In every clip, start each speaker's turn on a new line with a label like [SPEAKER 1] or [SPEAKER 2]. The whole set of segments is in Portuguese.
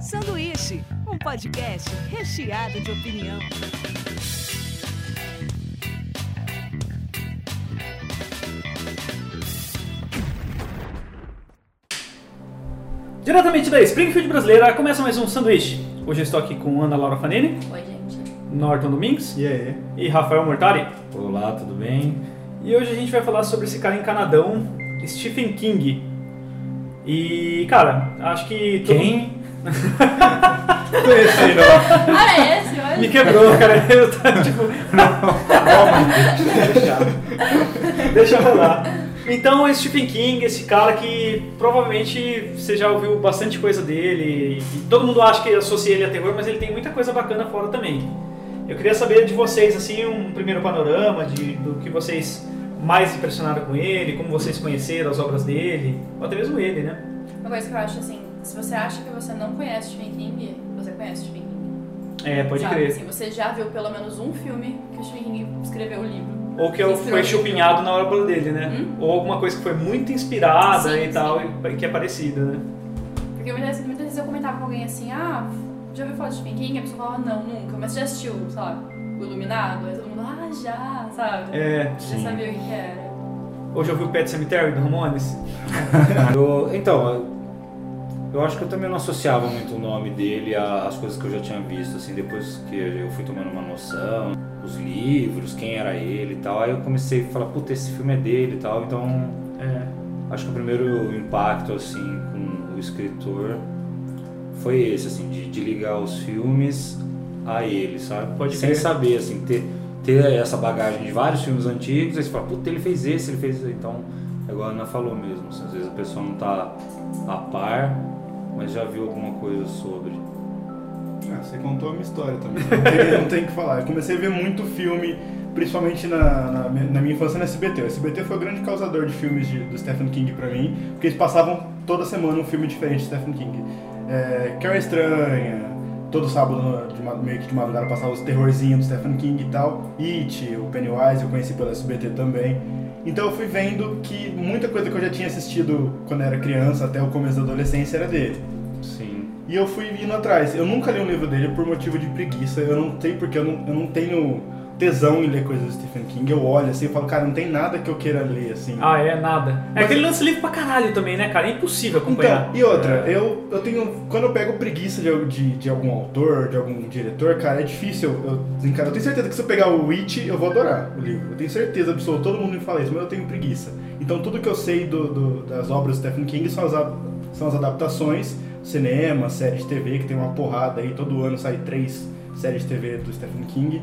[SPEAKER 1] Sanduíche, um podcast recheado de opinião.
[SPEAKER 2] Diretamente da Springfield Brasileira, começa mais um sanduíche. Hoje eu estou aqui com Ana Laura Fanini,
[SPEAKER 3] Oi, gente.
[SPEAKER 2] Norton Domingues
[SPEAKER 4] E aí?
[SPEAKER 2] e Rafael Mortari.
[SPEAKER 4] Olá, tudo bem?
[SPEAKER 2] E hoje a gente vai falar sobre esse cara encanadão, Stephen King. E, cara, acho que. todo mundo-
[SPEAKER 4] Quem? Conheci, não.
[SPEAKER 3] Ah, é esse hoje?
[SPEAKER 2] Me quebrou, cara. Eu tava tipo. Deixa- Deixa rolar. Então, é Stephen King, esse cara que provavelmente você já ouviu bastante coisa dele. E todo mundo acha que associa ele a terror, mas ele tem muita coisa bacana fora também. Eu queria saber de vocês, assim, um primeiro panorama de, do que vocês mais impressionaram com ele, como vocês conheceram as obras dele, ou até mesmo ele, né?
[SPEAKER 3] Uma coisa que eu acho assim, se você acha que você não conhece Stephen King, você conhece Stephen King.
[SPEAKER 2] É, pode
[SPEAKER 3] sabe?
[SPEAKER 2] crer.
[SPEAKER 3] Assim, você já viu pelo menos um filme que o Stephen King escreveu o livro.
[SPEAKER 2] Ou que eu- foi
[SPEAKER 3] Instrumento.
[SPEAKER 2] chupinhado na obra dele, né?
[SPEAKER 3] Hum?
[SPEAKER 2] Ou alguma coisa que foi muito inspirada
[SPEAKER 3] Sim,
[SPEAKER 2] e tal, e que é parecida, né?
[SPEAKER 3] Porque muitas, muitas vezes eu comentava com alguém assim, ah, já ouviu falar de Stephen King? A pessoa falava, não, nunca, mas já assistiu, sabe? O Iluminado? Aí todo mundo, ah, já, sabe?
[SPEAKER 2] É,
[SPEAKER 3] Já sabia o que que era.
[SPEAKER 2] hoje eu vi o Pet Cemetery do Ramones.
[SPEAKER 4] Eu- então, eu- eu acho que eu também não associava muito o nome dele às coisas que eu já tinha visto, assim, depois que eu fui tomando uma noção, os livros, quem era ele e tal, aí eu comecei a falar, puta, esse filme é dele e tal, então
[SPEAKER 2] É.
[SPEAKER 4] acho que o primeiro impacto, assim, com o escritor foi esse, assim, de, de ligar os filmes a ele, sabe?
[SPEAKER 2] Pode
[SPEAKER 4] Sem
[SPEAKER 2] crer.
[SPEAKER 4] saber, assim, ter, ter essa bagagem de vários filmes antigos, aí você fala, puta, ele fez esse, ele fez esse, então, é igual a Ana falou mesmo, assim, às vezes a pessoa não tá a par, mas já viu alguma coisa sobre.
[SPEAKER 5] Ah, você contou a minha história também. Não tem, não tem o que falar. Eu comecei a ver muito filme, principalmente na, na, minha- na minha infância no SBT. O SBT foi o grande causador de filmes de- do Stephen King pra mim, porque eles passavam toda semana um filme diferente de Stephen King. É, Carrie Estranha, todo sábado, no- de ma- meio que de madrugada, passava os terrorzinhos do Stephen King e tal. It, o Pennywise, eu conheci pelo SBT também. Então eu fui vendo que muita coisa que eu já tinha assistido quando era criança, até o começo da adolescência, era dele.
[SPEAKER 4] Sim.
[SPEAKER 5] E eu fui indo atrás. Eu nunca li um livro dele por motivo de preguiça. Eu não sei porque eu não, eu não tenho tesão em ler coisas do Stephen King. Eu olho assim e falo, cara, não tem nada que eu queira ler, assim.
[SPEAKER 2] Ah, é, nada. É
[SPEAKER 5] Mas-
[SPEAKER 2] aquele lance livre pra caralho também, né, cara? É impossível acompanhar. É.
[SPEAKER 5] Então, e outra, eu, eu tenho. Quando eu pego preguiça de, de, de algum autor, de algum diretor, cara, é difícil eu eu desencarar. Eu tenho certeza que se eu pegar o It, eu vou adorar o livro. Eu tenho certeza absoluta, todo mundo me fala isso, mas eu tenho preguiça. Então tudo que eu sei do- do- das obras do Stephen King são as, a- são as adaptações, cinema, série de TV, que tem uma porrada aí, todo ano sai três séries de TV do Stephen King.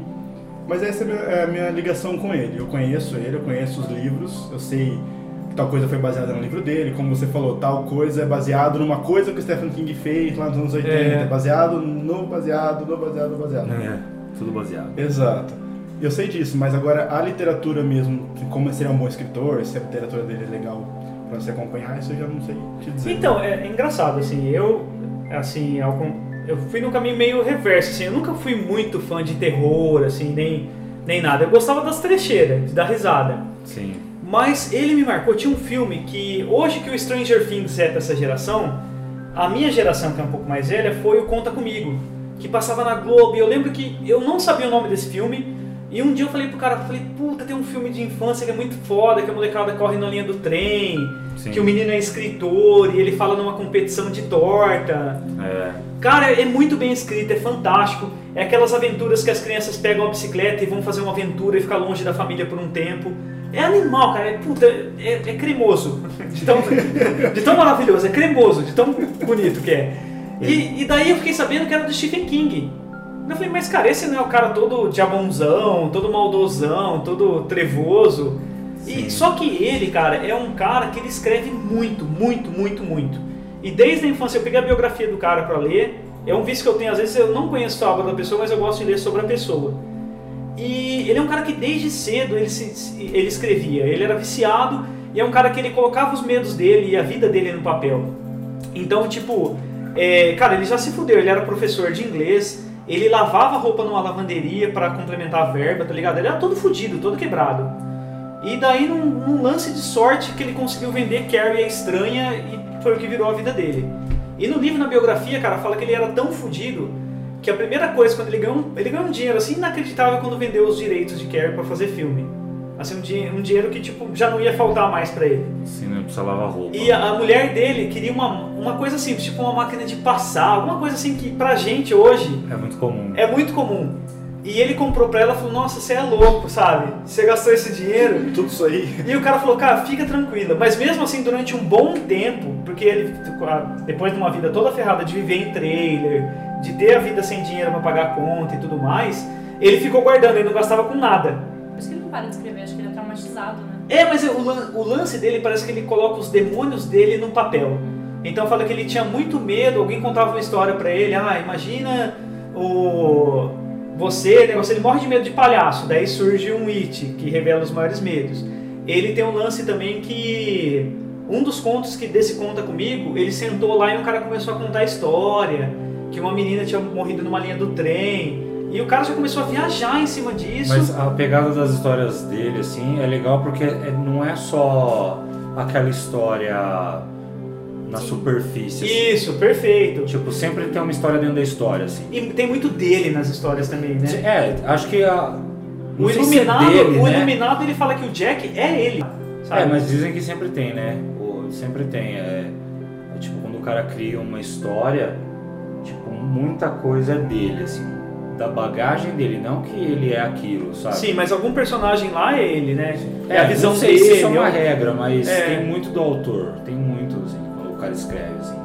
[SPEAKER 5] Mas essa é a minha- é a minha ligação com ele. Eu conheço ele, eu conheço os livros, eu sei que tal coisa foi baseada no livro dele, como você falou, tal coisa é baseado numa coisa que o Stephen King fez lá nos anos 80,
[SPEAKER 2] É.
[SPEAKER 5] é, baseado no baseado, no baseado, no baseado.
[SPEAKER 4] É, tudo baseado.
[SPEAKER 5] Exato. Eu sei disso, mas agora a literatura mesmo, de como ele seria um bom escritor, se a literatura dele é legal pra você acompanhar, isso eu já não sei te dizer.
[SPEAKER 2] Então, é, é engraçado, assim, eu, assim, ao con- eu fui num caminho meio reverso, assim, eu nunca fui muito fã de terror, assim, nem, nem nada. Eu gostava das trecheiras, de dar risada.
[SPEAKER 4] Sim.
[SPEAKER 2] Mas ele me marcou. Tinha um filme que, hoje que o Stranger Things é pra essa geração, a minha geração, que é um pouco mais velha, foi o Conta Comigo, que passava na Globo. E eu lembro que eu não sabia o nome desse filme. E um dia eu falei pro cara, falei, puta, tem um filme de infância que é muito foda, que a molecada corre na linha do trem,
[SPEAKER 4] Sim.
[SPEAKER 2] que o menino é escritor e ele fala numa competição de torta.
[SPEAKER 4] É,
[SPEAKER 2] Cara, é muito bem escrito, é fantástico. É aquelas aventuras que as crianças pegam a bicicleta e vão fazer uma aventura e ficar longe da família por um tempo. É animal, cara. É, puta, é, é cremoso. De tão, de tão maravilhoso, é cremoso, de tão bonito que é. E, e daí eu fiquei sabendo que era do Stephen King. Eu falei, mas cara, esse não é o cara todo diabãozão, todo maldosão, todo trevoso. E,
[SPEAKER 4] Sim.
[SPEAKER 2] só que ele, cara, é um cara que ele escreve muito, muito, muito, muito. E desde a infância eu peguei a biografia do cara pra ler. É um vício que eu tenho, às vezes eu não conheço a obra da pessoa, mas eu gosto de ler sobre a pessoa. E ele é um cara que desde cedo ele, se- ele escrevia, ele era viciado e é um cara que ele colocava os medos dele e a vida dele no papel. Então, tipo, é, cara, ele já se fudeu, ele era professor de inglês, ele lavava roupa numa lavanderia pra complementar a verba, tá ligado? Ele era todo fudido, todo quebrado. E daí, num, num lance de sorte, que ele conseguiu vender Carrie a estranha e foi o que virou a vida dele. E no livro, na biografia, cara, fala que ele era tão fodido que a primeira coisa, quando ele ganhou, um- ele ganhou um dinheiro assim inacreditável quando vendeu os direitos de Carrie pra fazer filme. Assim, um, dinhe- um dinheiro que, tipo, já não ia faltar mais pra ele.
[SPEAKER 4] Sim, não Assim, né? precisa lavar roupa.
[SPEAKER 2] E a, a mulher dele queria uma, uma coisa simples, tipo uma máquina de passar, alguma coisa assim que pra gente hoje
[SPEAKER 4] É muito comum.
[SPEAKER 2] é muito comum. E ele comprou pra ela e falou, nossa, você é louco, sabe? Você gastou esse dinheiro.
[SPEAKER 5] Tudo isso aí.
[SPEAKER 2] E o cara falou, cara, fica tranquila. Mas mesmo assim, durante um bom tempo, porque ele, tipo, ah, depois de uma vida toda ferrada de viver em trailer, de ter a vida sem dinheiro pra pagar a conta e tudo mais, ele ficou guardando, ele não gastava com nada.
[SPEAKER 3] Por isso que ele não para de escrever, acho que ele é traumatizado, né?
[SPEAKER 2] É, mas o, lan- o lance dele parece que ele coloca os demônios dele no papel. Então fala que ele tinha muito medo, alguém contava uma história pra ele, ah, imagina o você, negócio, ele morre de medo de palhaço, daí surge um It, que revela os maiores medos. Ele tem um lance também que um dos contos que desse conta comigo, ele sentou lá e um cara começou a contar a história, que uma menina tinha morrido numa linha do trem, e o cara já começou a viajar em cima disso.
[SPEAKER 4] Mas a pegada das histórias dele, assim, é legal porque é- não é só aquela história na superfície. assim.
[SPEAKER 2] Isso, perfeito.
[SPEAKER 4] Tipo, sempre tem uma história dentro da história, assim.
[SPEAKER 2] E tem muito dele nas histórias também, né?
[SPEAKER 4] É, acho que a. não
[SPEAKER 2] O
[SPEAKER 4] sei se é
[SPEAKER 2] iluminado,
[SPEAKER 4] dele,
[SPEAKER 2] o
[SPEAKER 4] né?
[SPEAKER 2] iluminado ele fala que o Jack é ele. Sabe?
[SPEAKER 4] É, mas dizem que sempre tem, né? O- sempre tem. É, é tipo, quando o cara cria uma história, tipo, muita coisa é dele, assim. Da bagagem dele, não que ele é aquilo, sabe?
[SPEAKER 2] Sim, mas algum personagem lá é ele, né? É, um a visão
[SPEAKER 4] não sei se
[SPEAKER 2] dele.
[SPEAKER 4] isso é uma
[SPEAKER 2] eu-
[SPEAKER 4] regra, mas
[SPEAKER 2] É.
[SPEAKER 4] tem muito do autor, tem muito, assim, quando o cara escreve, assim.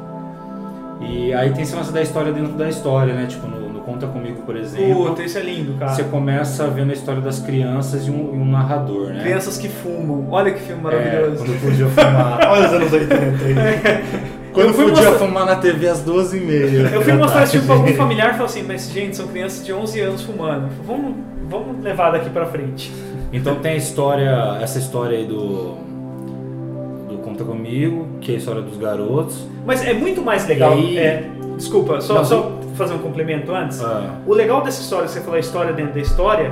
[SPEAKER 4] E aí tem esse lance da história dentro da história, né? Tipo, no, no Conta Comigo, por exemplo,
[SPEAKER 2] Puta, isso é lindo, cara.
[SPEAKER 4] você começa vendo a história das crianças e um, e um narrador, né?
[SPEAKER 2] Crianças que fumam. Olha que filme
[SPEAKER 4] É,
[SPEAKER 2] maravilhoso.
[SPEAKER 4] quando podia fumar.
[SPEAKER 5] Olha os anos 80 aí.
[SPEAKER 4] Quando
[SPEAKER 2] Eu fui
[SPEAKER 4] podia
[SPEAKER 2] mostrar-
[SPEAKER 4] fumar na TV às 12h30.
[SPEAKER 2] Eu fui mostrar esse filme pra algum familiar e falei assim, mas gente, são crianças de 11 anos fumando. Vamos, vamos levar daqui pra frente.
[SPEAKER 4] Então tem a história, essa história aí do. do Conta Comigo, que é a história dos garotos.
[SPEAKER 2] Mas é muito mais legal.
[SPEAKER 4] E aí-
[SPEAKER 2] é, desculpa, só,
[SPEAKER 4] Não,
[SPEAKER 2] só fazer um complemento antes.
[SPEAKER 4] Ah,
[SPEAKER 2] O legal dessa história, você falar história dentro da história,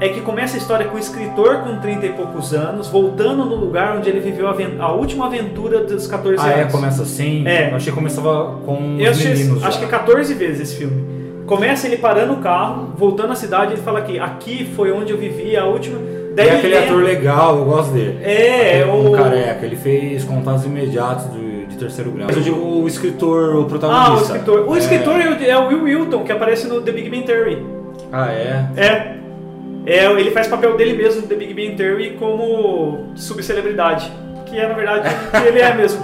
[SPEAKER 2] é que começa a história com o escritor com 30 e poucos anos, voltando no lugar onde ele viveu a, aven- a última aventura dos 14
[SPEAKER 4] ah, é?
[SPEAKER 2] anos.
[SPEAKER 4] Começa assim?
[SPEAKER 2] É.
[SPEAKER 4] Eu achei que começava com os
[SPEAKER 2] Eu achei-
[SPEAKER 4] meninos.
[SPEAKER 2] acho que é 14 vezes esse filme. Começa ele parando o carro, voltando à cidade, ele fala que aqui foi onde eu vivi a última. Daí
[SPEAKER 4] é
[SPEAKER 2] ele
[SPEAKER 4] aquele
[SPEAKER 2] lembra-
[SPEAKER 4] ator legal, eu gosto dele.
[SPEAKER 2] É, é
[SPEAKER 4] um
[SPEAKER 2] o.
[SPEAKER 4] careca, ele fez contatos imediatos de, de terceiro grau. Mas eu digo o escritor, o
[SPEAKER 2] Ah,
[SPEAKER 4] protagonista.
[SPEAKER 2] o escritor. O
[SPEAKER 4] É.
[SPEAKER 2] escritor é o- é o Will Wilton, que aparece no The Big Bang Theory.
[SPEAKER 4] Ah, é?
[SPEAKER 2] É. É, ele faz papel dele mesmo no The Big Bang Theory como subcelebridade. Que é, na verdade, o que ele é mesmo.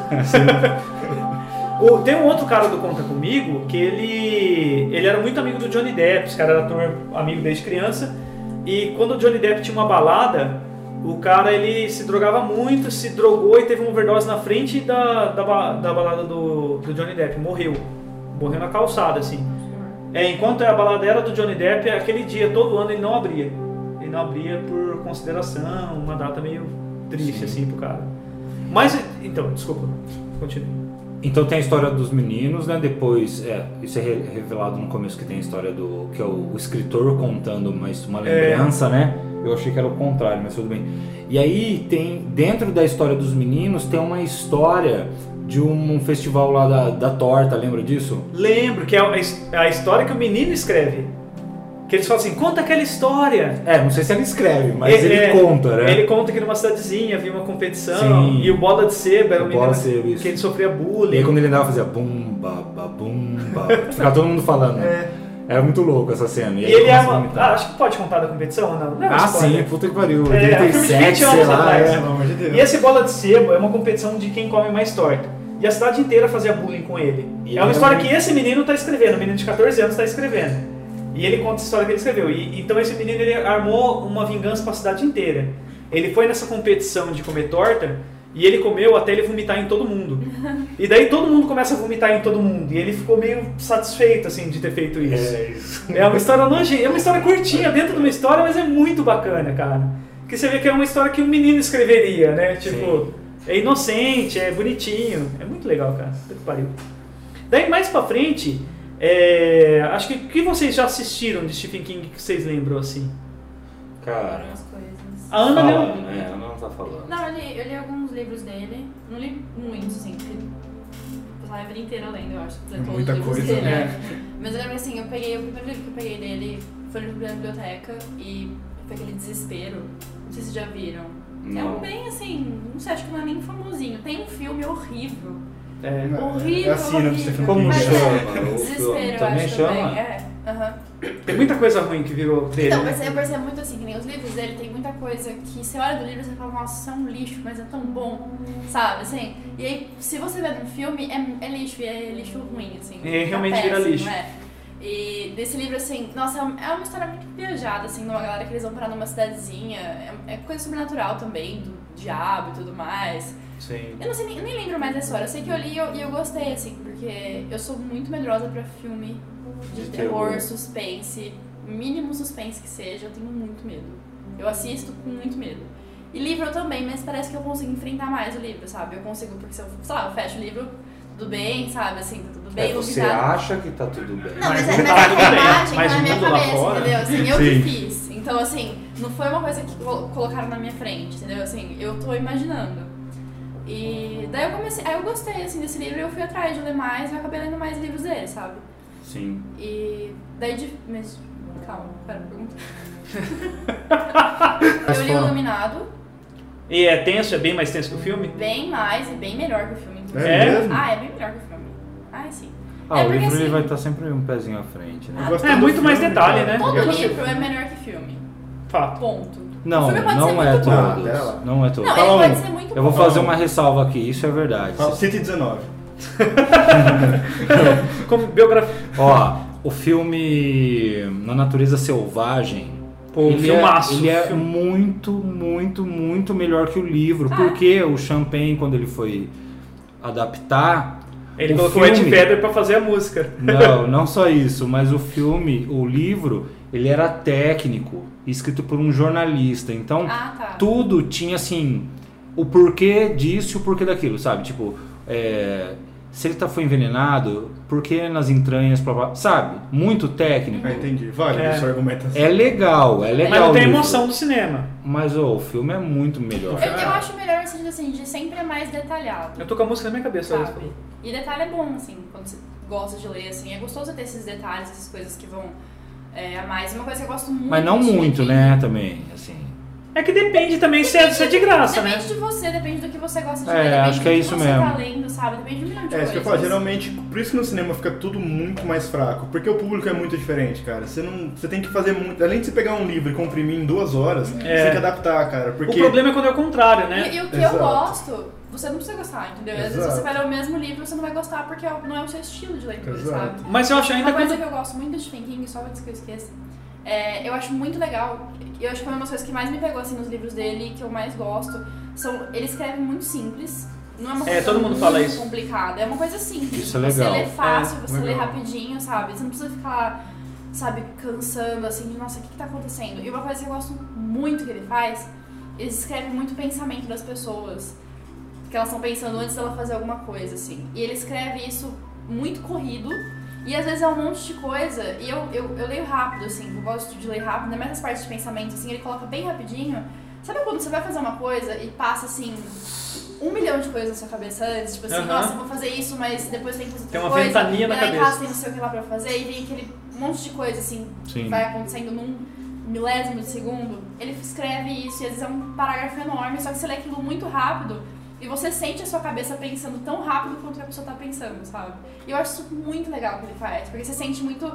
[SPEAKER 2] O- tem um outro cara do Conta Comigo que ele, ele era muito amigo do Johnny Depp. Esse cara era ator amigo desde criança. E quando o Johnny Depp tinha uma balada, o cara ele se drogava muito, se drogou e teve uma overdose na frente da, da, ba- da balada do, do Johnny Depp. Morreu. Morreu na calçada, assim. É, enquanto a balada era do Johnny Depp, aquele dia, todo ano, ele não abria. Ele não abria por consideração, uma data meio triste,
[SPEAKER 4] Sim.
[SPEAKER 2] assim, pro cara. Mas, então, desculpa, continue.
[SPEAKER 4] Então tem a história dos meninos, né? Depois, é, isso é re- revelado no começo que tem a história do que é o, o escritor contando uma, his- uma
[SPEAKER 2] É.
[SPEAKER 4] lembrança, né? Eu achei que era o contrário, mas tudo bem. E aí tem dentro da história dos meninos tem uma história de um, festival lá da, da torta, lembra disso?
[SPEAKER 2] Lembro que é a his- a história que o menino escreve. Que eles falam assim, conta aquela história.
[SPEAKER 4] É, não sei se ele escreve, mas ele,
[SPEAKER 2] É, é,
[SPEAKER 4] conta, né?
[SPEAKER 2] Ele conta que numa cidadezinha havia uma competição
[SPEAKER 4] Sim.
[SPEAKER 2] e o Bola de Seba era um
[SPEAKER 4] O Bola
[SPEAKER 2] menino
[SPEAKER 4] de Seba, isso.
[SPEAKER 2] que ele sofria
[SPEAKER 4] E aí
[SPEAKER 2] bullying.
[SPEAKER 4] quando ele andava fazia bum, ba, ba, bum, ba. Ficava todo mundo falando. né? Era muito louco essa cena.
[SPEAKER 2] E
[SPEAKER 4] aí
[SPEAKER 2] É. ele é
[SPEAKER 4] começa a
[SPEAKER 2] uma...
[SPEAKER 4] vomitar.
[SPEAKER 2] Ah, acho que pode contar da competição ou não? Não é uma
[SPEAKER 4] Ah,
[SPEAKER 2] spoiler.
[SPEAKER 4] sim, puta que pariu.
[SPEAKER 2] É, é um filme de 20
[SPEAKER 4] 87,
[SPEAKER 2] anos
[SPEAKER 4] sei lá.
[SPEAKER 2] atrás.
[SPEAKER 4] é.
[SPEAKER 5] Pelo amor de Deus.
[SPEAKER 2] E esse bola de sebo é uma competição de quem come mais torta. E a cidade inteira fazia bullying com ele.
[SPEAKER 4] E
[SPEAKER 2] é uma
[SPEAKER 4] ele
[SPEAKER 2] história
[SPEAKER 4] era um-
[SPEAKER 2] que esse menino tá escrevendo, o menino de 14 anos tá escrevendo. E ele conta a história que ele escreveu. E, então esse menino ele armou uma vingança pra cidade inteira. Ele foi nessa competição de comer torta e ele comeu até ele vomitar em todo mundo. E daí todo mundo começa a vomitar em todo mundo. E ele ficou meio satisfeito assim de ter feito isso.
[SPEAKER 4] É isso.
[SPEAKER 2] É uma história longe, é uma história curtinha dentro de uma história, mas é muito bacana, cara. Porque você vê que é uma história que um menino escreveria, né? Tipo, é inocente, é bonitinho. É muito legal, cara. Puta que pariu. Daí mais pra frente, é, acho que o que vocês já assistiram de Stephen King que vocês lembram assim?
[SPEAKER 4] Cara,
[SPEAKER 3] Algumas coisas.
[SPEAKER 2] A Ana leu.
[SPEAKER 4] né? falando, né? Ela não tá falando.
[SPEAKER 3] Não, eu li, eu li alguns livros dele. Não li muitos, assim, porque passar a vida inteira lendo, eu acho.
[SPEAKER 5] É
[SPEAKER 3] todos os
[SPEAKER 5] muita
[SPEAKER 3] livros
[SPEAKER 5] coisa,
[SPEAKER 3] dele,
[SPEAKER 5] né?
[SPEAKER 3] Mas eu lembro assim, eu peguei, o primeiro livro que eu peguei dele foi no primeira biblioteca e foi aquele desespero. Não sei se já viram. É um
[SPEAKER 4] Não.
[SPEAKER 3] bem assim, não sei, acho que não é nem famosinho. Tem um filme horrível.
[SPEAKER 2] É.
[SPEAKER 3] Horrível,
[SPEAKER 5] É assim, né?
[SPEAKER 3] horrível.
[SPEAKER 5] Stephen
[SPEAKER 4] Como
[SPEAKER 5] King.
[SPEAKER 3] Mas é,
[SPEAKER 4] chama? O
[SPEAKER 3] Desespero,
[SPEAKER 4] filme
[SPEAKER 3] eu
[SPEAKER 4] também
[SPEAKER 3] acho
[SPEAKER 4] chama?
[SPEAKER 3] também. É. aham.
[SPEAKER 2] Tem muita coisa ruim que virou dele.
[SPEAKER 3] Então,
[SPEAKER 2] né?
[SPEAKER 3] mas eu percebo muito assim, que nem os livros dele tem muita coisa que você olha do livro e você fala, nossa, isso é um lixo, mas é tão bom, sabe, assim? E aí, se você vê no filme, é, é lixo, e é lixo ruim, assim.
[SPEAKER 2] É, realmente
[SPEAKER 3] tá
[SPEAKER 2] vira
[SPEAKER 3] péssimo,
[SPEAKER 2] lixo.
[SPEAKER 3] É. E desse livro, assim, nossa, é uma- é uma história muito viajada, assim, de uma galera que eles vão parar numa cidadezinha, é, é coisa sobrenatural também, do diabo e tudo mais.
[SPEAKER 2] Sim.
[SPEAKER 3] Eu não sei, nem, eu nem lembro mais da história, eu sei que eu li e eu, e eu gostei, assim, porque eu sou muito medrosa pra filme de,
[SPEAKER 4] De
[SPEAKER 3] terror,
[SPEAKER 4] terror.
[SPEAKER 3] suspense, mínimo suspense que seja, eu tenho muito medo. Eu assisto com muito medo. E livro eu também, mas parece que eu consigo enfrentar mais o livro, sabe? Eu consigo, porque se eu, sei lá, eu fecho o livro, tudo bem, sabe? Assim, tá tudo bem,
[SPEAKER 4] É,
[SPEAKER 3] não
[SPEAKER 4] você
[SPEAKER 3] fiz nada.
[SPEAKER 4] acha que tá tudo bem.
[SPEAKER 3] Não, mas, é- mas
[SPEAKER 2] Tá,
[SPEAKER 3] a
[SPEAKER 2] tudo bem,
[SPEAKER 3] imagem tá
[SPEAKER 2] mas
[SPEAKER 3] na
[SPEAKER 2] o
[SPEAKER 3] minha
[SPEAKER 2] mundo lá
[SPEAKER 3] cabeça,
[SPEAKER 2] fora-
[SPEAKER 3] entendeu? Assim, eu
[SPEAKER 5] Sim.
[SPEAKER 3] que fiz. Então, assim, não foi uma coisa que colo- colocaram na minha frente, entendeu? Assim, eu tô imaginando. E daí eu comecei, aí eu gostei, assim, desse livro e eu fui atrás de ler mais e eu acabei lendo mais livros dele, sabe?
[SPEAKER 4] Sim.
[SPEAKER 3] E daí de... Mas, calma, para a pergunta.
[SPEAKER 5] Mas
[SPEAKER 3] eu li o
[SPEAKER 5] foram-
[SPEAKER 3] Iluminado,
[SPEAKER 2] E é tenso, é bem mais tenso que o filme?
[SPEAKER 3] bem mais e bem melhor que o filme. inclusive.
[SPEAKER 5] É mesmo?
[SPEAKER 3] Ah, é bem melhor que o filme. Ah, sim.
[SPEAKER 4] Ah,
[SPEAKER 3] É
[SPEAKER 4] o
[SPEAKER 3] porque,
[SPEAKER 4] livro ele
[SPEAKER 3] assim, Ah,
[SPEAKER 4] vai estar sempre um pezinho à frente, né?
[SPEAKER 5] Gostei
[SPEAKER 2] É,
[SPEAKER 5] do
[SPEAKER 2] muito
[SPEAKER 5] filme,
[SPEAKER 2] mais detalhe,
[SPEAKER 5] cara.
[SPEAKER 2] né?
[SPEAKER 3] Todo
[SPEAKER 2] Eu gostei
[SPEAKER 3] livro é melhor que filme.
[SPEAKER 2] Fato.
[SPEAKER 3] Ponto. O
[SPEAKER 4] Não,
[SPEAKER 3] filme pode ser
[SPEAKER 4] não é
[SPEAKER 3] muito bom.
[SPEAKER 5] Ah, pera lá.
[SPEAKER 4] todos. Não é todos.
[SPEAKER 3] Não,
[SPEAKER 5] Fala
[SPEAKER 3] ele
[SPEAKER 5] um.
[SPEAKER 3] pode ser muito
[SPEAKER 4] Eu vou
[SPEAKER 3] bom.
[SPEAKER 4] fazer uma ressalva aqui, isso é verdade.
[SPEAKER 5] Fala- 119.
[SPEAKER 2] Como biografia.
[SPEAKER 4] Ó, o filme Na Natureza Selvagem.
[SPEAKER 2] Pô,
[SPEAKER 4] ele
[SPEAKER 2] Um filmaço,
[SPEAKER 4] É, ele é
[SPEAKER 2] filme.
[SPEAKER 4] muito, muito, muito melhor que o livro.
[SPEAKER 3] Ah.
[SPEAKER 4] Porque o Champagne, quando ele foi adaptar.
[SPEAKER 2] Ele
[SPEAKER 4] o
[SPEAKER 2] colocou Ed
[SPEAKER 4] um filme-
[SPEAKER 2] Vedder pra fazer a música.
[SPEAKER 4] Não, não só isso, mas o filme, o livro, ele era técnico, escrito por um jornalista. Então,
[SPEAKER 3] Ah, tá.
[SPEAKER 4] tudo tinha assim o porquê disso, e o porquê daquilo, sabe? Tipo, é, se ele tá, foi envenenado, por que nas entranhas, prova- sabe? Muito técnico.
[SPEAKER 5] Ah, entendi. Vale
[SPEAKER 2] É.
[SPEAKER 5] essa argumentação.
[SPEAKER 4] É legal, é legal.
[SPEAKER 2] Mas não tem a
[SPEAKER 4] o livro.
[SPEAKER 2] emoção do cinema.
[SPEAKER 4] Mas ô, o filme é muito melhor.
[SPEAKER 3] Eu, eu acho melhor no sentido assim, de sempre é mais detalhado.
[SPEAKER 2] Eu tô com a música na minha cabeça. olha
[SPEAKER 3] Sabe? E detalhe é bom, assim, quando você gosta de ler, assim, é gostoso ter esses detalhes, essas coisas que vão é, a mais. Uma coisa que eu gosto muito.
[SPEAKER 4] Mas não
[SPEAKER 3] de- é
[SPEAKER 4] muito, né? Também, assim.
[SPEAKER 2] só. É que depende também se é, se é de graça, né?
[SPEAKER 3] Depende de você, depende do que você gosta de
[SPEAKER 4] É,
[SPEAKER 3] ler, depende
[SPEAKER 4] acho que é
[SPEAKER 3] do
[SPEAKER 4] isso
[SPEAKER 3] você
[SPEAKER 4] mesmo.
[SPEAKER 3] tá lendo, sabe? Depende de um milhão de
[SPEAKER 5] É,
[SPEAKER 3] coisas.
[SPEAKER 5] isso que eu falo, geralmente, por isso que no cinema fica tudo muito mais fraco, porque o público é muito diferente, cara. Você não. Você tem que fazer muito. Além de você pegar um livro e comprimir em duas horas, você tem que adaptar, cara.
[SPEAKER 2] É. O
[SPEAKER 5] Porque.
[SPEAKER 2] problema é quando é o contrário, né?
[SPEAKER 3] E, e o que
[SPEAKER 5] Exato.
[SPEAKER 3] eu gosto, você não precisa gostar, entendeu? Às vezes
[SPEAKER 5] Exato.
[SPEAKER 3] você vai ler o mesmo livro, você não vai gostar porque não é o seu estilo de leitura,
[SPEAKER 5] Exato.
[SPEAKER 3] sabe?
[SPEAKER 2] Mas eu acho ainda
[SPEAKER 3] Uma coisa
[SPEAKER 2] quando.
[SPEAKER 3] que eu gosto muito de Stephen King, só antes que eu esqueça, é, eu acho muito legal, e eu acho que foi uma das coisas que mais me pegou assim, nos livros dele, que eu mais gosto, são, ele escreve muito simples, não é uma
[SPEAKER 2] É,
[SPEAKER 3] coisa
[SPEAKER 2] todo mundo
[SPEAKER 3] muito
[SPEAKER 2] fala isso.
[SPEAKER 3] complicada, é uma coisa simples,
[SPEAKER 4] Isso é legal.
[SPEAKER 3] você lê fácil, você lê
[SPEAKER 5] legal.
[SPEAKER 3] rapidinho, sabe, você não precisa ficar, sabe, cansando, assim, de nossa, o que que tá acontecendo? E uma coisa que eu gosto muito que ele faz, ele escreve muito o pensamento das pessoas, que elas estão pensando antes dela fazer alguma coisa, assim, e ele escreve isso muito corrido, e às vezes é um monte de coisa. E eu, eu, eu leio rápido, assim, eu gosto de ler rápido, ainda mais as partes de pensamento, assim, ele coloca bem rapidinho. Sabe quando você vai fazer uma coisa e passa, assim, um milhão de coisas na sua cabeça antes? Tipo assim,
[SPEAKER 2] Aham.
[SPEAKER 3] nossa, eu vou fazer isso, mas depois tem que fazer
[SPEAKER 2] Tem
[SPEAKER 3] outra
[SPEAKER 2] uma
[SPEAKER 3] coisa.
[SPEAKER 2] ventania na
[SPEAKER 3] e lá em
[SPEAKER 2] cabeça.
[SPEAKER 3] casa tem não sei o que lá pra fazer, e vem aquele monte de coisa, assim, que
[SPEAKER 4] Sim.
[SPEAKER 3] vai acontecendo num milésimo de segundo. Ele escreve isso, e às vezes é um parágrafo enorme, só que você lê aquilo muito rápido. E você sente a sua cabeça pensando tão rápido quanto a pessoa tá pensando, sabe? E eu acho isso muito legal que ele faz, porque você sente muito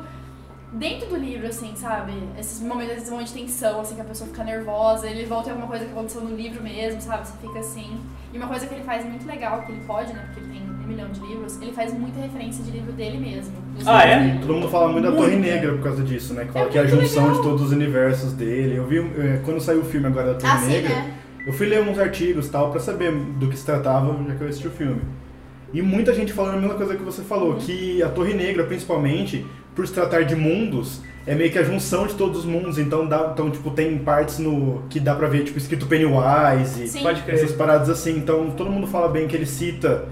[SPEAKER 3] dentro do livro, assim, sabe? Esses momentos, esses momentos de tensão, assim, que a pessoa fica nervosa, ele volta em alguma coisa que aconteceu no livro mesmo, sabe? Você fica assim. E uma coisa que ele faz muito legal, que ele pode, né? Porque ele tem um milhão de livros, ele faz muita referência de livro dele mesmo. dos
[SPEAKER 2] Ah,
[SPEAKER 3] livros
[SPEAKER 2] é?
[SPEAKER 3] dele.
[SPEAKER 5] Todo mundo fala muito da
[SPEAKER 2] Muito.
[SPEAKER 5] Torre Negra por causa disso, né? Que fala
[SPEAKER 3] É
[SPEAKER 5] que é a
[SPEAKER 3] muito
[SPEAKER 5] junção
[SPEAKER 3] legal.
[SPEAKER 5] de todos os universos dele. Eu vi eh, quando saiu o filme agora da
[SPEAKER 2] um
[SPEAKER 5] Torre
[SPEAKER 3] Ah, sim,
[SPEAKER 2] é.
[SPEAKER 5] Negra,
[SPEAKER 3] né?
[SPEAKER 5] eu fui ler uns artigos tal pra saber do que se tratava, já que eu assisti o filme. E muita gente falando a mesma coisa que você falou, que a Torre Negra, principalmente, por se tratar de mundos, é meio que a junção de todos os mundos. Então, dá, então tipo, tem partes no que dá pra ver, tipo, escrito Pennywise,
[SPEAKER 3] Sim.
[SPEAKER 2] Pode
[SPEAKER 5] essas
[SPEAKER 2] crer.
[SPEAKER 5] paradas assim. Então, todo mundo fala bem que ele cita.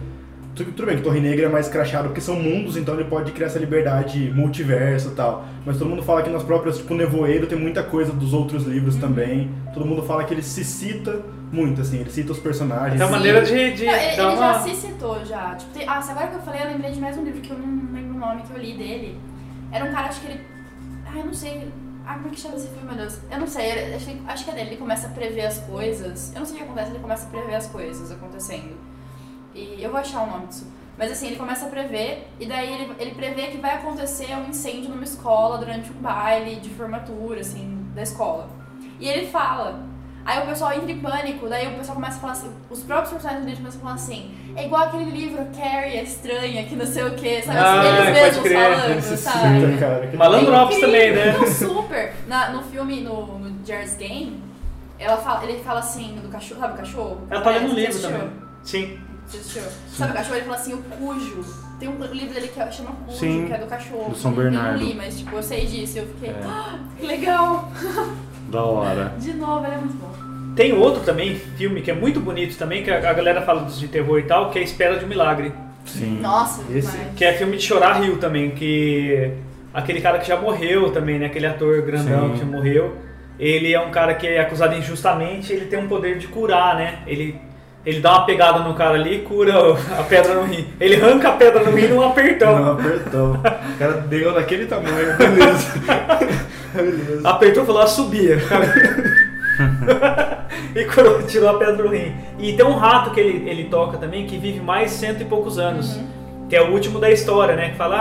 [SPEAKER 5] Tudo, tudo bem que Torre Negra é mais crachado porque são mundos, então ele pode criar essa liberdade multiverso e tal. Mas todo mundo fala que nas Uhum. próprias, tipo, Nevoeiro tem muita coisa dos outros livros também. Todo mundo fala que ele se cita muito, assim. Ele cita os personagens.
[SPEAKER 2] É uma
[SPEAKER 3] Sim.
[SPEAKER 2] maneira de, de
[SPEAKER 3] Não, ele,
[SPEAKER 2] dar
[SPEAKER 3] ele já
[SPEAKER 2] uma.
[SPEAKER 3] se citou já. Tipo, tem- ah, se agora que eu falei, eu lembrei de mais um livro que eu não lembro o nome que eu li dele. Era um cara, acho que ele. Ah, eu não sei. Ah, como é que chama esse filme, meu Deus? Eu não sei, ele- acho, que- acho que é dele. Ele começa a prever as coisas. Eu não sei o que acontece, ele começa a prever as coisas acontecendo. E eu vou achar o nome disso. Mas assim, ele começa a prever, e daí ele, ele prevê que vai acontecer um incêndio numa escola durante um baile de formatura, assim, da escola. E ele fala. Aí o pessoal entra em pânico, daí o pessoal começa a falar assim, os próprios personagens dele começam a falar assim, é igual aquele livro Carrie, a estranha, que não sei o que, sabe?
[SPEAKER 2] Ah,
[SPEAKER 3] assim,
[SPEAKER 2] pode
[SPEAKER 3] eles mesmos
[SPEAKER 2] crer.
[SPEAKER 5] Ele
[SPEAKER 3] falando,
[SPEAKER 5] se
[SPEAKER 3] sabe?
[SPEAKER 5] cita, cara. que-
[SPEAKER 2] Malandro
[SPEAKER 3] É
[SPEAKER 2] Lopes também,
[SPEAKER 3] incrível.
[SPEAKER 2] né?
[SPEAKER 3] Não, super. Na- no filme, no, no Jared's Game, ela fala- ele fala assim, do cachorro, sabe o cachorro?
[SPEAKER 2] Ela tá lendo um
[SPEAKER 3] Você
[SPEAKER 2] livro
[SPEAKER 3] assistiu?
[SPEAKER 2] também. Sim.
[SPEAKER 3] Você assistiu? Sabe o cachorro? Ele fala assim, o cujo. Tem um livro dele que é- chama Cujo,
[SPEAKER 4] Sim,
[SPEAKER 3] que é do cachorro.
[SPEAKER 4] do São
[SPEAKER 3] Eu
[SPEAKER 4] Bernardo. É.
[SPEAKER 3] não li, mas tipo, eu sei disso. Eu fiquei, "Ah, que legal.
[SPEAKER 4] Da hora.
[SPEAKER 3] De novo, ele é muito bom.
[SPEAKER 2] Tem outro também, filme, que é muito bonito também, que a a galera fala dos de terror e tal, que é A Espera de um Milagre.
[SPEAKER 4] Sim.
[SPEAKER 3] Nossa,
[SPEAKER 5] Esse-
[SPEAKER 3] demais.
[SPEAKER 2] Que é filme de chorar rio também, que aquele cara que já morreu também, né? Aquele ator grandão
[SPEAKER 4] Sim.
[SPEAKER 2] que morreu. Ele é um cara que é acusado injustamente, ele tem um poder de curar, né? Ele, ele dá uma pegada no cara ali e cura o- a pedra no rim. Ele arranca a pedra no rim num apertão.
[SPEAKER 5] Não, apertão. O cara deu daquele tamanho, beleza. beleza.
[SPEAKER 2] Apertou e falou, "Ah, subia. e curou, tirou a pedra do rim. E tem um rato que ele, ele toca também que vive mais cento e poucos anos. Que é o último da história, né? Que fala,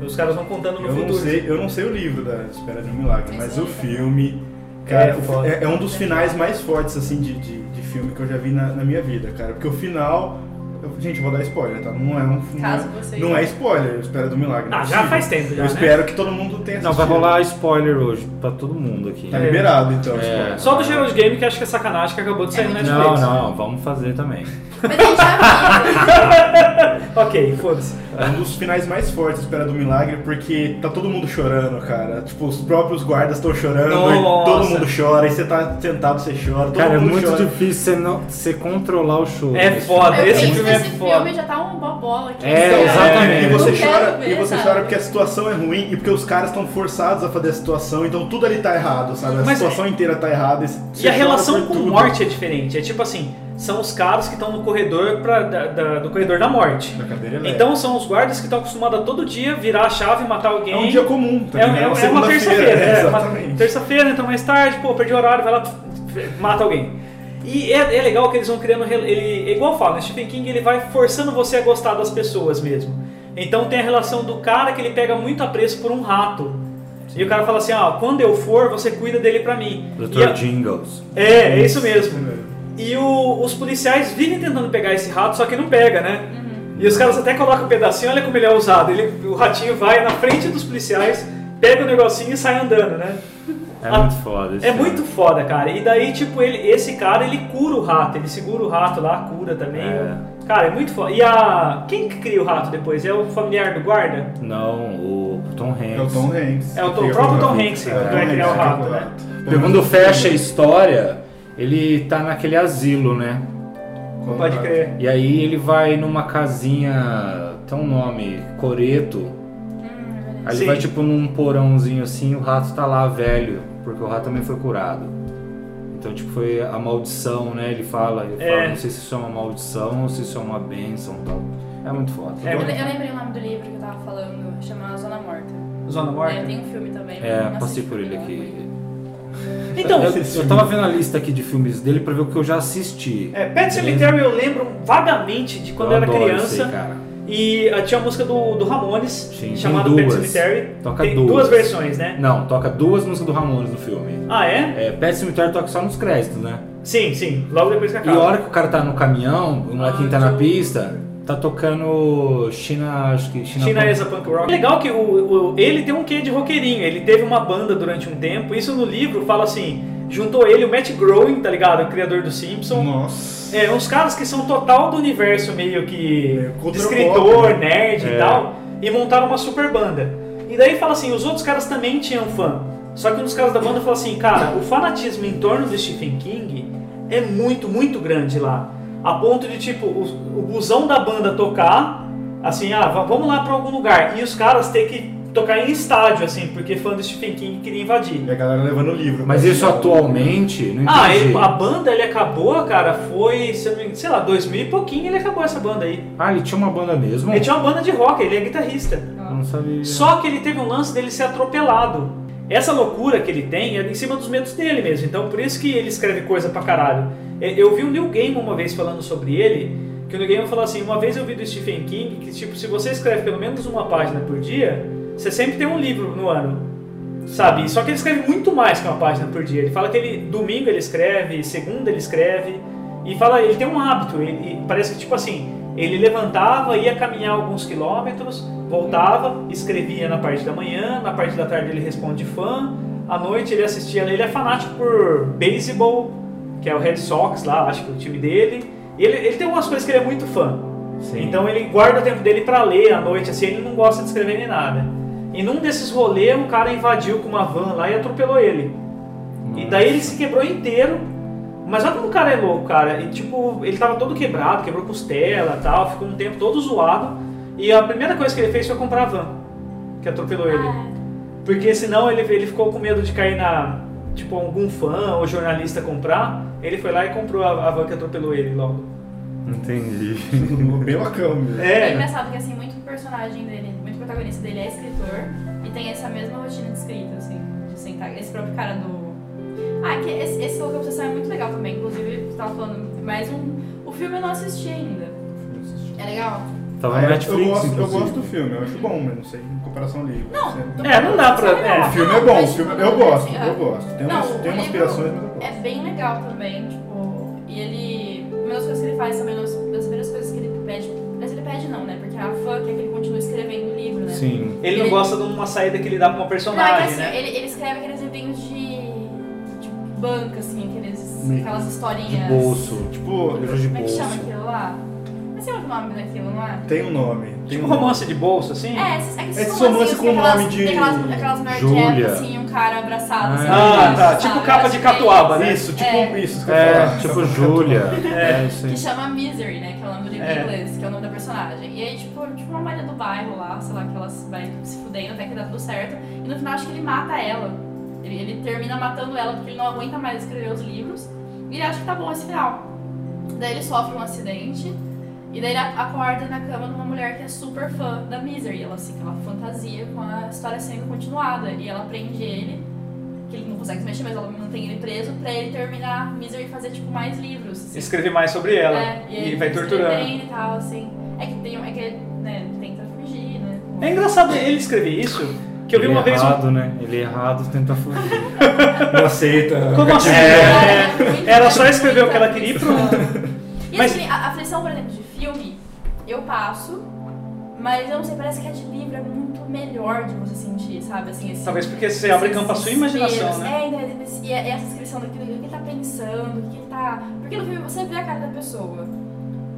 [SPEAKER 2] ah, os caras vão contando no
[SPEAKER 5] Eu
[SPEAKER 2] futuro.
[SPEAKER 5] não, sei, eu não sei o livro da Espera de um Milagre, mas
[SPEAKER 3] Sim.
[SPEAKER 5] o filme. Cara,
[SPEAKER 2] É,
[SPEAKER 5] o fi-
[SPEAKER 2] foda.
[SPEAKER 5] é, é um dos finais mais fortes, assim, de, de, de filme que eu já vi na, na minha vida, cara. Porque o final. eu- gente, eu vou dar spoiler, tá? Não é um. não é-
[SPEAKER 3] Caso vocês-
[SPEAKER 5] Não é spoiler, Espera do Milagre. não é
[SPEAKER 2] Ah, já
[SPEAKER 5] possível.
[SPEAKER 2] faz tempo, já,
[SPEAKER 5] Eu
[SPEAKER 2] né?
[SPEAKER 5] espero que todo mundo tenha
[SPEAKER 4] Não, vai
[SPEAKER 5] assistido.
[SPEAKER 4] rolar spoiler hoje pra todo mundo aqui.
[SPEAKER 5] Tá liberado, então.
[SPEAKER 4] É.
[SPEAKER 5] spoiler.
[SPEAKER 2] Só do Gerald Game que acho que é sacanagem que acabou de sair
[SPEAKER 3] É
[SPEAKER 2] no
[SPEAKER 3] muito
[SPEAKER 2] Netflix.
[SPEAKER 4] Não, não, vamos fazer também.
[SPEAKER 3] Mas a gente já é viu.
[SPEAKER 2] Ok, foda-se.
[SPEAKER 5] É um dos finais mais fortes, Espera do Milagre, porque tá todo mundo chorando, cara. Tipo, os próprios guardas estão chorando, e todo
[SPEAKER 2] Nossa.
[SPEAKER 5] mundo chora, e você tá sentado, você chora, todo
[SPEAKER 4] Cara, é
[SPEAKER 5] mundo
[SPEAKER 4] muito
[SPEAKER 5] chora.
[SPEAKER 4] difícil você, não, você controlar o show.
[SPEAKER 2] É foda,
[SPEAKER 3] Eu
[SPEAKER 2] esse
[SPEAKER 3] penso
[SPEAKER 2] filme é
[SPEAKER 3] nesse
[SPEAKER 2] foda.
[SPEAKER 3] filme já tá uma bola aqui.
[SPEAKER 4] É,
[SPEAKER 3] Sei lá.
[SPEAKER 4] exatamente.
[SPEAKER 5] Então, E você
[SPEAKER 3] Não quero
[SPEAKER 5] chora,
[SPEAKER 3] ver,
[SPEAKER 5] e você
[SPEAKER 3] sabe?
[SPEAKER 5] chora porque a situação é ruim e porque os caras estão forçados a fazer a situação, então tudo ali tá errado, sabe? A
[SPEAKER 2] Mas-
[SPEAKER 5] situação inteira tá errada.
[SPEAKER 2] E a relação com morte é diferente. É tipo assim, são os caras que estão no corredor pra, da- da- do corredor da morte.
[SPEAKER 5] Da cadeira é elétrica.
[SPEAKER 2] Então são os guardas que estão acostumados a todo dia virar a chave, matar alguém.
[SPEAKER 5] é um dia comum, tá
[SPEAKER 2] É,
[SPEAKER 5] ligado?
[SPEAKER 2] é- é uma,
[SPEAKER 5] segunda-feira,
[SPEAKER 2] terça-feira,
[SPEAKER 5] né?
[SPEAKER 2] é, uma
[SPEAKER 5] Exatamente.
[SPEAKER 2] terça-feira, então mais tarde, pô, perdi o horário, vai lá, mata alguém. E é, é legal que eles vão criando, rel- ele, é igual fala, né, Stephen King ele vai forçando você a gostar das pessoas mesmo. Então tem a relação do cara que ele pega muito apreço por um rato. E o cara fala assim, ah, quando eu for, você cuida dele pra mim. E
[SPEAKER 4] Dr.
[SPEAKER 2] a-
[SPEAKER 4] Jingles.
[SPEAKER 2] é, é isso mesmo. E o- os policiais vivem tentando pegar esse rato, só que não pega, né?
[SPEAKER 4] Uhum.
[SPEAKER 2] E os caras até colocam um pedacinho, olha como ele é ousado. Ele, o ratinho vai na frente dos policiais, pega o negocinho e sai andando, né?
[SPEAKER 4] É
[SPEAKER 2] Ah,
[SPEAKER 4] muito foda. esse
[SPEAKER 2] É
[SPEAKER 4] filme.
[SPEAKER 2] muito foda, cara. E daí, tipo, ele, esse cara, ele cura o rato, ele segura o rato lá, cura também.
[SPEAKER 4] É.
[SPEAKER 2] Cara, é muito foda. E a. Quem que cria o rato depois? É o familiar do guarda?
[SPEAKER 4] Não, o Tom Hanks.
[SPEAKER 5] É o Tom Hanks.
[SPEAKER 2] É o Tom-
[SPEAKER 5] Que
[SPEAKER 2] o próprio Tom
[SPEAKER 5] rato.
[SPEAKER 2] Hanks
[SPEAKER 5] É,
[SPEAKER 2] que vai
[SPEAKER 5] Tom
[SPEAKER 2] criar o
[SPEAKER 5] Hanks,
[SPEAKER 2] rato,
[SPEAKER 5] que
[SPEAKER 2] né?
[SPEAKER 5] rato.
[SPEAKER 4] Porque quando fecha a história, ele tá naquele asilo, né?
[SPEAKER 2] Pode crer.
[SPEAKER 4] E aí ele vai numa casinha, tem um nome, Coreto. Aí
[SPEAKER 2] Sim.
[SPEAKER 4] ele vai tipo num porãozinho assim, o rato tá lá velho, porque o rato também foi curado. Então tipo foi a maldição, né? Ele fala, ele
[SPEAKER 2] É.
[SPEAKER 4] fala, não sei se isso é uma maldição ou se isso é uma bênção e tal. É muito foda.
[SPEAKER 2] É.
[SPEAKER 3] Eu, le- eu lembrei o nome do livro que eu tava falando, chama Zona Morta.
[SPEAKER 2] Zona
[SPEAKER 3] É,
[SPEAKER 2] Morta?
[SPEAKER 3] tem um filme também. mas eu não
[SPEAKER 4] É, passei
[SPEAKER 3] assisti
[SPEAKER 4] por ele
[SPEAKER 3] porque eu não
[SPEAKER 4] aqui.
[SPEAKER 2] Então,
[SPEAKER 4] eu, eu tava vendo a lista aqui de filmes dele pra ver o que eu já assisti.
[SPEAKER 2] é, Pet
[SPEAKER 4] Beleza?
[SPEAKER 2] Cemetery eu lembro vagamente de quando eu era
[SPEAKER 4] adoro esse
[SPEAKER 2] criança.
[SPEAKER 4] aí, cara.
[SPEAKER 2] E ah, tinha a música do, do Ramones,
[SPEAKER 4] Sim, tem
[SPEAKER 2] chamada Pet
[SPEAKER 4] duas.
[SPEAKER 2] Cemetery.
[SPEAKER 4] Toca
[SPEAKER 2] tem
[SPEAKER 4] duas.
[SPEAKER 2] versões, né?
[SPEAKER 4] Não, toca duas músicas do Ramones no filme.
[SPEAKER 2] Ah, é?
[SPEAKER 4] É, Pet Cemetery toca só nos créditos, né?
[SPEAKER 2] Sim, sim. Logo depois que
[SPEAKER 4] E
[SPEAKER 2] acaba.
[SPEAKER 4] a hora que o cara tá no caminhão, o molequinho tá na pista, tá tocando China, acho que China.
[SPEAKER 2] Chinesa Punk Rock. É legal que o, o- ele tem um quê de roqueirinho. Ele teve uma banda durante um tempo. Isso no livro fala assim: juntou ele, o Matt Groening, tá ligado? O criador do Simpson.
[SPEAKER 5] Nossa.
[SPEAKER 2] É, uns caras que são total do universo meio que
[SPEAKER 5] É, cultura
[SPEAKER 2] de escritor,
[SPEAKER 5] pop,
[SPEAKER 2] nerd e
[SPEAKER 4] É.
[SPEAKER 2] tal. E montaram uma super banda. E daí fala assim: os outros caras também tinham fã. Só que um dos caras da banda falou assim: cara, o fanatismo em torno do Stephen King é muito, muito grande lá. A ponto de, tipo, o, o busão da banda tocar, assim, ah, va- vamos lá pra algum lugar. E os caras ter que tocar em estádio, assim, porque fã do Stephen King queria invadir.
[SPEAKER 5] E a galera levando o livro.
[SPEAKER 4] Mas
[SPEAKER 5] pra
[SPEAKER 4] isso
[SPEAKER 5] tirar o-
[SPEAKER 4] atualmente, não
[SPEAKER 2] Ah,
[SPEAKER 4] entendi.
[SPEAKER 2] ele- a banda ele acabou, cara, foi, se eu não me engano, sei lá, 2000 e pouquinho ele acabou essa banda aí.
[SPEAKER 4] Ah, ele tinha uma banda mesmo?
[SPEAKER 2] Ele tinha uma banda de rock, ele é guitarrista.
[SPEAKER 4] Eu não sabia.
[SPEAKER 2] Só que ele teve um lance dele ser atropelado. Essa loucura que ele tem é em cima dos medos dele mesmo. Então por isso que ele escreve coisa pra caralho. É, Eu vi o Neil Gaiman uma vez falando sobre ele, que o Neil Gaiman falou assim, uma vez eu vi do Stephen King que tipo, se você escreve pelo menos uma página por dia, você sempre tem um livro no ano. Sabe? Só que ele escreve muito mais que uma página por dia. Ele fala que ele domingo ele escreve, segunda ele escreve e fala, ele tem um hábito, ele parece que tipo assim, ele levantava, ia caminhar alguns quilômetros, voltava, escrevia na parte da manhã, na parte da tarde ele responde fã, à noite ele assistia, ele é fanático por beisebol, que é o Red Sox lá, acho que é o time dele. Ele, ele tem algumas coisas que ele é muito fã.
[SPEAKER 4] Sim.
[SPEAKER 2] Então ele guarda o tempo dele pra ler à noite, assim, ele não gosta de escrever nem nada. E num desses rolês, um cara invadiu com uma van lá e atropelou ele. E daí ele se quebrou inteiro. Mas olha como o cara é louco, cara. E tipo, ele tava todo quebrado, quebrou costela e tal, ficou um tempo todo zoado. E a primeira coisa que ele fez foi comprar a van, que
[SPEAKER 3] Ah,
[SPEAKER 2] atropelou ele.
[SPEAKER 3] é.
[SPEAKER 2] Porque senão ele, ele ficou com medo de cair na. Tipo, algum fã ou jornalista comprar. Ele foi lá e comprou a, a van que atropelou ele logo.
[SPEAKER 4] Entendi.
[SPEAKER 5] Bem bacana mesmo.
[SPEAKER 3] É
[SPEAKER 2] É.
[SPEAKER 3] engraçado que assim, muito personagem dele, muito protagonista dele é escritor e tem essa mesma rotina de escrita, assim, de sentar. Esse próprio cara do. Ah, que esse, esse Louca Obsessão é muito legal também, inclusive, você tava falando mais um. O filme eu não assisti ainda. É legal?
[SPEAKER 4] Tava
[SPEAKER 5] Ah,
[SPEAKER 4] no
[SPEAKER 5] é,
[SPEAKER 4] Netflix,
[SPEAKER 5] eu, gosto, eu
[SPEAKER 4] inclusive.
[SPEAKER 5] gosto do filme, eu acho bom, mas não sei, em comparação ao livro.
[SPEAKER 3] Não,
[SPEAKER 5] Assim,
[SPEAKER 2] É, não dá pra. É,
[SPEAKER 5] O filme é bom, o filme, eu gosto, eu
[SPEAKER 3] É.
[SPEAKER 5] gosto. Tem
[SPEAKER 3] Não,
[SPEAKER 5] umas, tem
[SPEAKER 3] o
[SPEAKER 5] umas
[SPEAKER 3] livro
[SPEAKER 5] pirações, mas eu gosto.
[SPEAKER 3] É bem legal também, tipo, e ele. Uma das coisas que ele faz também, uma das primeiras coisas que ele pede. Mas ele pede não, né? Porque a fã quer que ele continue escrevendo o livro, né?
[SPEAKER 4] Sim.
[SPEAKER 2] ele não
[SPEAKER 3] Ele-
[SPEAKER 2] gosta de uma saída que ele dá pra uma
[SPEAKER 3] Não, é que
[SPEAKER 2] personagem,
[SPEAKER 3] assim,
[SPEAKER 2] né?
[SPEAKER 3] ele, ele escreve aqueles livrinhos de, de banca, assim, aqueles,
[SPEAKER 5] Meio
[SPEAKER 3] aquelas
[SPEAKER 4] De
[SPEAKER 3] historinhas.
[SPEAKER 4] bolso.
[SPEAKER 5] Tipo,
[SPEAKER 4] Livro de
[SPEAKER 3] Como é que chama
[SPEAKER 4] bolso.
[SPEAKER 3] aquilo lá? Mas tem outro nome daquilo, não é?
[SPEAKER 5] tem um nome. Tem
[SPEAKER 2] Tipo
[SPEAKER 5] um
[SPEAKER 2] um
[SPEAKER 5] nome.
[SPEAKER 2] romance de bolso, assim?
[SPEAKER 3] É, esses, é que
[SPEAKER 5] Esse
[SPEAKER 3] esses
[SPEAKER 5] romance
[SPEAKER 3] romancinhos
[SPEAKER 5] com o
[SPEAKER 3] daquelas-
[SPEAKER 5] nome de-
[SPEAKER 3] Daquelas, daquelas nerd
[SPEAKER 4] Júlia.
[SPEAKER 3] rap, assim, um cara abraçado. assim,
[SPEAKER 2] Ah,
[SPEAKER 3] sabe?
[SPEAKER 2] tá. Tipo
[SPEAKER 3] Eu
[SPEAKER 2] capa
[SPEAKER 3] acho
[SPEAKER 2] de
[SPEAKER 3] que
[SPEAKER 2] catuaba, né?
[SPEAKER 5] Isso, tipo
[SPEAKER 3] É.
[SPEAKER 5] isso que eu ia
[SPEAKER 4] É,
[SPEAKER 5] falar.
[SPEAKER 4] tipo Júlia. É, isso
[SPEAKER 3] é
[SPEAKER 4] aí.
[SPEAKER 3] Que chama Misery, né? Que é o nome do livro em inglês, que é o nome da personagem. E aí, tipo, tipo uma malha do bairro lá, sei lá, que elas vai se fudendo até que dá tudo certo. E no final acho que ele mata ela. Ele, ele termina matando ela porque ele não aguenta mais escrever os livros. E ele acha que tá bom esse final. Daí ele sofre um acidente. E daí ele acorda na cama de uma mulher que é super fã da Misery. Ela fica ela fantasia com a história sendo continuada. E ela prende ele, que ele não consegue se mexer, mas ela mantém ele preso pra ele terminar Misery e fazer tipo mais livros. assim.
[SPEAKER 2] Escrever mais sobre ela.
[SPEAKER 3] É,
[SPEAKER 2] e,
[SPEAKER 3] ele
[SPEAKER 2] vai
[SPEAKER 3] fica
[SPEAKER 2] torturando.
[SPEAKER 3] escrevendo E tal, assim. É que tem, é que, né, tenta fugir, né?
[SPEAKER 2] É engraçado ele escrever isso, que eu vi
[SPEAKER 4] Ele
[SPEAKER 2] uma vez um.
[SPEAKER 4] errado, né? Ele errado tenta fugir. tipo,
[SPEAKER 5] Não aceita.
[SPEAKER 2] Como assim?
[SPEAKER 3] É,
[SPEAKER 2] É.
[SPEAKER 3] muito
[SPEAKER 2] Ela só escreveu o
[SPEAKER 3] muita
[SPEAKER 2] que ela queria e
[SPEAKER 3] aflição. E
[SPEAKER 2] Mas-
[SPEAKER 3] assim, a aflição, por exemplo, de filme, eu passo, mas eu não sei, parece que a de livro é muito melhor de você sentir, sabe? Assim, esse,
[SPEAKER 2] Talvez porque você abre campo à sua imaginação, né?
[SPEAKER 3] É, então, esse- e é- e essa descrição daquilo, o que ele tá pensando, o que ele tá. Porque no filme você vê a cara da pessoa.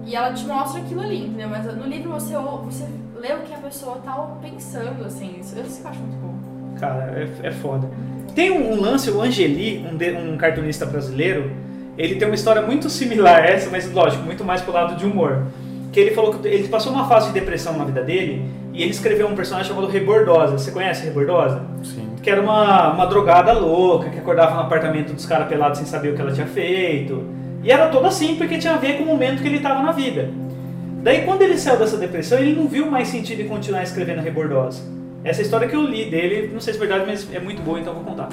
[SPEAKER 3] E ela te mostra aquilo ali, entendeu? Mas no livro você, ou- você lê o que a pessoa tá pensando, assim. Isso, isso que eu acho muito bom.
[SPEAKER 2] Cara, é, é foda. Tem um, um lance, o Angeli, um, de- um cartunista brasileiro, ele tem uma história muito similar a essa, mas lógico, muito mais pro lado de humor. Que ele falou que ele passou uma fase de depressão na vida dele e ele escreveu um personagem chamado Rebordosa. Você conhece Rebordosa?
[SPEAKER 4] Sim.
[SPEAKER 2] que era uma, uma drogada louca, que acordava no apartamento dos caras pelados sem saber o que ela tinha feito. E era todo assim porque tinha a ver com o momento que ele estava na vida. Daí quando ele saiu dessa depressão, ele não viu mais sentido em continuar escrevendo a Rebordosa. Essa é história que eu li dele, não sei se é verdade, mas é muito boa, então eu vou contar.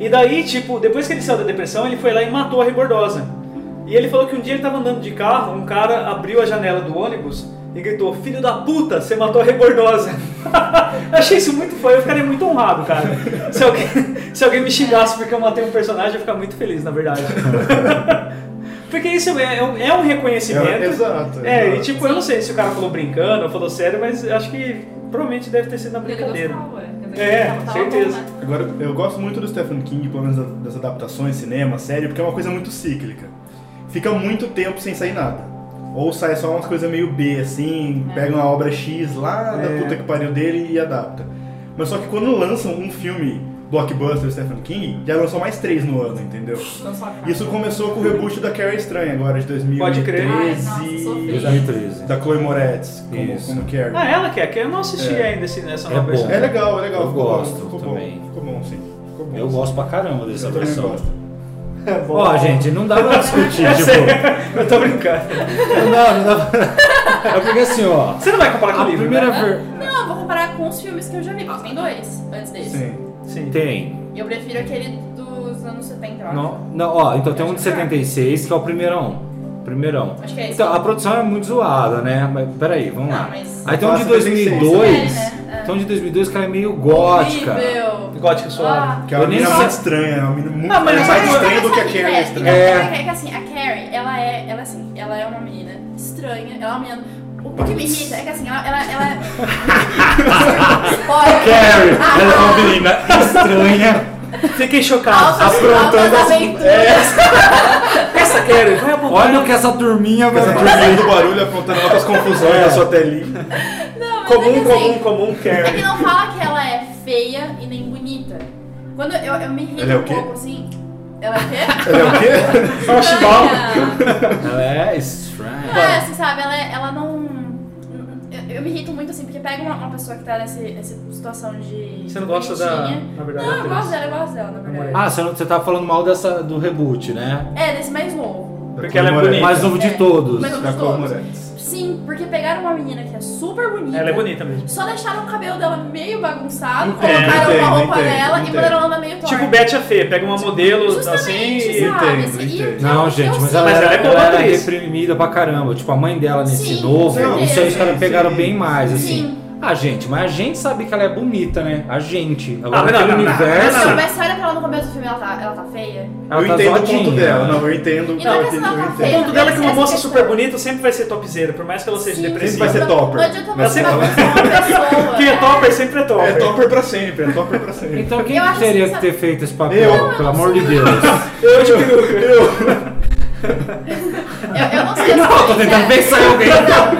[SPEAKER 2] E daí, tipo, depois que ele saiu da depressão, ele foi lá e matou a Rebordosa. E ele falou que um dia ele tava andando de carro, um cara abriu a janela do ônibus e gritou: Filho da puta, você matou a Rebordosa. eu achei isso muito foda, eu ficaria muito honrado, cara. Se alguém, se alguém me xingasse porque eu matei um personagem, eu ia ficar muito feliz, na verdade. porque isso é, é um- é um reconhecimento.
[SPEAKER 5] É, exato.
[SPEAKER 2] É,
[SPEAKER 5] exato.
[SPEAKER 2] e tipo, eu não sei se o cara falou brincando ou falou sério, mas eu acho que provavelmente deve ter sido na brincadeira.
[SPEAKER 3] né?
[SPEAKER 2] É, certeza.
[SPEAKER 5] Agora, eu gosto muito do Stephen King, pelo menos das- das adaptações, cinema, série, porque é uma coisa muito cíclica. Fica muito tempo sem sair nada. Ou sai só umas coisas meio B, assim,
[SPEAKER 3] É.
[SPEAKER 5] pega uma
[SPEAKER 4] É.
[SPEAKER 5] obra X lá da puta que pariu dele e adapta. Mas só que quando lançam um filme blockbuster Stephen King, já lançou mais três no ano, entendeu?
[SPEAKER 3] Então,
[SPEAKER 5] Isso começou com o reboot da Carrie Estranha, agora de 2013.
[SPEAKER 2] Pode crer.
[SPEAKER 3] Ai, nossa, sofri.
[SPEAKER 4] 2013.
[SPEAKER 5] da Chloe Moretz, como,
[SPEAKER 4] Isso.
[SPEAKER 5] como Carrie.
[SPEAKER 2] Ah, ela quer, que eu não assisti ainda esse, nessa
[SPEAKER 4] É
[SPEAKER 2] nova
[SPEAKER 4] bom.
[SPEAKER 2] versão.
[SPEAKER 5] É legal, é legal.
[SPEAKER 4] Eu
[SPEAKER 5] ficou
[SPEAKER 4] gosto
[SPEAKER 5] bom, ficou
[SPEAKER 4] também.
[SPEAKER 5] Bom, ficou bom, sim. Ficou bom.
[SPEAKER 4] Eu gosto pra caramba dessa
[SPEAKER 5] Eu também
[SPEAKER 4] versão.
[SPEAKER 5] gosto.
[SPEAKER 4] Ó, gente, não dá pra discutir, tipo.
[SPEAKER 2] Eu tô brincando.
[SPEAKER 4] Não dá, não dá pra... É porque assim, ó.
[SPEAKER 2] Você não vai comparar com
[SPEAKER 4] A
[SPEAKER 2] o livro,
[SPEAKER 4] primeira
[SPEAKER 2] né?
[SPEAKER 4] ver...
[SPEAKER 3] Não, eu vou comparar com os filmes que eu já vi, porque tem dois antes desse.
[SPEAKER 5] Sim.
[SPEAKER 2] Sim.
[SPEAKER 4] Tem.
[SPEAKER 3] E eu prefiro aquele dos anos 70, eu acho.
[SPEAKER 4] Não, não, ó, então tem um de 76 que é o primeirão. Primeirão.
[SPEAKER 3] Acho que é esse.
[SPEAKER 4] Então, a produção é muito zoada, né? Mas peraí, vamos lá.
[SPEAKER 3] Não, mas-
[SPEAKER 4] Aí tem um de
[SPEAKER 5] Passa 76,
[SPEAKER 3] também,
[SPEAKER 4] 2002.
[SPEAKER 3] né? É.
[SPEAKER 4] Tem um de 2002 que é meio gótica.
[SPEAKER 3] Horrível.
[SPEAKER 2] Gótico suave.
[SPEAKER 3] Ah.
[SPEAKER 5] Que é uma
[SPEAKER 4] Eu nem
[SPEAKER 5] menina
[SPEAKER 4] sei-
[SPEAKER 5] mais estranha, é uma menina muito
[SPEAKER 2] Ah, mas
[SPEAKER 5] é
[SPEAKER 2] eu
[SPEAKER 5] mais
[SPEAKER 2] gosto
[SPEAKER 5] estranha do que a
[SPEAKER 3] Sabe
[SPEAKER 5] Carrie
[SPEAKER 3] é?
[SPEAKER 5] estranha.
[SPEAKER 2] né?
[SPEAKER 3] É. que assim, a Carrie, ela é, ela assim, ela é uma menina estranha, ela é uma menina. O que me irrita é que assim, ela, ela, ela é. Spoiler.
[SPEAKER 4] Carrie, ela é uma menina estranha.
[SPEAKER 2] Fiquei chocado. Ah,
[SPEAKER 3] Altas, altas aventuras.
[SPEAKER 5] É.
[SPEAKER 2] Essa Carrie, vai apontar.
[SPEAKER 4] Olha o que essa turminha vai
[SPEAKER 5] Essa turminha do tá barulho apontando altas
[SPEAKER 2] É.
[SPEAKER 5] confusões na sua telinha.
[SPEAKER 3] Não, mas é
[SPEAKER 2] Comum,
[SPEAKER 3] que, assim,
[SPEAKER 2] comum, comum,
[SPEAKER 3] É que
[SPEAKER 2] Carrie.
[SPEAKER 3] não fala que ela é feia e nem bonita. Quando eu, eu me irrito
[SPEAKER 5] Ela é o
[SPEAKER 3] um
[SPEAKER 5] quê?
[SPEAKER 3] pouco assim. Ela é o quê?
[SPEAKER 5] Ela é o quê?
[SPEAKER 2] Fastball.
[SPEAKER 3] Estranha.
[SPEAKER 4] Ela é estranha.
[SPEAKER 3] É, assim, sabe? Ela, é- ela não. Eu, eu me irrito muito assim, porque pega uma, uma pessoa que tá nessa, nessa situação de.
[SPEAKER 2] Você não gosta da.
[SPEAKER 3] bonitinha.
[SPEAKER 2] Na verdade,
[SPEAKER 3] Não, é
[SPEAKER 2] da
[SPEAKER 3] eu
[SPEAKER 2] atriz.
[SPEAKER 3] gosto dela, eu gosto dela, na verdade.
[SPEAKER 4] Ah, você, não- você tá falando mal dessa, do reboot, né?
[SPEAKER 3] É, desse mais novo.
[SPEAKER 2] Porque ela é
[SPEAKER 5] Chloe Moretz.
[SPEAKER 2] Sim.
[SPEAKER 4] Mais novo
[SPEAKER 3] É.
[SPEAKER 4] de todos.
[SPEAKER 3] Mas-
[SPEAKER 5] Da Chloe Moretz.
[SPEAKER 3] Sim, porque pegaram uma menina que é super bonita.
[SPEAKER 2] Ela é bonita mesmo.
[SPEAKER 3] Só deixaram o cabelo dela meio bagunçado,
[SPEAKER 5] Entendo,
[SPEAKER 3] colocaram uma
[SPEAKER 5] entendo,
[SPEAKER 3] roupa
[SPEAKER 5] entendo,
[SPEAKER 3] nela e
[SPEAKER 5] entendo.
[SPEAKER 3] mandaram ela meio torta.
[SPEAKER 2] Tipo Betty a Fê, pega uma modelo assim
[SPEAKER 3] Então, é. Justamente,
[SPEAKER 2] e.
[SPEAKER 3] sabe?
[SPEAKER 5] entendo,
[SPEAKER 3] E-
[SPEAKER 5] entendo.
[SPEAKER 4] Não,
[SPEAKER 3] eu-
[SPEAKER 4] gente,
[SPEAKER 3] eu
[SPEAKER 4] mas
[SPEAKER 3] sei.
[SPEAKER 4] ela,
[SPEAKER 2] Mas ela é
[SPEAKER 4] era,
[SPEAKER 2] boa
[SPEAKER 4] ela era
[SPEAKER 2] atriz.
[SPEAKER 4] reprimida pra caramba. Tipo, a mãe dela nesse
[SPEAKER 3] Sim,
[SPEAKER 4] novo, isso
[SPEAKER 5] com
[SPEAKER 4] aí os
[SPEAKER 5] certeza.
[SPEAKER 4] caras pegaram
[SPEAKER 5] Sim,
[SPEAKER 4] bem mais, assim.
[SPEAKER 3] Sim.
[SPEAKER 4] Ah, gente, mas a gente sabe que ela é bonita, né? A gente. Agora,
[SPEAKER 2] Ah, mas não,
[SPEAKER 4] aquele
[SPEAKER 2] não, não,
[SPEAKER 4] universo,
[SPEAKER 2] não,
[SPEAKER 3] Não, mas olha pra ela no começo do filme, ela tá, ela tá feia.
[SPEAKER 4] ela
[SPEAKER 5] eu
[SPEAKER 4] tá
[SPEAKER 5] entendo
[SPEAKER 4] zoadinha.
[SPEAKER 5] o ponto dela, não, eu entendo.
[SPEAKER 3] E não é
[SPEAKER 5] eu
[SPEAKER 3] que
[SPEAKER 5] entendo,
[SPEAKER 3] ela
[SPEAKER 5] eu
[SPEAKER 3] tá
[SPEAKER 5] entendo.
[SPEAKER 2] O
[SPEAKER 3] feia.
[SPEAKER 2] ponto dela é que uma
[SPEAKER 3] Essa
[SPEAKER 2] moça
[SPEAKER 3] questão.
[SPEAKER 2] super bonita sempre vai ser topzera, por mais que ela seja
[SPEAKER 3] Sim.
[SPEAKER 5] Sempre vai
[SPEAKER 2] depressiva.
[SPEAKER 5] ser topper.
[SPEAKER 3] Não adianta
[SPEAKER 5] Mas
[SPEAKER 3] você
[SPEAKER 5] ela-
[SPEAKER 3] bagunçar uma pessoa.
[SPEAKER 2] Quem é topper sempre é
[SPEAKER 5] É
[SPEAKER 2] topper.
[SPEAKER 5] topper pra sempre, é topper pra sempre.
[SPEAKER 4] Então quem
[SPEAKER 3] Eu
[SPEAKER 4] que
[SPEAKER 3] acho
[SPEAKER 4] teria
[SPEAKER 3] assim,
[SPEAKER 4] que ter feito esse papel?
[SPEAKER 5] Eu.
[SPEAKER 4] Pelo amor de Deus.
[SPEAKER 5] Eu de peruca. Eu.
[SPEAKER 3] Eu, eu não sei.
[SPEAKER 4] Não, tô tentando pensar em alguém.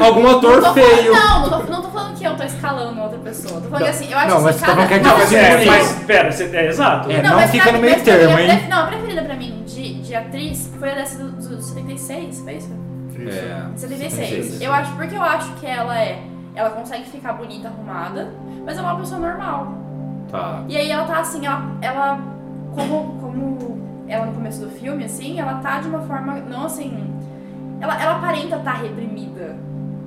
[SPEAKER 4] Algum
[SPEAKER 3] Não
[SPEAKER 4] ator
[SPEAKER 3] tô falando-
[SPEAKER 4] feio.
[SPEAKER 3] Não, não tô, não tô falando que eu tô escalando outra pessoa. Tô falando que assim, eu acho
[SPEAKER 4] Não, mas
[SPEAKER 3] assim,
[SPEAKER 4] você tá falando que é
[SPEAKER 2] Não,
[SPEAKER 3] cada-
[SPEAKER 2] mas
[SPEAKER 3] cada um
[SPEAKER 2] é,
[SPEAKER 4] Sim.
[SPEAKER 3] pessoa-
[SPEAKER 2] mas pera, você, é exato.
[SPEAKER 4] É. não
[SPEAKER 3] mas
[SPEAKER 4] fica
[SPEAKER 3] pra-
[SPEAKER 4] no meio
[SPEAKER 3] mas pra-
[SPEAKER 4] termo,
[SPEAKER 3] minha-
[SPEAKER 4] hein?
[SPEAKER 3] Não, a preferida pra mim de, de atriz foi a dessa dos do 76, foi isso?
[SPEAKER 4] É.
[SPEAKER 3] 76. Eu acho, porque eu acho que ela é. Ela consegue ficar bonita, arrumada, mas é uma pessoa normal.
[SPEAKER 4] Tá.
[SPEAKER 3] E aí ela tá assim, ela. ela como, como ela no começo do filme, assim, ela tá de uma forma. Não assim. Ela, ela aparenta estar reprimida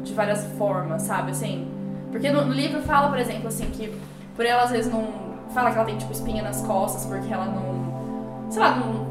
[SPEAKER 3] de várias formas, sabe? Assim. Porque no, no livro fala, por exemplo, assim, que por ela às vezes não. Fala que ela tem tipo espinha nas costas, porque ela não. Sei lá, não.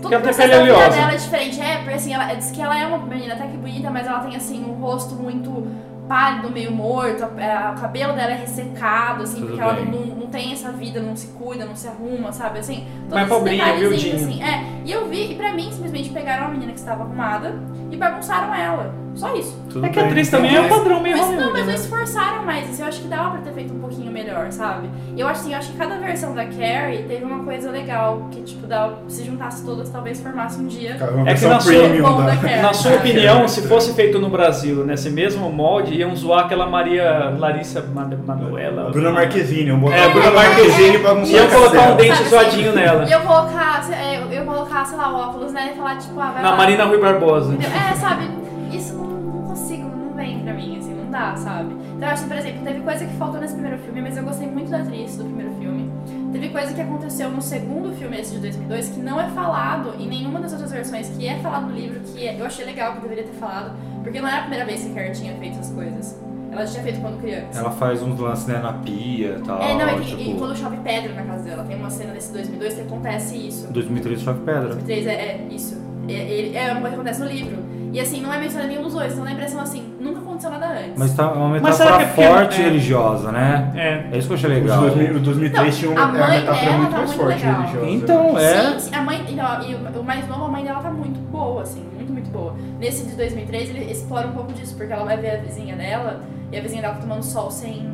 [SPEAKER 3] Todo
[SPEAKER 2] Porque
[SPEAKER 3] o
[SPEAKER 2] ela tem
[SPEAKER 3] processo
[SPEAKER 2] pele
[SPEAKER 3] da vida
[SPEAKER 2] oleosa.
[SPEAKER 3] dela é diferente. É, porque assim, ela diz que ela é uma menina até que bonita, mas ela tem assim um rosto muito pálido, meio morto, a- é, o cabelo dela é ressecado, assim,
[SPEAKER 4] Tudo
[SPEAKER 3] porque ela
[SPEAKER 4] bem.
[SPEAKER 3] não, não- não tem essa vida, não se cuida, não se arruma, sabe? Assim, todos
[SPEAKER 2] Mais
[SPEAKER 3] esses
[SPEAKER 2] é pobrinha,
[SPEAKER 3] detalhezinhos,
[SPEAKER 2] humildinha.
[SPEAKER 3] assim. É, e eu vi, e pra mim, simplesmente pegaram uma menina que estava arrumada e bagunçaram ela. Só isso.
[SPEAKER 4] Tudo
[SPEAKER 2] É que
[SPEAKER 4] bem.
[SPEAKER 2] a atriz também é um padrão meio
[SPEAKER 3] Mas não,
[SPEAKER 2] Hollywood,
[SPEAKER 3] mas
[SPEAKER 2] né?
[SPEAKER 3] não esforçaram mais. Assim, eu acho que dava pra ter feito um pouquinho melhor, sabe? Eu acho assim, eu acho que cada versão da Carrie teve uma coisa legal, que tipo, dava, se juntasse todas, talvez formasse um dia.
[SPEAKER 5] Cara, uma
[SPEAKER 2] É que
[SPEAKER 5] versão
[SPEAKER 2] na sua-
[SPEAKER 5] premium
[SPEAKER 3] Bom,
[SPEAKER 5] da...
[SPEAKER 3] da- É.
[SPEAKER 2] Na sua opinião, né? se fosse feito no Brasil, nesse mesmo molde, iam zoar aquela Maria Larissa Man- Manuela.
[SPEAKER 5] Bruna Marquezine, eu botar
[SPEAKER 2] É, Bruna
[SPEAKER 5] Marquezine pra
[SPEAKER 2] E eu colocar um
[SPEAKER 3] Sabe,
[SPEAKER 2] dente
[SPEAKER 3] assim,
[SPEAKER 2] zoadinho nela.
[SPEAKER 3] E eu colocar, se- é, eu, eu colocar, sei lá, óculos, né? E falar, tipo, ah, vai
[SPEAKER 2] Na
[SPEAKER 3] lá.
[SPEAKER 2] Marina Rui Barbosa.
[SPEAKER 3] Entendeu? É, sabe? Isso não, não consigo, não vem pra mim, assim, não dá, sabe? Então eu acho, que, por exemplo, teve coisa que faltou nesse primeiro filme, mas eu gostei muito da atriz do primeiro filme. Teve coisa que aconteceu no segundo filme, esse de 2002, que não é falado em nenhuma das outras versões, que é falado no livro, que é- eu achei legal, que eu deveria ter falado, porque não era a primeira vez que a Carrie tinha feito essas coisas. Ela já tinha feito quando criança.
[SPEAKER 4] Ela faz uns lances né, na pia e tal.
[SPEAKER 3] É, não, e, e
[SPEAKER 4] tipo,
[SPEAKER 3] quando chove pedra na casa dela, tem uma cena desse 2002 que acontece isso.
[SPEAKER 4] 2003 chove pedra.
[SPEAKER 3] 2003 é, é isso. É, ele- é uma coisa que acontece no livro. E assim, não é mencionado nenhum dos dois, então dá a impressão assim, nunca aconteceu nada antes.
[SPEAKER 4] Mas tá é uma
[SPEAKER 2] Mas será
[SPEAKER 4] metáfora
[SPEAKER 2] que é porque-
[SPEAKER 4] forte
[SPEAKER 2] é.
[SPEAKER 4] e religiosa, né?
[SPEAKER 2] É.
[SPEAKER 4] É isso que eu achei
[SPEAKER 5] Os
[SPEAKER 4] legal.
[SPEAKER 5] 2000, o 2003
[SPEAKER 3] Não,
[SPEAKER 5] tinha
[SPEAKER 3] a
[SPEAKER 5] uma, é uma
[SPEAKER 3] mãe
[SPEAKER 5] metáfora
[SPEAKER 3] dela
[SPEAKER 5] muito
[SPEAKER 3] tá
[SPEAKER 5] mais
[SPEAKER 3] muito
[SPEAKER 5] forte
[SPEAKER 3] legal.
[SPEAKER 5] religiosa.
[SPEAKER 4] Então, é.
[SPEAKER 3] Sim, sim, a mãe, e, ó, e o- o mais novo, a mãe dela tá muito boa, assim, muito, muito boa. Nesse de 2003, ele explora um pouco disso, porque ela vai ver a vizinha dela, e a vizinha dela tá tomando sol sem.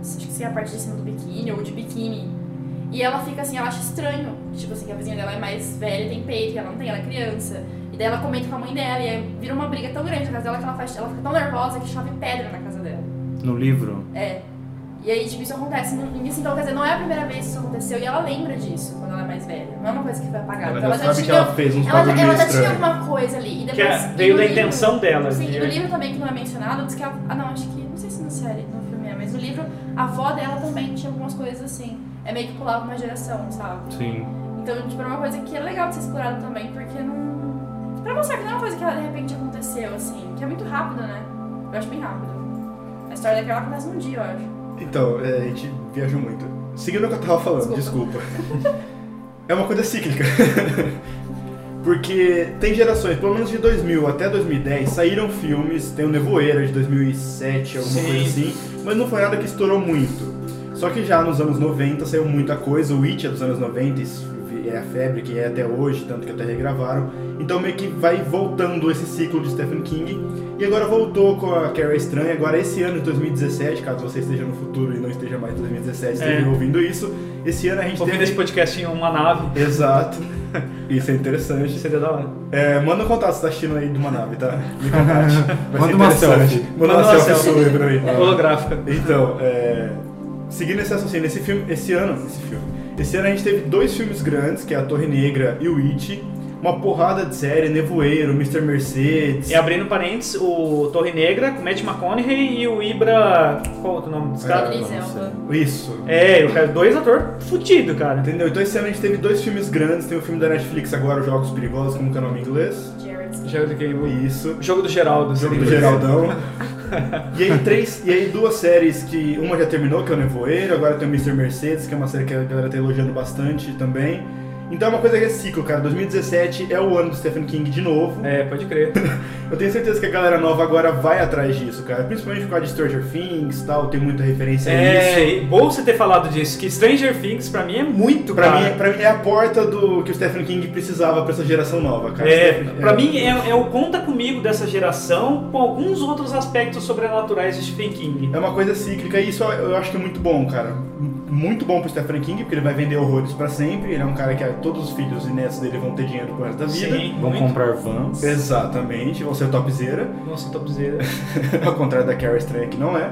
[SPEAKER 3] Acho que sem a parte de cima do biquíni, ou de biquíni. E ela fica assim, ela acha estranho. Tipo assim, que a vizinha dela é mais velha, tem peito, e ela não tem, ela é criança. E daí ela comenta com a mãe dela, e aí vira uma briga tão grande na casa dela que ela, faz, ela fica tão nervosa que chove pedra na casa dela.
[SPEAKER 4] No livro.
[SPEAKER 3] É. E aí, tipo, isso acontece no início, então, quer dizer, não é a primeira vez que isso aconteceu e ela lembra disso quando ela é mais velha. Não é uma coisa que foi apagada.
[SPEAKER 5] Ela
[SPEAKER 3] Então,
[SPEAKER 5] já sabe que
[SPEAKER 3] tinha-
[SPEAKER 5] ela fez
[SPEAKER 3] ela
[SPEAKER 5] uns
[SPEAKER 3] já,
[SPEAKER 5] bagulho meio
[SPEAKER 3] ela já tinha
[SPEAKER 5] estranho.
[SPEAKER 3] alguma coisa ali. E
[SPEAKER 2] Que é-
[SPEAKER 3] depois, e
[SPEAKER 2] veio
[SPEAKER 3] no
[SPEAKER 2] da
[SPEAKER 3] livro-
[SPEAKER 2] intenção dela.
[SPEAKER 3] Sim,
[SPEAKER 2] de-
[SPEAKER 3] e no livro também que não é mencionado, diz que a. Ah, não, acho que. Não sei se na série, no filme é, mas no livro, a avó dela também tinha algumas coisas assim. É meio que pulava uma geração, sabe?
[SPEAKER 5] Sim.
[SPEAKER 3] Então, tipo, é uma coisa que é legal de ser explorada também, porque não. Pra mostrar que não é uma coisa que ela de repente aconteceu, assim. Que é muito rápida, né? Eu acho bem rápido. A história daquela acontece num dia, eu acho.
[SPEAKER 5] Então, é, a gente viajou muito. Seguindo o que eu tava falando, desculpa. é uma coisa cíclica. Porque tem gerações, pelo menos de 2000 até 2010, saíram filmes, tem o Nevoeira de 2007, alguma
[SPEAKER 2] Sim.
[SPEAKER 5] coisa assim, mas não foi nada que estourou muito. Só que já nos anos 90 saiu muita coisa, o It é dos anos 90, isso é a febre que é até hoje, tanto que até regravaram. Então meio que vai voltando esse ciclo de Stephen King. E agora voltou com a Carrie Estranha, agora esse ano de 2017, caso você esteja no futuro e não esteja mais em 2017, esteja
[SPEAKER 2] É.
[SPEAKER 5] ouvindo isso, esse ano a gente
[SPEAKER 2] Ouvindo esse
[SPEAKER 5] teve...
[SPEAKER 2] podcast em uma nave.
[SPEAKER 5] Exato. Isso é interessante.
[SPEAKER 2] Seria da hora.
[SPEAKER 5] É, manda um contato se tá assistindo aí de uma nave, tá? Me contate. Vai
[SPEAKER 4] Manda
[SPEAKER 5] ser
[SPEAKER 4] uma
[SPEAKER 5] interessante.
[SPEAKER 4] selfie.
[SPEAKER 5] Manda uma selfie sua pra mim.
[SPEAKER 2] Holográfica.
[SPEAKER 5] Então, é, seguindo esse raciocínio, esse filme, esse ano, esse filme, esse ano a gente teve dois filmes grandes, que é a Torre Negra e o It, uma porrada de série, Nevoeiro, Mr. Mercedes.
[SPEAKER 2] E abrindo parênteses, o Torre Negra, com Matt McConaughey e o Ibra. Qual é o outro nome desse cara?
[SPEAKER 3] Idris
[SPEAKER 5] não
[SPEAKER 3] Elba.
[SPEAKER 5] sei. Isso.
[SPEAKER 2] É, eu quero dois atores fudidos, cara.
[SPEAKER 5] Entendeu? Então esse ano a gente teve dois filmes grandes, tem o filme da Netflix agora, Os Jogos Perigosos, como que é o nome em inglês?
[SPEAKER 3] Jared.
[SPEAKER 2] Jogo do que- o
[SPEAKER 5] Isso.
[SPEAKER 2] Jogo do Geraldo.
[SPEAKER 5] O jogo do
[SPEAKER 2] seria.
[SPEAKER 5] Geraldão. e aí três, e aí duas séries que uma já terminou, que é o Nevoeiro, agora tem o Mr. Mercedes, que é uma série que a galera tá elogiando bastante também. Então é uma coisa que é ciclo, cara. 2017 é o ano do Stephen King de novo.
[SPEAKER 2] É, pode crer.
[SPEAKER 5] Eu tenho certeza que a galera nova agora vai atrás disso, cara. Principalmente por causa de Stranger Things e tal, tem muita referência a
[SPEAKER 2] É,
[SPEAKER 5] isso.
[SPEAKER 2] e bom você ter falado disso, que Stranger Things pra mim é muito
[SPEAKER 5] Pra
[SPEAKER 2] cara.
[SPEAKER 5] mim, pra mim é a porta do que o Stephen King precisava pra essa geração nova, cara.
[SPEAKER 2] É,
[SPEAKER 5] Stephen-
[SPEAKER 2] pra mim é, é o conta comigo dessa geração com alguns outros aspectos sobrenaturais de Stephen King.
[SPEAKER 5] É uma coisa cíclica e isso eu acho que é muito bom, cara. M- Muito bom pro Stephen King, porque ele vai vender horrores pra sempre. Ele é um cara que ah, todos os filhos e netos dele vão ter dinheiro pro resto da vida.
[SPEAKER 2] Sim,
[SPEAKER 4] Vão
[SPEAKER 2] muito.
[SPEAKER 4] comprar vans.
[SPEAKER 5] Exatamente, vão ser topzera.
[SPEAKER 2] Nossa, topzera.
[SPEAKER 5] Ao contrário da Carrie Estranha, que não é.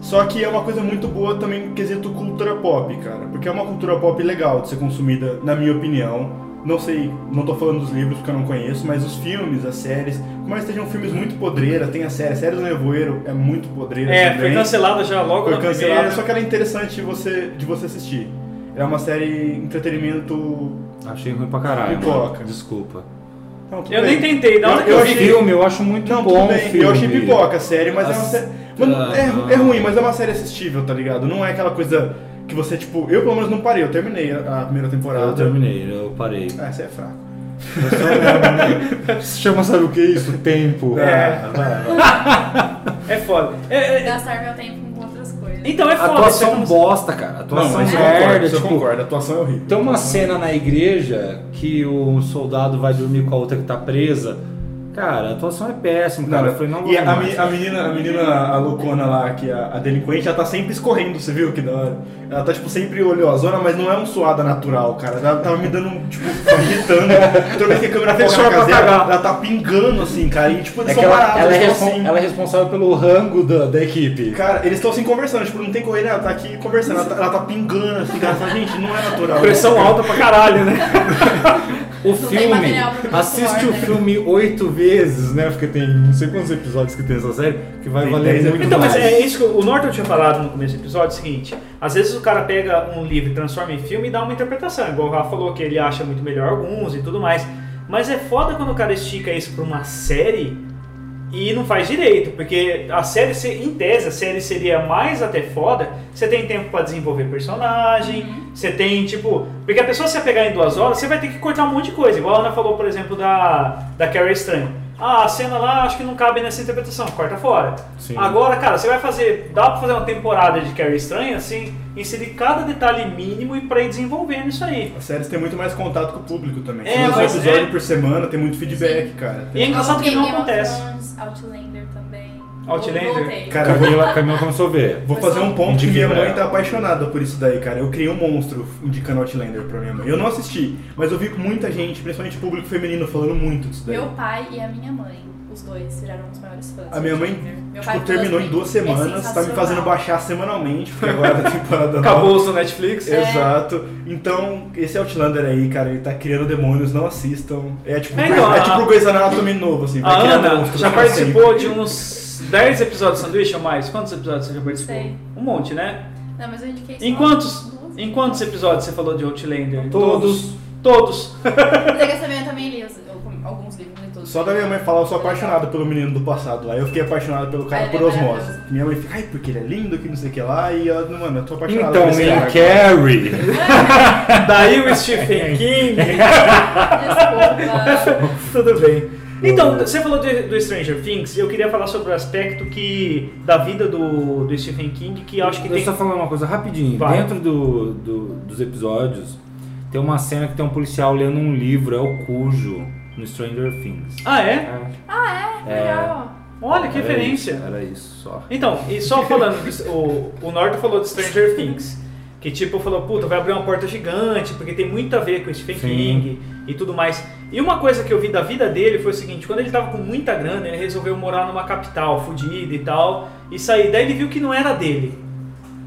[SPEAKER 5] Só que é uma coisa muito boa também no quesito cultura pop, cara. Porque é uma cultura pop legal de ser consumida, na minha opinião. Não sei, não tô falando dos livros porque eu não conheço, mas os filmes, as séries, por mais que sejam filmes muito podreira, tem a série, a série do Nevoeiro é muito podreira
[SPEAKER 2] É,
[SPEAKER 5] também.
[SPEAKER 2] foi cancelada já logo
[SPEAKER 5] Foi
[SPEAKER 2] na
[SPEAKER 5] cancelada,
[SPEAKER 2] primeira.
[SPEAKER 5] só que ela é interessante de você, de você assistir. É uma série entretenimento.
[SPEAKER 4] Achei ruim pra caralho.
[SPEAKER 5] Pipoca.
[SPEAKER 4] mano. Desculpa.
[SPEAKER 5] Não, tudo
[SPEAKER 2] Eu
[SPEAKER 5] bem.
[SPEAKER 2] nem tentei, na hora que
[SPEAKER 5] Eu
[SPEAKER 2] eu
[SPEAKER 5] achei-
[SPEAKER 2] vi.
[SPEAKER 4] Filme, eu acho muito
[SPEAKER 5] Não,
[SPEAKER 4] bom.
[SPEAKER 5] tudo bem.
[SPEAKER 4] Filme.
[SPEAKER 5] Eu achei pipoca a série, mas é uma
[SPEAKER 4] As-
[SPEAKER 5] série. Mano, é, ru-
[SPEAKER 4] Ah.
[SPEAKER 5] é ruim, mas é uma série assistível, tá ligado? Não é aquela coisa que você, tipo. Eu pelo menos não parei, eu terminei a, a primeira temporada.
[SPEAKER 4] Eu terminei, eu parei.
[SPEAKER 5] Ah, você é fraco.
[SPEAKER 4] Se chama, sabe o que é isso? Tempo.
[SPEAKER 2] É.
[SPEAKER 5] Ah, vai, vai.
[SPEAKER 2] É foda. É, é,
[SPEAKER 3] Gastar meu tempo com outras coisas.
[SPEAKER 2] então é foda.
[SPEAKER 4] Atuação
[SPEAKER 2] você-
[SPEAKER 4] bosta, cara.
[SPEAKER 5] Não,
[SPEAKER 4] Atuação
[SPEAKER 5] mas eu
[SPEAKER 4] merda.
[SPEAKER 5] concordo, isso eu
[SPEAKER 4] Tipo,
[SPEAKER 5] concordo, a atuação é horrível.
[SPEAKER 4] tem uma cena na igreja que o soldado vai dormir com a outra que tá presa. Cara, a atuação é péssima, cara. eu falei, não
[SPEAKER 5] e
[SPEAKER 4] vou
[SPEAKER 5] a,
[SPEAKER 4] mais. né?
[SPEAKER 5] me- a menina, a menina, a loucona lá, que a, a delinquente, ela tá sempre escorrendo, você viu que da hora? Ela tá, tipo, sempre olhosona, mas não é um suada natural, cara. Ela tava me dando, tipo, irritando. Toda vez que a câmera foca
[SPEAKER 4] Deixou
[SPEAKER 5] na
[SPEAKER 4] ela pra
[SPEAKER 5] cadeira,
[SPEAKER 4] cagar.
[SPEAKER 5] ela tá pingando, assim, cara. E, tipo, eles
[SPEAKER 4] É que
[SPEAKER 5] são
[SPEAKER 4] ela,
[SPEAKER 5] parados,
[SPEAKER 4] ela é
[SPEAKER 5] eles
[SPEAKER 4] respon-
[SPEAKER 5] tão assim.
[SPEAKER 4] ela é responsável pelo rango da, da equipe.
[SPEAKER 5] Cara, eles estão assim conversando, tipo, não tem corrida, ela tá aqui conversando, ela tá, ela tá pingando, assim, cara, fala, gente, não é natural.
[SPEAKER 2] Pressão alta pra caralho, né?
[SPEAKER 4] O
[SPEAKER 3] tem
[SPEAKER 4] filme,
[SPEAKER 3] material pra produção,
[SPEAKER 4] assiste o
[SPEAKER 3] né?
[SPEAKER 4] filme oito vezes, né? Porque tem não sei quantos episódios que tem essa série, que vai
[SPEAKER 5] Tem
[SPEAKER 4] valer
[SPEAKER 5] dez
[SPEAKER 4] muito
[SPEAKER 2] Então, mas
[SPEAKER 4] mais.
[SPEAKER 2] é isso que o Norton tinha falado no começo do episódio, é o seguinte, às vezes o cara pega um livro e transforma em filme e dá uma interpretação, igual o Rafa falou que ele acha muito melhor alguns e tudo mais, mas é foda quando o cara estica isso pra uma série e não faz direito, porque a série, se- em tese, a série seria mais até foda, você tem tempo pra desenvolver personagem, você tem, tipo... Porque a pessoa, se você pegar em duas horas, você vai ter que cortar um monte de coisa. Igual a Ana falou, por exemplo, da, da Carrie Estranha. Ah, a cena lá acho que não cabe nessa interpretação, corta fora.
[SPEAKER 4] Sim.
[SPEAKER 2] Agora, cara, você vai fazer... Dá pra fazer uma temporada de Carrie Estranha, assim, inserir cada detalhe mínimo e pra ir desenvolvendo isso aí.
[SPEAKER 5] As séries têm muito mais contato com o público também.
[SPEAKER 2] É,
[SPEAKER 5] Tem um
[SPEAKER 2] mas
[SPEAKER 5] episódio
[SPEAKER 2] é-
[SPEAKER 5] por semana, tem muito feedback, cara.
[SPEAKER 2] E é engraçado que
[SPEAKER 3] Game
[SPEAKER 2] não
[SPEAKER 3] of
[SPEAKER 2] acontece.
[SPEAKER 3] Thrones, Outlander também.
[SPEAKER 2] Outlander?
[SPEAKER 3] Voltei.
[SPEAKER 5] Cara,
[SPEAKER 4] Camila, Camila começou a ver.
[SPEAKER 5] Vou fazer um ponto que
[SPEAKER 4] Indique
[SPEAKER 5] minha
[SPEAKER 4] pra
[SPEAKER 5] mãe
[SPEAKER 4] ela.
[SPEAKER 5] tá apaixonada por isso daí, cara. Eu criei um monstro indicando Outlander pra minha mãe. Eu não assisti, mas eu vi muita gente, principalmente público feminino, falando muito disso daí.
[SPEAKER 3] Meu pai e a minha mãe. Os os dois viraram os maiores fãs.
[SPEAKER 5] A minha mãe,
[SPEAKER 3] Meu pai
[SPEAKER 5] Tipo, terminou em
[SPEAKER 3] falou
[SPEAKER 5] duas
[SPEAKER 3] assim, "É
[SPEAKER 5] semanas, tá me fazendo
[SPEAKER 3] sensacional."
[SPEAKER 5] baixar semanalmente, porque agora tá a temporada
[SPEAKER 2] Acabou o seu
[SPEAKER 5] É,
[SPEAKER 2] Netflix?
[SPEAKER 3] É.
[SPEAKER 5] Exato. Então, esse Outlander aí, cara, ele tá criando demônios, não assistam. É tipo,
[SPEAKER 2] É, então,
[SPEAKER 5] é
[SPEAKER 2] a-
[SPEAKER 5] tipo o Grey's Anatomy novo, assim. vai
[SPEAKER 2] A
[SPEAKER 5] criar
[SPEAKER 2] Ah, Ana
[SPEAKER 5] monstros
[SPEAKER 2] já
[SPEAKER 5] pra
[SPEAKER 2] participou
[SPEAKER 5] sempre.
[SPEAKER 2] de um uns 10 episódios de sanduíche ou mais? Quantos episódios você já participou?
[SPEAKER 3] Sei.
[SPEAKER 2] Um monte, né?
[SPEAKER 3] Não, mas eu indiquei só
[SPEAKER 2] Em quantos,
[SPEAKER 3] duas.
[SPEAKER 2] em quantos episódios você falou de Outlander?
[SPEAKER 5] Todos.
[SPEAKER 2] Todos.
[SPEAKER 3] Mas é que essa minha também li os- eu- alguns livros, nem todos.
[SPEAKER 5] Só da minha mãe falar, eu sou apaixonado pelo menino do passado lá. Eu fiquei apaixonado pelo cara
[SPEAKER 3] Ah, ele
[SPEAKER 5] por
[SPEAKER 3] é
[SPEAKER 5] osmose.
[SPEAKER 3] maravilhoso.
[SPEAKER 5] Minha mãe fica, ai, porque ele é lindo, que não sei o que lá. E ela, mano, eu tô apaixonado
[SPEAKER 4] Então,
[SPEAKER 5] por esse
[SPEAKER 4] minha
[SPEAKER 5] cara.
[SPEAKER 4] Carrie.
[SPEAKER 2] Daí o Stephen King.
[SPEAKER 3] Desculpa.
[SPEAKER 2] Tudo bem. Então, você falou de- do Stranger Things, eu queria falar sobre o aspecto que da vida do, do Stephen King, que eu acho que
[SPEAKER 4] Deixa
[SPEAKER 2] tem...
[SPEAKER 4] eu só falar uma coisa rapidinho.
[SPEAKER 2] Vai.
[SPEAKER 4] Dentro do, do- dos episódios, tem uma cena que tem um policial lendo um livro, é o Cujo, no Stranger Things.
[SPEAKER 2] Ah, é?
[SPEAKER 3] Legal.
[SPEAKER 2] Olha, que
[SPEAKER 4] Era
[SPEAKER 2] referência.
[SPEAKER 4] isso, Era isso, só.
[SPEAKER 2] Então, e só falando, disso, o, o Norton falou de Stranger Things, que tipo, falou, puta, vai abrir uma porta gigante, porque tem muito a ver com Stephen
[SPEAKER 4] Sim.
[SPEAKER 2] King e tudo mais. E uma coisa que eu vi da vida dele foi o seguinte, quando ele tava com muita grana, ele resolveu morar numa capital fodida e tal, e sair. Daí ele viu que não era dele.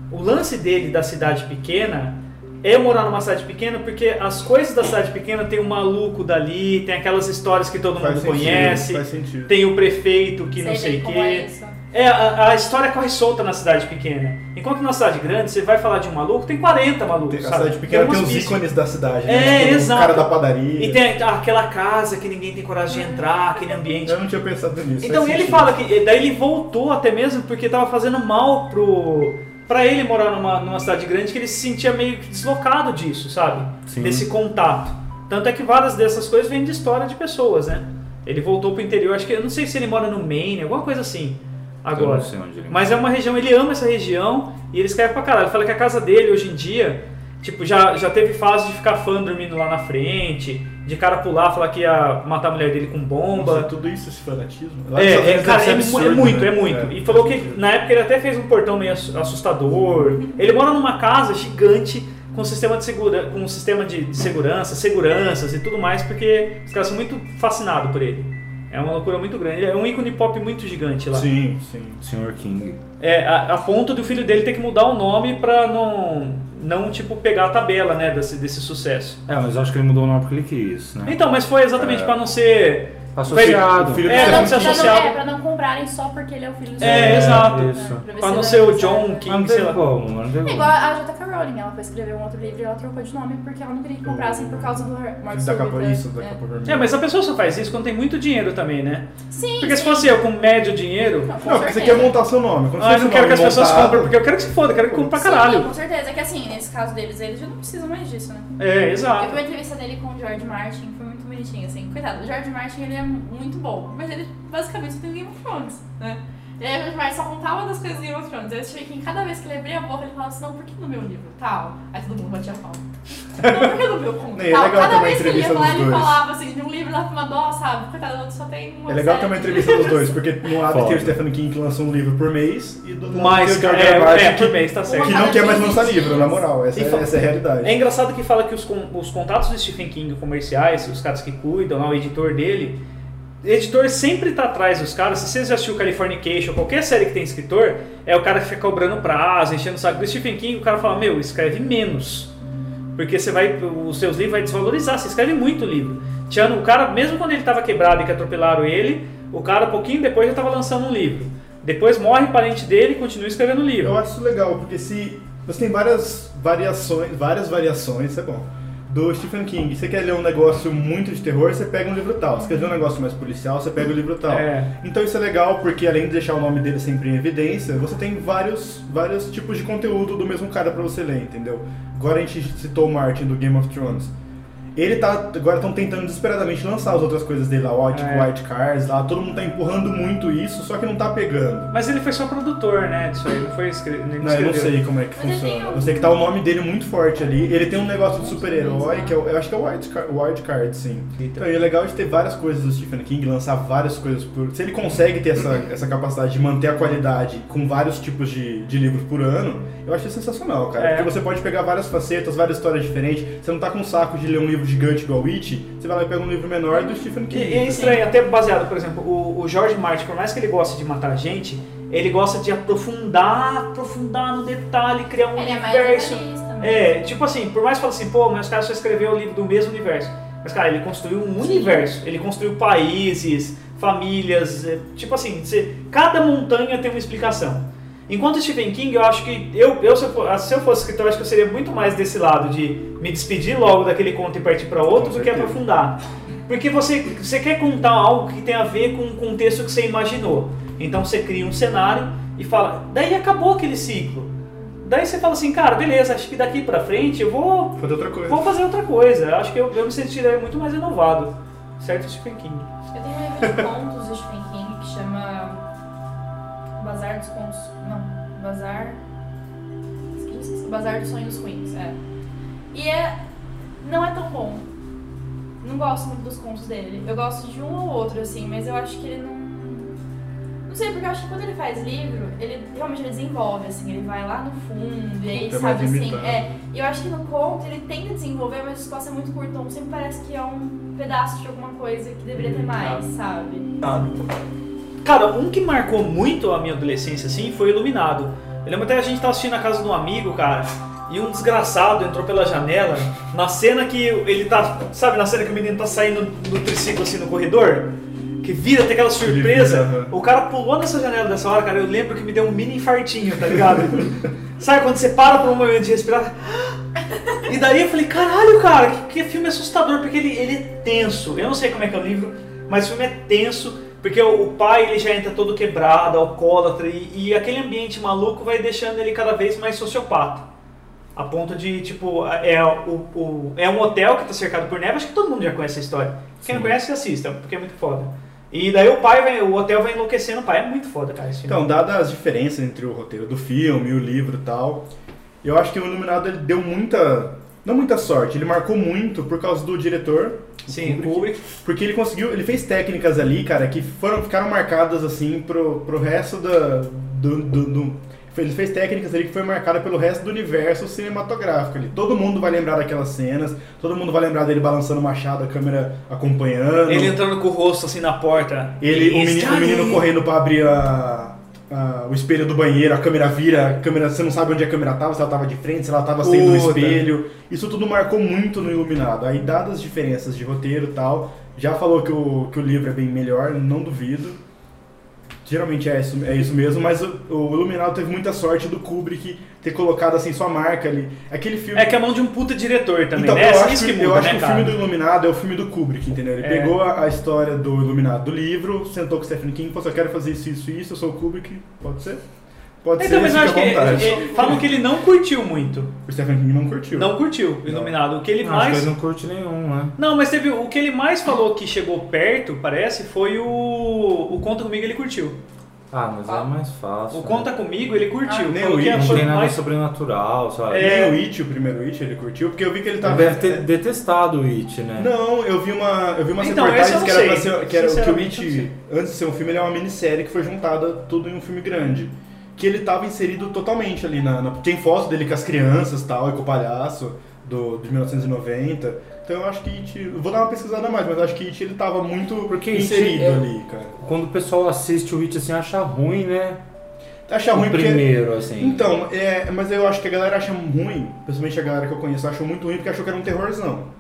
[SPEAKER 2] O lance dele da cidade pequena é morar numa cidade pequena, porque as coisas da cidade pequena tem o maluco dali, tem aquelas histórias que todo mundo
[SPEAKER 5] Faz sentido,
[SPEAKER 2] conhece,
[SPEAKER 5] Faz sentido.
[SPEAKER 2] tem o prefeito que não
[SPEAKER 3] bem
[SPEAKER 2] sei o quê.
[SPEAKER 3] como é isso.
[SPEAKER 2] É, a, a história corre solta na cidade pequena. Enquanto na cidade grande, você vai falar de um maluco, tem 40 malucos,
[SPEAKER 5] Tem- a
[SPEAKER 2] sabe?
[SPEAKER 5] cidade pequena
[SPEAKER 2] um
[SPEAKER 5] tem os
[SPEAKER 2] hospício.
[SPEAKER 5] ícones da cidade.
[SPEAKER 2] É,
[SPEAKER 5] né? Tipo,
[SPEAKER 2] exato.
[SPEAKER 5] O cara da padaria.
[SPEAKER 2] E tem aquela casa que ninguém tem coragem de entrar, aquele ambiente.
[SPEAKER 5] Eu Hum. não tinha pensado nisso.
[SPEAKER 2] Então
[SPEAKER 5] faz
[SPEAKER 2] ele
[SPEAKER 5] sentido.
[SPEAKER 2] fala que daí ele voltou até mesmo porque tava fazendo mal pro para ele morar numa, numa cidade grande que ele se sentia meio que deslocado disso, sabe?
[SPEAKER 4] Sim.
[SPEAKER 2] Desse contato. Tanto é que várias dessas coisas vêm de história de pessoas, né? Ele voltou pro interior, acho que eu não sei se ele mora no Maine, alguma coisa assim.
[SPEAKER 4] Eu não
[SPEAKER 2] Agora.
[SPEAKER 4] sei onde ele
[SPEAKER 2] Mas é uma região, ele ama essa região e ele escreve pra caralho. Ele fala que a casa dele hoje em dia, tipo, já, já teve fase de ficar fã dormindo lá na frente, de cara pular, falar que ia matar a mulher dele com
[SPEAKER 5] Nossa,
[SPEAKER 2] bomba.
[SPEAKER 5] é tudo isso, esse fanatismo. Lá nos Estados
[SPEAKER 2] É, é,
[SPEAKER 5] Unidos
[SPEAKER 2] cara,
[SPEAKER 5] deve
[SPEAKER 2] é,
[SPEAKER 5] ser
[SPEAKER 2] mu- é
[SPEAKER 5] absurdo,
[SPEAKER 2] muito,
[SPEAKER 5] né?
[SPEAKER 2] é muito.
[SPEAKER 5] É,
[SPEAKER 2] E falou que
[SPEAKER 5] faz sentido.
[SPEAKER 2] na época ele até fez um portão meio ass- assustador. Ele mora numa casa gigante com sistema de segura, com sistema de, de segurança, seguranças e tudo mais, porque os caras são muito fascinados por ele. É uma loucura muito grande. Ele é um ícone pop muito gigante lá.
[SPEAKER 5] Sim, sim.
[SPEAKER 4] Senhor King.
[SPEAKER 2] É, a, a ponto do filho dele ter que mudar o nome pra não, não tipo, pegar a tabela, né, desse, desse sucesso.
[SPEAKER 4] É, mas eu acho que ele mudou o nome porque ele quis, né?
[SPEAKER 2] Então, mas foi exatamente
[SPEAKER 5] É.
[SPEAKER 2] pra não ser...
[SPEAKER 4] Associado.
[SPEAKER 5] Filho- filho
[SPEAKER 2] É,
[SPEAKER 5] do
[SPEAKER 2] pra
[SPEAKER 3] Pra
[SPEAKER 2] não ser
[SPEAKER 3] não- pra não- é,
[SPEAKER 2] associado.
[SPEAKER 3] pra não comprarem só porque ele é o filho do
[SPEAKER 2] É,
[SPEAKER 3] Zé.
[SPEAKER 2] exato.
[SPEAKER 4] Isso.
[SPEAKER 3] ver
[SPEAKER 2] Pra
[SPEAKER 3] se
[SPEAKER 2] não
[SPEAKER 3] dá-
[SPEAKER 2] ser o John
[SPEAKER 4] Mas não
[SPEAKER 2] King, sei
[SPEAKER 4] teve
[SPEAKER 2] lá.
[SPEAKER 4] como, não teve
[SPEAKER 3] É igual a J.K. Rowling, ela foi escrever um outro livro e ela trocou de nome porque ela não queria que comprassem por causa do Morte
[SPEAKER 5] Da capa,
[SPEAKER 3] Súbita.
[SPEAKER 5] isso, da
[SPEAKER 3] É.
[SPEAKER 5] capa vermelha.
[SPEAKER 2] É, mas a pessoa só faz isso quando tem muito dinheiro também, né?
[SPEAKER 3] Sim,
[SPEAKER 2] Porque se
[SPEAKER 3] sim.
[SPEAKER 2] fosse eu com médio dinheiro,
[SPEAKER 3] Não, com
[SPEAKER 5] Não, porque é você
[SPEAKER 3] certeza.
[SPEAKER 5] quer montar seu nome. Quando
[SPEAKER 2] ah,
[SPEAKER 5] você
[SPEAKER 2] eu não
[SPEAKER 5] tem
[SPEAKER 2] quero que
[SPEAKER 5] seu
[SPEAKER 2] as pessoas
[SPEAKER 5] nome montado-
[SPEAKER 2] comprem, porque eu quero que se foda, eu quero que compre pra
[SPEAKER 3] Sim,
[SPEAKER 2] caralho.
[SPEAKER 3] com certeza. É que assim, nesse caso deles, eles já não precisam mais disso, né?
[SPEAKER 2] É,
[SPEAKER 3] Eu vi
[SPEAKER 2] exato.
[SPEAKER 3] uma entrevista dele com o George Martin, foi muito bonitinho, assim. Coitado, o George Martin, ele é muito bom, mas ele basicamente só tem Game of Thrones, né? E aí o George Martin só contava das coisas do Game of Thrones. Aí eu achei que em cada vez que ele abria a boca, ele falava assim, não, por que no meu livro, tal? Aí todo mundo batia palma. Não, por que no meu conto,
[SPEAKER 5] É
[SPEAKER 3] tal?
[SPEAKER 5] legal ter
[SPEAKER 3] Cada
[SPEAKER 5] uma
[SPEAKER 3] vez que ele ia
[SPEAKER 5] entrevista
[SPEAKER 3] falar,
[SPEAKER 5] dos
[SPEAKER 3] ele
[SPEAKER 5] dois.
[SPEAKER 3] falava, assim, de um livro lá pra uma dó, sabe? Coitado, o outro só tem uma
[SPEAKER 5] É legal ter
[SPEAKER 3] série.
[SPEAKER 5] uma entrevista dos dois, porque no lado tem
[SPEAKER 4] Foda.
[SPEAKER 5] o Stephen King que lança um livro por mês e do lado
[SPEAKER 2] Mas,
[SPEAKER 5] tem o George
[SPEAKER 2] é,
[SPEAKER 5] R. R. Martin
[SPEAKER 2] é,
[SPEAKER 5] que,
[SPEAKER 2] por mês, tá certo.
[SPEAKER 5] que não quer mais lançar livro, na moral. Essa, é,
[SPEAKER 2] Então-
[SPEAKER 5] essa é a realidade.
[SPEAKER 2] É engraçado que fala que os, con- os contatos do Stephen King comerciais, os caras que cuidam, lá, o editor dele, o editor sempre tá atrás dos caras. Se você já assistiu Californication, qualquer série que tem escritor, é o cara que fica cobrando prazo, enchendo o saco do Stephen King, o cara fala, meu, escreve menos. Porque você vai, os seus livros vai desvalorizar, você escreve muito livro. Tiano, o cara, mesmo quando ele estava quebrado e que atropelaram ele, o cara pouquinho depois já estava lançando um livro. Depois morre parente dele e continua escrevendo livro.
[SPEAKER 5] Eu acho isso legal, porque se você tem várias variações, várias variações, isso é bom. Do Stephen King, você quer ler um negócio muito de terror, você pega um livro tal. Você quer ler um negócio mais policial, você pega o livro tal.
[SPEAKER 2] É.
[SPEAKER 5] Então isso é legal porque além de deixar o nome dele sempre em evidência, você tem vários, vários tipos de conteúdo do mesmo cara pra você ler, entendeu? Agora a gente citou o Martin do Game of Thrones. Ele tá. Agora estão tentando desesperadamente lançar as outras coisas dele lá, o White,
[SPEAKER 2] É.
[SPEAKER 5] White Cars lá, todo mundo tá empurrando muito isso, só que não tá pegando.
[SPEAKER 2] Mas ele foi só produtor, né? Disso aí, não foi escrito. Não,
[SPEAKER 5] Não, eu não
[SPEAKER 2] escreveu.
[SPEAKER 5] sei como é que
[SPEAKER 3] Mas ele
[SPEAKER 5] funciona.
[SPEAKER 3] tem
[SPEAKER 5] Eu sei que tá o nome dele muito forte ali. Ele tem um negócio de super-herói, que é, o- eu acho que é o Wild Card, Wild Card sim. Então, e é legal de ter várias coisas do Stephen King, lançar várias coisas por. Se ele consegue ter essa,
[SPEAKER 3] Uhum.
[SPEAKER 5] essa capacidade de manter a qualidade com vários tipos de, de livros por ano, eu acho isso sensacional, cara.
[SPEAKER 2] É.
[SPEAKER 5] Porque você pode pegar várias facetas, várias histórias diferentes. Você não tá com saco de ler um livro livro gigante igual o It, você vai lá e pega um livro menor do Stephen
[SPEAKER 2] E,
[SPEAKER 5] King.
[SPEAKER 2] e é estranho, até baseado, por exemplo, o, o George Martin, por mais que ele goste de matar gente, ele gosta de aprofundar, aprofundar no detalhe, criar um
[SPEAKER 3] Ele é mais
[SPEAKER 2] universo.
[SPEAKER 3] realista, né?
[SPEAKER 2] É, tipo assim, por mais que fale assim, pô, mas o cara só escreveu o livro do mesmo universo. Mas, cara, ele construiu um universo. Ele construiu países, famílias. é, Tipo assim, você- cada montanha tem uma explicação. Enquanto Stephen King, eu acho que. Eu, eu, se, eu for- se eu fosse escritor, eu acho que eu seria muito mais desse lado de me despedir logo daquele conto e partir para outro
[SPEAKER 5] Com
[SPEAKER 2] do que
[SPEAKER 5] certeza.
[SPEAKER 2] aprofundar. Porque você, você quer contar algo que tem a ver com o contexto que você imaginou. Então você cria um cenário e fala. Daí acabou aquele ciclo. Daí você fala assim, cara, beleza, acho que daqui pra frente eu vou,
[SPEAKER 5] Fazer outra coisa.
[SPEAKER 2] vou fazer outra coisa. Eu Acho que eu, eu me sentiria muito mais renovado. Certo, Stephen King?
[SPEAKER 3] Eu tenho um livro de contos do Stephen King que chama Bazar dos Contos. Não, Bazar. esqueci, é Bazar dos Sonhos Ruins, é. E é. Não é tão bom. Não gosto muito dos contos dele. Eu gosto de um ou outro, assim, mas eu acho que ele não. Não sei, porque eu acho que quando ele faz livro, ele realmente ele desenvolve, assim, ele vai lá no fundo, e aí
[SPEAKER 5] Conto é mais
[SPEAKER 3] sabe assim.
[SPEAKER 5] limitado.
[SPEAKER 3] É, e eu acho que no conto ele tenta desenvolver, mas o espaço é muito curto, então sempre parece que é um pedaço de alguma coisa que deveria ter mais, sabe?
[SPEAKER 2] Cara, um que marcou muito a minha adolescência, assim, foi Iluminado. Eu lembro até a gente tava assistindo na casa de um amigo, cara, e um desgraçado entrou pela janela, na cena que ele tá, sabe, na cena que o menino tá saindo do triciclo, assim, no corredor, que vira, tem aquela
[SPEAKER 5] Ele
[SPEAKER 2] surpresa,
[SPEAKER 5] vira, né?
[SPEAKER 2] o cara pulou nessa janela dessa hora, cara, eu lembro que me deu um mini infartinho, tá ligado? sabe, quando você para por um momento de respirar, e daí eu falei, caralho, cara, que, que filme assustador, porque ele, ele é tenso. Eu não sei como é que é o livro, mas o filme é tenso, porque o, o pai ele já entra todo quebrado, alcoólatra, e, e aquele ambiente maluco vai deixando ele cada vez mais sociopata. A ponto de, tipo, é, o, o- é um hotel que tá cercado por neve, acho que todo mundo já conhece essa história. Quem não conhece, assista, porque é muito foda. E daí o pai, vai, o hotel vai enlouquecendo o pai, é muito foda, cara, esse filme.
[SPEAKER 5] Então, dadas as diferenças entre o roteiro do filme, e o livro e tal, eu acho que o Iluminado ele deu muita. Não muita sorte, ele marcou muito por causa do diretor,
[SPEAKER 2] Sim,
[SPEAKER 5] Então, Kubrick.
[SPEAKER 2] Kubrick.
[SPEAKER 5] porque ele conseguiu. Ele fez técnicas ali, cara, que foram, ficaram marcadas assim pro, pro resto da. Do, do, do- ele fez técnicas ali que foi marcada pelo resto do universo cinematográfico ali. Todo mundo vai lembrar daquelas cenas, todo mundo vai lembrar dele balançando o machado, a câmera acompanhando.
[SPEAKER 2] Ele entrando com o rosto assim na porta.
[SPEAKER 5] Ele, o, menino, o
[SPEAKER 2] Stanley!
[SPEAKER 5] menino correndo pra abrir a- a- o espelho do banheiro, a câmera vira, a câmera, você não sabe onde a câmera tava, se ela tava de frente, se ela tava sem do
[SPEAKER 2] Puta.
[SPEAKER 5] espelho. Isso tudo marcou muito no Iluminado. Aí, dadas as diferenças de roteiro e tal, já falou que o, que o livro é bem melhor, não duvido. Geralmente é isso, é isso mesmo, mas o, o Iluminado teve muita sorte do Kubrick ter colocado assim sua marca ali. Aquele filme.
[SPEAKER 2] É que é a mão de um puta diretor também,
[SPEAKER 5] Então,
[SPEAKER 2] né?
[SPEAKER 5] eu
[SPEAKER 2] Isso
[SPEAKER 5] acho,
[SPEAKER 2] que
[SPEAKER 5] que,
[SPEAKER 2] muda,
[SPEAKER 5] eu acho
[SPEAKER 2] né,
[SPEAKER 5] que o
[SPEAKER 2] cara?
[SPEAKER 5] filme do Iluminado é o filme do Kubrick, entendeu? Ele
[SPEAKER 2] É.
[SPEAKER 5] pegou a, a história do Iluminado do livro, sentou com o Stephen King e falou assim, eu quero fazer isso, isso e isso, eu sou o Kubrick, pode ser? Pode
[SPEAKER 2] Então,
[SPEAKER 5] ser,
[SPEAKER 2] mas eu
[SPEAKER 5] fica
[SPEAKER 2] acho que
[SPEAKER 5] à vontade.
[SPEAKER 2] é- é- falam que ele não curtiu muito.
[SPEAKER 5] O Stephen King não curtiu.
[SPEAKER 2] Não curtiu o Iluminado. O que ele
[SPEAKER 4] Não, acho que
[SPEAKER 2] mais.
[SPEAKER 4] ele não curte nenhum, né?
[SPEAKER 2] Não, mas teve. O que ele mais falou que chegou perto, parece, foi o. O Conta Comigo ele curtiu.
[SPEAKER 4] Ah, mas é mais fácil.
[SPEAKER 2] O
[SPEAKER 4] né?
[SPEAKER 2] Conta Comigo ele
[SPEAKER 4] Ah,
[SPEAKER 2] curtiu.
[SPEAKER 5] nem
[SPEAKER 2] falou
[SPEAKER 5] o
[SPEAKER 2] que
[SPEAKER 5] Ian,
[SPEAKER 2] é-
[SPEAKER 4] Não
[SPEAKER 2] foi
[SPEAKER 4] tem nada
[SPEAKER 2] mais.
[SPEAKER 4] sobrenatural, sabe?
[SPEAKER 2] É.
[SPEAKER 5] Nem o It, o primeiro It, ele curtiu, porque eu vi que ele
[SPEAKER 4] Ele
[SPEAKER 5] tava...
[SPEAKER 4] deve ter detestado o It, né?
[SPEAKER 5] Tá. Não, eu vi uma, eu vi umas
[SPEAKER 2] Então, esse eu
[SPEAKER 5] reportagens
[SPEAKER 2] não
[SPEAKER 5] que era pra
[SPEAKER 2] sei.
[SPEAKER 5] ser, que era que o
[SPEAKER 2] Sinceramente, eu não
[SPEAKER 5] It, antes de ser um filme, ele é uma minissérie que foi juntada tudo em um filme grande. Que ele tava inserido totalmente ali na, na- tem foto dele com as crianças, tal, e com o palhaço do de 1990. Então eu acho que It, eu vou dar uma pesquisada a mais, mas eu acho que It ele tava muito
[SPEAKER 4] Porque It
[SPEAKER 5] inserido
[SPEAKER 4] é-
[SPEAKER 5] ali, cara.
[SPEAKER 4] Quando o pessoal assiste o It assim, acha ruim, né?
[SPEAKER 5] Acha
[SPEAKER 4] o
[SPEAKER 5] Tá ruim porque
[SPEAKER 4] primeiro, assim.
[SPEAKER 5] então, é, mas eu acho que a galera acha ruim, principalmente a galera que eu conheço, achou muito ruim porque achou que era um terrorzão.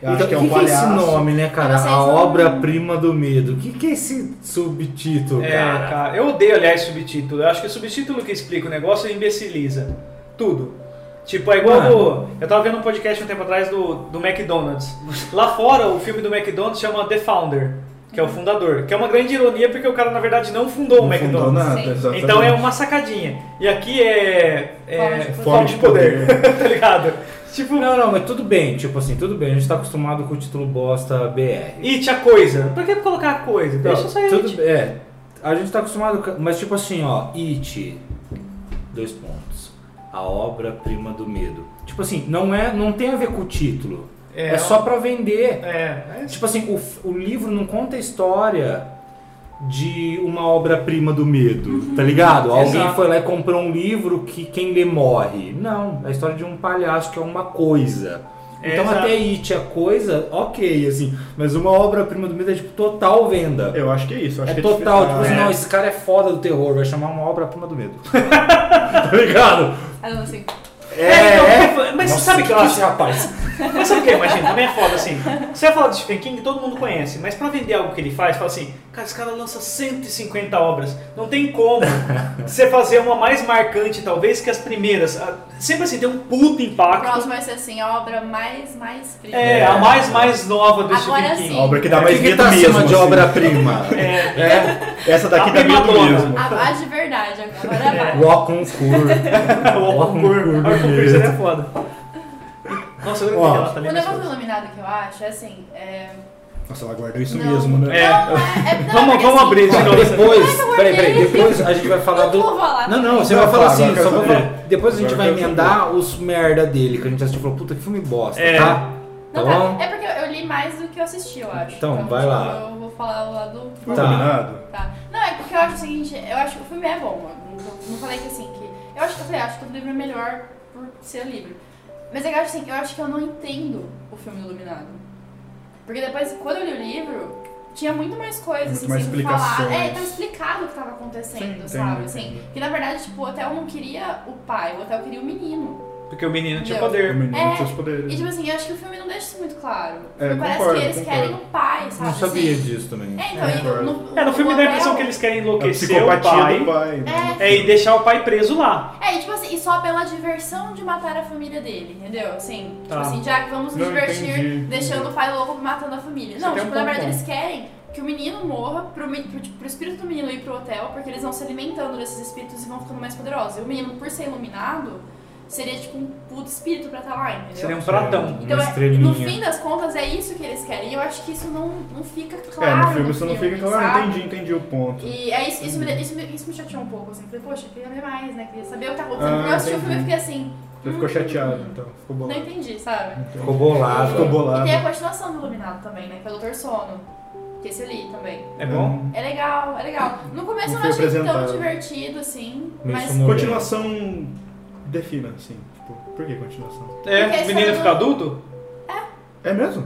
[SPEAKER 5] Eu acho
[SPEAKER 4] Então,
[SPEAKER 5] que é
[SPEAKER 4] que
[SPEAKER 5] um
[SPEAKER 4] que é esse
[SPEAKER 5] palhaço.
[SPEAKER 4] nome, né, cara?
[SPEAKER 3] Vocês
[SPEAKER 4] A
[SPEAKER 3] não-
[SPEAKER 4] obra-prima do medo. O que, que é esse subtítulo,
[SPEAKER 2] É,
[SPEAKER 4] cara?
[SPEAKER 2] cara. Eu odeio, aliás, subtítulo. Eu acho que o subtítulo que explica o negócio imbeciliza. Tudo. Tipo, é igual.
[SPEAKER 4] Mano.
[SPEAKER 2] o- eu tava vendo um podcast um tempo atrás do, do McDonald's. Lá fora, o filme do McDonald's chama The Founder, que
[SPEAKER 3] Uhum.
[SPEAKER 2] é o fundador. Que é uma grande ironia porque o cara, na verdade, não fundou
[SPEAKER 5] Não
[SPEAKER 2] o
[SPEAKER 5] fundou
[SPEAKER 2] McDonald's.
[SPEAKER 5] nada,
[SPEAKER 3] Sim.
[SPEAKER 5] exatamente.
[SPEAKER 2] Então é uma sacadinha. E aqui é. é
[SPEAKER 3] Fome de
[SPEAKER 5] Fome de poder.
[SPEAKER 2] tá ligado? Tipo,
[SPEAKER 4] Não, não, mas tudo bem, tipo assim, tudo bem, a gente tá acostumado com o título bosta BR.
[SPEAKER 2] it a coisa. Por que colocar a coisa? Deixa só
[SPEAKER 4] tudo
[SPEAKER 2] it.
[SPEAKER 4] bem, é. A gente tá acostumado, com- mas tipo assim, ó, It, dois pontos. A obra-prima do medo. Tipo assim, não é, não tem a ver com o título. É, só pra vender.
[SPEAKER 2] É.
[SPEAKER 4] Tipo assim, o, f- o livro não conta a história de uma obra-prima do medo, tá ligado? Alguém
[SPEAKER 2] Exato.
[SPEAKER 4] foi lá e comprou um livro que quem lê morre. Não, é a história de um palhaço que é uma coisa.
[SPEAKER 2] É,
[SPEAKER 4] então
[SPEAKER 2] exato.
[SPEAKER 4] até It, a coisa, ok, assim, mas uma obra-prima do medo é tipo total venda.
[SPEAKER 5] Eu acho que é isso. eu acho
[SPEAKER 4] é
[SPEAKER 5] que
[SPEAKER 4] total, tipo
[SPEAKER 5] diferente.
[SPEAKER 4] assim,
[SPEAKER 2] é.
[SPEAKER 4] não, esse cara é foda do terror, vai chamar uma obra-prima do medo. tá ligado?
[SPEAKER 3] Aí eu assim,
[SPEAKER 4] É,
[SPEAKER 2] então,
[SPEAKER 4] é.
[SPEAKER 2] mas
[SPEAKER 4] Nossa,
[SPEAKER 2] sabe que
[SPEAKER 4] classe,
[SPEAKER 2] isso-
[SPEAKER 4] rapaz.
[SPEAKER 2] Mas sabe o que, imagina? Também é foda assim. Você vai falar do Stephen King, todo mundo conhece, mas pra vender algo que ele faz, fala assim: cara, esse cara lança 150 obras. Não tem como você fazer uma mais marcante, talvez, que as primeiras. Ah, Sempre assim, tem um puto
[SPEAKER 3] a
[SPEAKER 2] impacto.
[SPEAKER 3] próxima vai ser assim, a obra mais, mais prima.
[SPEAKER 2] É, a mais, mais nova do
[SPEAKER 3] Agora
[SPEAKER 2] Stephen King.
[SPEAKER 5] A obra que dá
[SPEAKER 4] O
[SPEAKER 5] mais
[SPEAKER 4] que, que
[SPEAKER 5] medo
[SPEAKER 4] tá
[SPEAKER 5] mesmo.
[SPEAKER 4] acima de
[SPEAKER 5] assim.
[SPEAKER 4] obra-prima? É.
[SPEAKER 5] Essa daqui
[SPEAKER 2] A
[SPEAKER 5] dá medo
[SPEAKER 2] primadona.
[SPEAKER 5] mesmo.
[SPEAKER 3] A, a de verdade, agora né, vai.
[SPEAKER 4] Walk on Cur.
[SPEAKER 2] o Alconcur. O Alconcur seria foda. Nossa, eu
[SPEAKER 5] Ó,
[SPEAKER 2] não ela tá
[SPEAKER 3] O
[SPEAKER 2] lendo. as
[SPEAKER 3] negócio
[SPEAKER 2] coisas.
[SPEAKER 3] iluminado que eu acho é assim. É...
[SPEAKER 5] Nossa, ela guardou isso
[SPEAKER 3] Não.
[SPEAKER 5] mesmo, né?
[SPEAKER 2] É.
[SPEAKER 3] Não, é, é- não,
[SPEAKER 2] Vamos- vamos
[SPEAKER 3] porque assim,
[SPEAKER 2] abrir esse
[SPEAKER 3] não,
[SPEAKER 2] negócio.
[SPEAKER 4] Depois, peraí, peraí, depois a gente vai falar
[SPEAKER 3] Não tá.
[SPEAKER 4] do.
[SPEAKER 3] vou falar.
[SPEAKER 4] Não, não, você
[SPEAKER 5] Não,
[SPEAKER 4] vai falar
[SPEAKER 5] fala,
[SPEAKER 4] assim,
[SPEAKER 5] agora
[SPEAKER 4] só
[SPEAKER 5] eu
[SPEAKER 4] vou
[SPEAKER 5] quero
[SPEAKER 4] falar. Depois a gente
[SPEAKER 5] Agora
[SPEAKER 4] vai
[SPEAKER 5] eu quero
[SPEAKER 4] emendar os merda dele, que a gente assistiu e falou, puta, que filme bosta,
[SPEAKER 2] É.
[SPEAKER 4] tá? Tá
[SPEAKER 3] Não,
[SPEAKER 4] bom?
[SPEAKER 3] tá. É porque eu li mais do que eu assisti, eu acho. tipo,
[SPEAKER 4] Então, vai lá.
[SPEAKER 3] Eu vou falar o lado.
[SPEAKER 5] Foi
[SPEAKER 4] Tá.
[SPEAKER 5] combinado?
[SPEAKER 3] Tá. Não, é porque eu acho o seguinte, eu acho que o filme é bom. Eu não, não falei que assim, que. Eu acho que eu falei, acho que o livro é melhor por ser livro. Mas é que eu acho assim, eu acho que eu não entendo o filme do Iluminado. Porque depois, quando eu li o livro, tinha muito mais coisas
[SPEAKER 5] Muito
[SPEAKER 3] assim,
[SPEAKER 5] mais
[SPEAKER 3] pra falar. É,
[SPEAKER 5] explicações.
[SPEAKER 3] tava explicado o que tava acontecendo,
[SPEAKER 5] Sim,
[SPEAKER 3] sabe?
[SPEAKER 5] entendo,
[SPEAKER 3] Assim,
[SPEAKER 5] entendo.
[SPEAKER 3] que na verdade, tipo, o hotel não queria o pai, o hotel queria o menino.
[SPEAKER 2] Porque o menino tinha
[SPEAKER 3] Não.
[SPEAKER 5] O
[SPEAKER 2] poder.
[SPEAKER 5] menino
[SPEAKER 3] É.
[SPEAKER 5] com seus poderes.
[SPEAKER 3] E tipo assim, eu acho que o filme não deixa isso muito claro.
[SPEAKER 5] É,
[SPEAKER 3] Porque parece
[SPEAKER 5] concordo,
[SPEAKER 3] que eles
[SPEAKER 5] concordo.
[SPEAKER 3] querem o pai, sabe?
[SPEAKER 4] Não sabia
[SPEAKER 3] assim.
[SPEAKER 4] disso também.
[SPEAKER 3] É, então,
[SPEAKER 5] É,
[SPEAKER 3] e no, no,
[SPEAKER 2] É, no filme
[SPEAKER 3] o
[SPEAKER 2] dá a
[SPEAKER 3] hotel-
[SPEAKER 2] impressão que eles querem
[SPEAKER 5] A
[SPEAKER 2] enlouquecer o
[SPEAKER 5] psicopatia
[SPEAKER 2] pai.
[SPEAKER 5] do pai. né?
[SPEAKER 2] É, e deixar o pai preso lá.
[SPEAKER 3] É, e tipo assim, e só pela diversão de matar a família dele, entendeu? Assim,
[SPEAKER 2] Tá.
[SPEAKER 3] tipo assim, já que vamos nos
[SPEAKER 5] Ah. Não,
[SPEAKER 3] divertir
[SPEAKER 5] entendi.
[SPEAKER 3] deixando o pai louco matando a família.
[SPEAKER 5] Você
[SPEAKER 3] não,
[SPEAKER 5] tem
[SPEAKER 3] tipo,
[SPEAKER 5] um
[SPEAKER 3] na
[SPEAKER 5] bom
[SPEAKER 3] verdade eles
[SPEAKER 5] ponto.
[SPEAKER 3] querem que o menino morra pro, me- pro, tipo, pro espírito do menino ir pro hotel, porque eles vão se alimentando desses espíritos e vão ficando mais poderosos. E o menino, por ser iluminado, seria tipo um puto espírito pra estar lá, entendeu?
[SPEAKER 2] Seria um pratão.
[SPEAKER 3] Então,
[SPEAKER 4] Uma
[SPEAKER 3] é-
[SPEAKER 4] estrelinha.
[SPEAKER 3] no fim das contas, é isso que eles querem. E eu acho que isso não, não fica
[SPEAKER 5] É,
[SPEAKER 3] claro.
[SPEAKER 5] no filme isso não fica
[SPEAKER 3] sabe?
[SPEAKER 5] claro. Entendi, entendi o ponto.
[SPEAKER 3] E é isso, isso, me, isso, me, isso me chateou um pouco, assim. Falei, poxa, eu queria ver mais, né? Queria saber o que tá acontecendo.
[SPEAKER 5] Ah,
[SPEAKER 3] Porque eu assisti o
[SPEAKER 5] entendi.
[SPEAKER 3] filme e fiquei assim.
[SPEAKER 5] Você ficou
[SPEAKER 3] hum,
[SPEAKER 5] chateado, então.
[SPEAKER 3] Não
[SPEAKER 5] Ficou bolado.
[SPEAKER 3] entendi, é sabe?
[SPEAKER 4] Ficou bolado.
[SPEAKER 5] Ficou
[SPEAKER 3] E
[SPEAKER 5] bolado.
[SPEAKER 3] tem a continuação do Iluminado também, né? Que é o Doutor Sono. Que esse ali também.
[SPEAKER 2] É bom?
[SPEAKER 3] É legal, é legal. No começo
[SPEAKER 5] Não
[SPEAKER 3] eu
[SPEAKER 5] foi
[SPEAKER 3] não achei tão
[SPEAKER 5] apresentado.
[SPEAKER 3] divertido, assim.
[SPEAKER 4] Meio
[SPEAKER 3] mas
[SPEAKER 4] sonoro.
[SPEAKER 5] Continuação defina, assim. Tipo, por que continuação?
[SPEAKER 3] Porque
[SPEAKER 2] É, o
[SPEAKER 3] isso
[SPEAKER 2] menino
[SPEAKER 3] é
[SPEAKER 2] fica
[SPEAKER 3] um-
[SPEAKER 2] adulto?
[SPEAKER 5] É mesmo?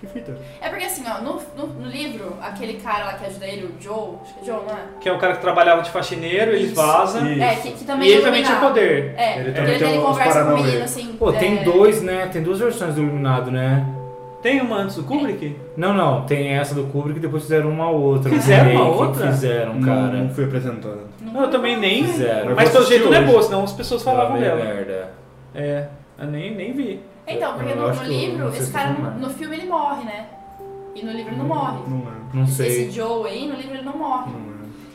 [SPEAKER 5] Que fita.
[SPEAKER 3] é porque assim, ó, no, no, no livro, aquele cara lá que ajuda ele, o Joe, acho que é Joe, não é?
[SPEAKER 2] Que é o cara que trabalhava de faxineiro, ele
[SPEAKER 3] Isso.
[SPEAKER 2] vaza.
[SPEAKER 5] Isso.
[SPEAKER 3] É, que, que também
[SPEAKER 2] E
[SPEAKER 3] é
[SPEAKER 2] ele também tinha
[SPEAKER 3] iluminado.
[SPEAKER 2] poder.
[SPEAKER 3] É,
[SPEAKER 5] Ele
[SPEAKER 3] ele,
[SPEAKER 5] também
[SPEAKER 3] ele,
[SPEAKER 5] tem uns
[SPEAKER 3] conversa com o
[SPEAKER 5] paranauê.
[SPEAKER 3] menino, assim.
[SPEAKER 4] Pô, tem
[SPEAKER 3] é,
[SPEAKER 4] dois, né? Tem duas versões do Iluminado, né?
[SPEAKER 2] Tem uma antes do Kubrick?
[SPEAKER 4] Não, não, tem essa do Kubrick e depois fizeram uma outra.
[SPEAKER 2] Fizeram uma
[SPEAKER 4] remake,
[SPEAKER 2] outra?
[SPEAKER 4] Fizeram,
[SPEAKER 5] Não,
[SPEAKER 4] cara.
[SPEAKER 5] não fui apresentado.
[SPEAKER 2] Não, eu também nem.
[SPEAKER 4] Fizeram.
[SPEAKER 2] Mas pelo
[SPEAKER 5] assisti
[SPEAKER 2] jeito não é
[SPEAKER 5] hoje. Tá né?
[SPEAKER 2] boa, senão as pessoas falavam
[SPEAKER 4] Ela é
[SPEAKER 2] dela.
[SPEAKER 4] merda.
[SPEAKER 2] É, eu nem, nem vi.
[SPEAKER 3] Então, porque
[SPEAKER 4] Eu
[SPEAKER 3] no,
[SPEAKER 4] acho
[SPEAKER 3] no
[SPEAKER 4] que eu-
[SPEAKER 3] livro,
[SPEAKER 4] não sei
[SPEAKER 3] esse
[SPEAKER 4] se
[SPEAKER 3] cara,
[SPEAKER 4] eu Hum. lembro.
[SPEAKER 3] no filme ele morre, né? E no livro ele não morre.
[SPEAKER 5] Não é.
[SPEAKER 4] Não
[SPEAKER 3] Esse tipo
[SPEAKER 4] sei.
[SPEAKER 3] Joe aí, no livro ele não morre.
[SPEAKER 5] Não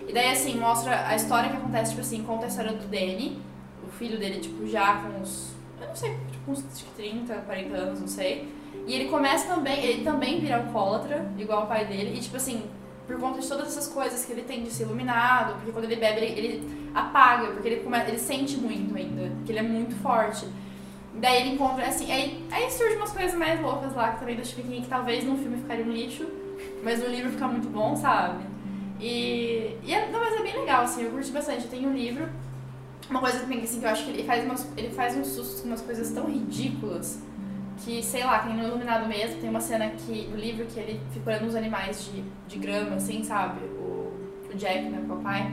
[SPEAKER 5] é.
[SPEAKER 3] E daí, assim, mostra a história que acontece, tipo assim, conta a história do Danny, o filho dele, tipo, já com uns, eu não sei, tipo, uns acho que 30, 40 anos, não sei. E ele começa também, ele também vira alcoólatra, igual o pai dele, e tipo assim, por conta de todas essas coisas que ele tem de ser iluminado, porque quando ele bebe, ele, ele apaga, porque ele, come, ele sente muito ainda, porque ele é muito forte. Daí ele encontra, assim, aí, aí surgem umas coisas mais loucas lá, que também do Stephen King, é que talvez no filme ficaria um lixo, mas no livro fica muito bom, sabe? E, e é, não, mas é bem legal, assim, eu curti bastante. Eu tenho um livro, uma coisa também que, assim, que eu acho que ele faz, umas, ele faz uns sustos com umas coisas tão ridículas que, sei lá, que nem no Iluminado mesmo, tem uma cena que, o livro que ele fica olhando uns animais de, de grama, assim, sabe? O, o Jack, né, o papai,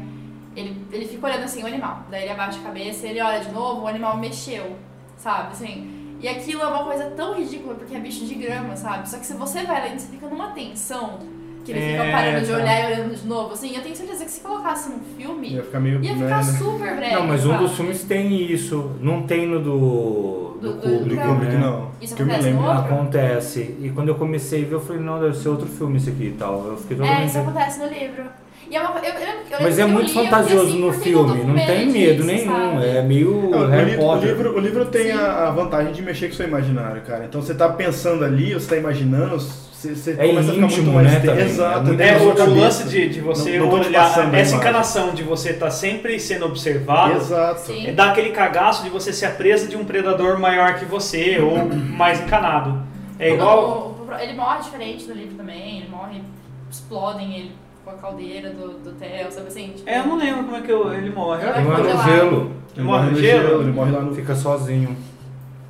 [SPEAKER 3] ele, ele fica olhando, assim, o animal. Daí ele abaixa a cabeça, ele olha de novo, o animal mexeu, sabe, assim... E aquilo é uma coisa tão ridícula, porque é bicho de grama, sabe? Só que se você vai lendo, você fica numa tensão, que ele fica
[SPEAKER 2] É,
[SPEAKER 3] parando de
[SPEAKER 2] tá.
[SPEAKER 3] olhar
[SPEAKER 4] Então.
[SPEAKER 3] e olhando de novo, assim, eu tenho certeza que se colocasse num filme,
[SPEAKER 5] Ia ficar meio.
[SPEAKER 3] ia
[SPEAKER 5] né,
[SPEAKER 3] ficar
[SPEAKER 5] né?
[SPEAKER 3] super breve.
[SPEAKER 4] é- Não, mas um
[SPEAKER 3] sabe?
[SPEAKER 4] dos filmes tem isso. Não tem no do,
[SPEAKER 3] Do-
[SPEAKER 4] do,
[SPEAKER 3] do
[SPEAKER 4] Kubrick,
[SPEAKER 3] Kubrick,
[SPEAKER 5] Kubrick,
[SPEAKER 4] né?
[SPEAKER 5] não.
[SPEAKER 3] Isso
[SPEAKER 5] que eu me
[SPEAKER 3] acontece no
[SPEAKER 5] lembro.
[SPEAKER 4] ah,
[SPEAKER 3] outro?
[SPEAKER 4] Acontece. E quando eu comecei a ver, eu falei, não, deve ser outro filme esse aqui e tal. Eu fiquei
[SPEAKER 3] É,
[SPEAKER 4] totalmente.
[SPEAKER 3] isso acontece no livro. E é uma, co- eu, eu, eu lembro
[SPEAKER 4] Mas
[SPEAKER 3] que
[SPEAKER 4] é
[SPEAKER 3] eu
[SPEAKER 4] muito
[SPEAKER 3] li, eu fiquei
[SPEAKER 4] fantasioso
[SPEAKER 3] assim,
[SPEAKER 4] no
[SPEAKER 3] por que que eu tô
[SPEAKER 4] filme.
[SPEAKER 3] com
[SPEAKER 4] Não tem medo
[SPEAKER 3] disso,
[SPEAKER 4] nenhum.
[SPEAKER 3] sabe?
[SPEAKER 4] É meio
[SPEAKER 5] É, o,
[SPEAKER 4] Harry
[SPEAKER 5] li- o
[SPEAKER 4] Potter.
[SPEAKER 5] livro, o livro tem
[SPEAKER 3] Sim.
[SPEAKER 5] a, a vantagem de mexer com o seu imaginário, cara. Então você tá pensando ali, você tá imaginando, você, você
[SPEAKER 4] É
[SPEAKER 5] começa a ficar
[SPEAKER 4] íntimo,
[SPEAKER 5] muito mais
[SPEAKER 4] né,
[SPEAKER 5] te-
[SPEAKER 4] também. É
[SPEAKER 5] Exato,
[SPEAKER 4] muito
[SPEAKER 5] dentro
[SPEAKER 2] É,
[SPEAKER 5] da
[SPEAKER 2] o,
[SPEAKER 5] sua
[SPEAKER 2] o
[SPEAKER 5] cabeça.
[SPEAKER 2] lance de, de você
[SPEAKER 5] Não- não tô te
[SPEAKER 2] olhar,
[SPEAKER 5] passando a
[SPEAKER 2] essa
[SPEAKER 5] imagem.
[SPEAKER 2] encanação de você estar sempre sendo observado,
[SPEAKER 5] Exato.
[SPEAKER 2] é
[SPEAKER 3] Sim.
[SPEAKER 2] dar aquele cagaço de você ser a presa de um predador maior que você ou mais encanado. É igual.
[SPEAKER 3] Tipo, O- o- Ele morre diferente no livro também, ele morre, explodem ele com a caldeira do, do hotel, sabe assim? Tipo,
[SPEAKER 2] É, eu não lembro como é que eu- ele morre.
[SPEAKER 3] Eu
[SPEAKER 4] Não é no
[SPEAKER 3] congelado.
[SPEAKER 4] gelo.
[SPEAKER 5] Ele morre no
[SPEAKER 2] Morre no
[SPEAKER 5] gelo,
[SPEAKER 2] gelo?
[SPEAKER 5] ele morre lá no.
[SPEAKER 4] Fica sozinho.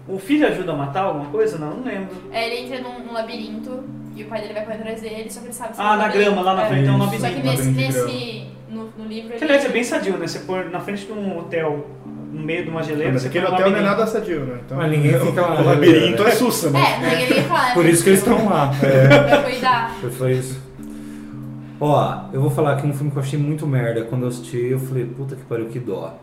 [SPEAKER 2] O filho ajuda a matar alguma coisa? Não, não lembro.
[SPEAKER 3] É, ele entra num, num labirinto e o pai dele vai correr atrás dele, só que ele sabe se
[SPEAKER 2] Ah, na grama, lá na frente tem um
[SPEAKER 5] Isso.
[SPEAKER 3] É, Só que
[SPEAKER 2] labirinto.
[SPEAKER 3] nesse,
[SPEAKER 5] Labirinto de
[SPEAKER 3] nesse no, no livro
[SPEAKER 2] Que aliás é bem sadio, né? Você pôr na frente de um hotel, no meio de uma geleira.
[SPEAKER 5] Mas
[SPEAKER 2] você
[SPEAKER 5] aquele
[SPEAKER 2] põe um
[SPEAKER 5] hotel não é
[SPEAKER 2] labirinto.
[SPEAKER 5] nada sadio, né? Então,
[SPEAKER 4] Mas ninguém fica lá na
[SPEAKER 5] O labirinto
[SPEAKER 4] geladeira,
[SPEAKER 5] é sussa, né?
[SPEAKER 3] É, porque ele fala. tipo,
[SPEAKER 4] Por isso que eles estão lá.
[SPEAKER 3] Pra cuidar.
[SPEAKER 4] Foi, foi isso. Ó, eu vou falar aqui um filme que eu achei muito merda. Quando eu assisti, eu falei, puta que pariu, que dó.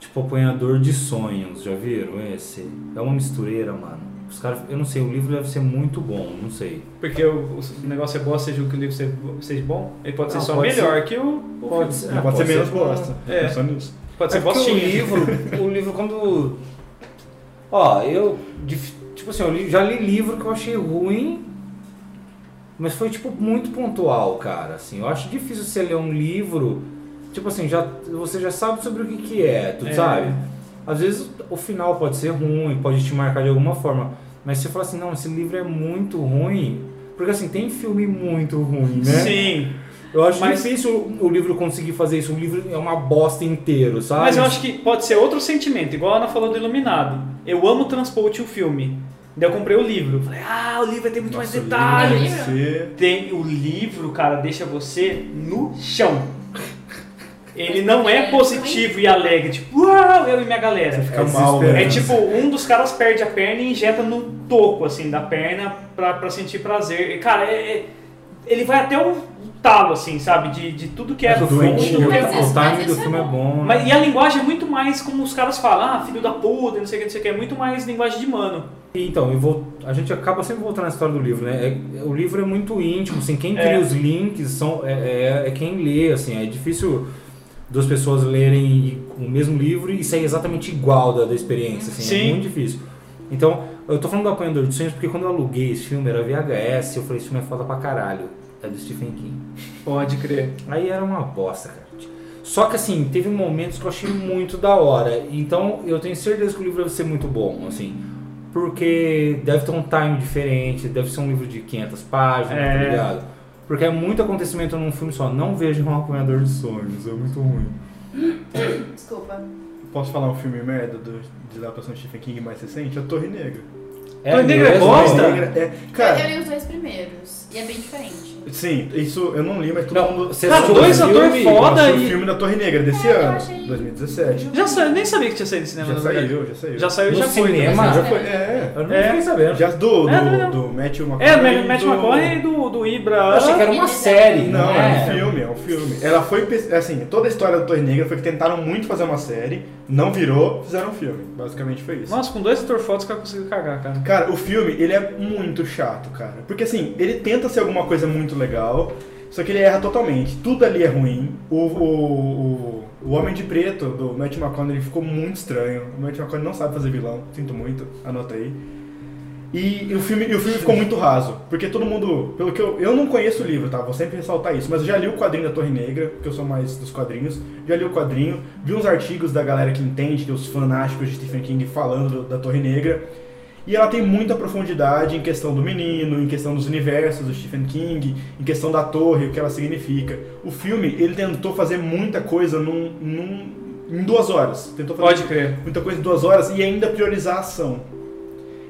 [SPEAKER 4] Tipo, Apanhador de Sonhos, já viram esse? É uma mistureira, mano. Os caras, eu não sei, o livro deve ser muito bom, não sei.
[SPEAKER 2] Porque o, o negócio é bom, seja o que o livro seja, seja bom, ele pode
[SPEAKER 4] Não,
[SPEAKER 2] ser só
[SPEAKER 4] pode
[SPEAKER 2] melhor que o. o filme.
[SPEAKER 4] ser,
[SPEAKER 5] Pode, ser menos bosta.
[SPEAKER 2] É.
[SPEAKER 5] Só nisso.
[SPEAKER 2] Pode ser
[SPEAKER 4] é porque o
[SPEAKER 2] bostinha.
[SPEAKER 4] livro, o livro quando ó, eu dif- tipo assim, eu li- já li livro que eu achei ruim, mas foi tipo muito pontual, cara, assim. Eu acho difícil você ler um livro, tipo assim, já você já sabe sobre o que que é, tu
[SPEAKER 2] É.
[SPEAKER 4] sabe? Às vezes o final pode ser ruim, pode te marcar de alguma forma, mas você fala assim, não, esse livro é muito ruim, porque assim, tem filme muito ruim, né?
[SPEAKER 2] Sim.
[SPEAKER 4] Eu acho
[SPEAKER 2] Mas-
[SPEAKER 4] difícil o livro conseguir fazer isso. O livro é uma bosta inteiro, sabe?
[SPEAKER 2] Mas eu acho que pode ser outro sentimento, igual a Ana falou do Iluminado. Eu amo Transporte o filme. Daí eu comprei o livro. Falei, ah, o livro é vai ter muito mais
[SPEAKER 5] Nossa, o livro
[SPEAKER 3] Ah,
[SPEAKER 2] detalhes.
[SPEAKER 5] deve
[SPEAKER 3] Livro?
[SPEAKER 5] ser-
[SPEAKER 2] Tem o livro, cara, deixa você no chão. Ele não é positivo e alegre, tipo, uau, eu e minha galera.
[SPEAKER 5] Fica mal, né?
[SPEAKER 2] É tipo, um dos caras perde a perna e injeta no toco, assim, da perna pra, pra sentir prazer. E, cara, é- é- ele vai até o talo, assim, sabe? De, de tudo que é
[SPEAKER 4] Mas o doente,
[SPEAKER 2] fundo,
[SPEAKER 4] o,
[SPEAKER 2] que
[SPEAKER 5] né?
[SPEAKER 2] é
[SPEAKER 3] Mas isso-
[SPEAKER 4] o timing
[SPEAKER 3] mas
[SPEAKER 4] do
[SPEAKER 3] isso é
[SPEAKER 4] filme é
[SPEAKER 3] bom.
[SPEAKER 4] bom. né?
[SPEAKER 2] mas, e a linguagem é muito mais como os caras falam, ah, filho da puta, não sei o que, não sei o que, é muito mais linguagem de mano.
[SPEAKER 4] Então, eu vou, a gente acaba sempre voltando à história do livro, né? É- o livro é muito íntimo, assim, quem cria
[SPEAKER 2] É.
[SPEAKER 4] os links são, é, é- é quem lê, assim, é difícil duas pessoas lerem e- o mesmo livro e sair exatamente igual da, da experiência, assim,
[SPEAKER 2] Sim.
[SPEAKER 4] é muito difícil. Então, eu tô falando do Apanhador de Sonhos porque quando eu aluguei esse filme, era VHS, eu falei, esse filme é foda pra caralho, é do Stephen King.
[SPEAKER 2] Pode crer.
[SPEAKER 4] Aí era uma bosta, cara. Só que assim, teve momentos que eu achei muito da hora. Então eu tenho certeza que o livro deve ser muito bom, assim. Porque deve ter um time diferente, deve ser um livro de 500 páginas, tá
[SPEAKER 2] É.
[SPEAKER 4] ligado? Porque é muito acontecimento num filme só. Não vejo um apanhador de sonhos, é muito ruim.
[SPEAKER 3] Desculpa.
[SPEAKER 5] Posso falar um filme merda do, de adaptação de Stephen King mais recente? A Torre Negra.
[SPEAKER 2] Torre Negra é
[SPEAKER 4] mesmo?
[SPEAKER 2] bosta?
[SPEAKER 5] Torre Negra é. Cara,
[SPEAKER 3] eu li os dois primeiros. E é bem diferente.
[SPEAKER 5] sim, isso eu não li, mas todo
[SPEAKER 4] Não,
[SPEAKER 5] mundo.
[SPEAKER 4] você
[SPEAKER 2] Cara,
[SPEAKER 4] assistiu
[SPEAKER 2] dois
[SPEAKER 4] o
[SPEAKER 2] atores
[SPEAKER 4] filme?
[SPEAKER 2] foda.
[SPEAKER 5] Nossa,
[SPEAKER 2] e-
[SPEAKER 5] o filme da Torre Negra desse
[SPEAKER 3] É, eu
[SPEAKER 5] ano,
[SPEAKER 3] achei-
[SPEAKER 5] 2017.
[SPEAKER 2] Já sa... eu nem sabia que tinha saído do cinema.
[SPEAKER 5] Já
[SPEAKER 2] na verdade.
[SPEAKER 5] saiu, já saiu.
[SPEAKER 2] Já saiu,
[SPEAKER 4] No
[SPEAKER 2] já foi. né?
[SPEAKER 4] cinema?
[SPEAKER 2] também.
[SPEAKER 5] Já foi, é.
[SPEAKER 4] Eu não
[SPEAKER 2] É.
[SPEAKER 4] fiquei sabendo.
[SPEAKER 5] Já do, do,
[SPEAKER 2] É, não.
[SPEAKER 5] do Matthew McConaughey.
[SPEAKER 2] É, o Matt
[SPEAKER 5] do-
[SPEAKER 2] McConaughey e do, do
[SPEAKER 4] Eu
[SPEAKER 2] Ibra.
[SPEAKER 4] achei que era uma série,
[SPEAKER 5] Não, é. um
[SPEAKER 4] é?
[SPEAKER 5] filme, é um filme. Ela foi, pe- assim, toda a história da Torre Negra foi que tentaram muito fazer uma série, não virou, fizeram um filme. Basicamente foi isso.
[SPEAKER 2] Nossa, com dois ator fotos que eu consigo cagar, cara.
[SPEAKER 5] Cara, o filme, ele é muito chato, cara. Porque assim, ele tenta ser alguma coisa muito legal, só que ele erra totalmente. Tudo ali é ruim. O, o, o, o Homem de Preto, do Matt McConaughey, ele ficou muito estranho. O Matt McConaughey não sabe fazer vilão, sinto muito, anotei. E, e o filme, e o filme ficou muito raso, porque todo mundo, pelo que eu, eu não conheço o livro, tá? Vou sempre ressaltar isso, mas eu já li o quadrinho da Torre Negra, que eu sou mais dos quadrinhos, já li o quadrinho, vi uns artigos da galera que entende, que os fanáticos de Stephen King falando da Torre Negra, e ela tem muita profundidade em questão do menino, em questão dos universos do Stephen King, em questão da torre, o que ela significa. O filme, ele tentou fazer muita coisa num, num- em duas horas. Tentou fazer
[SPEAKER 2] Pode crer.
[SPEAKER 5] muita coisa em duas horas e ainda priorizar a ação.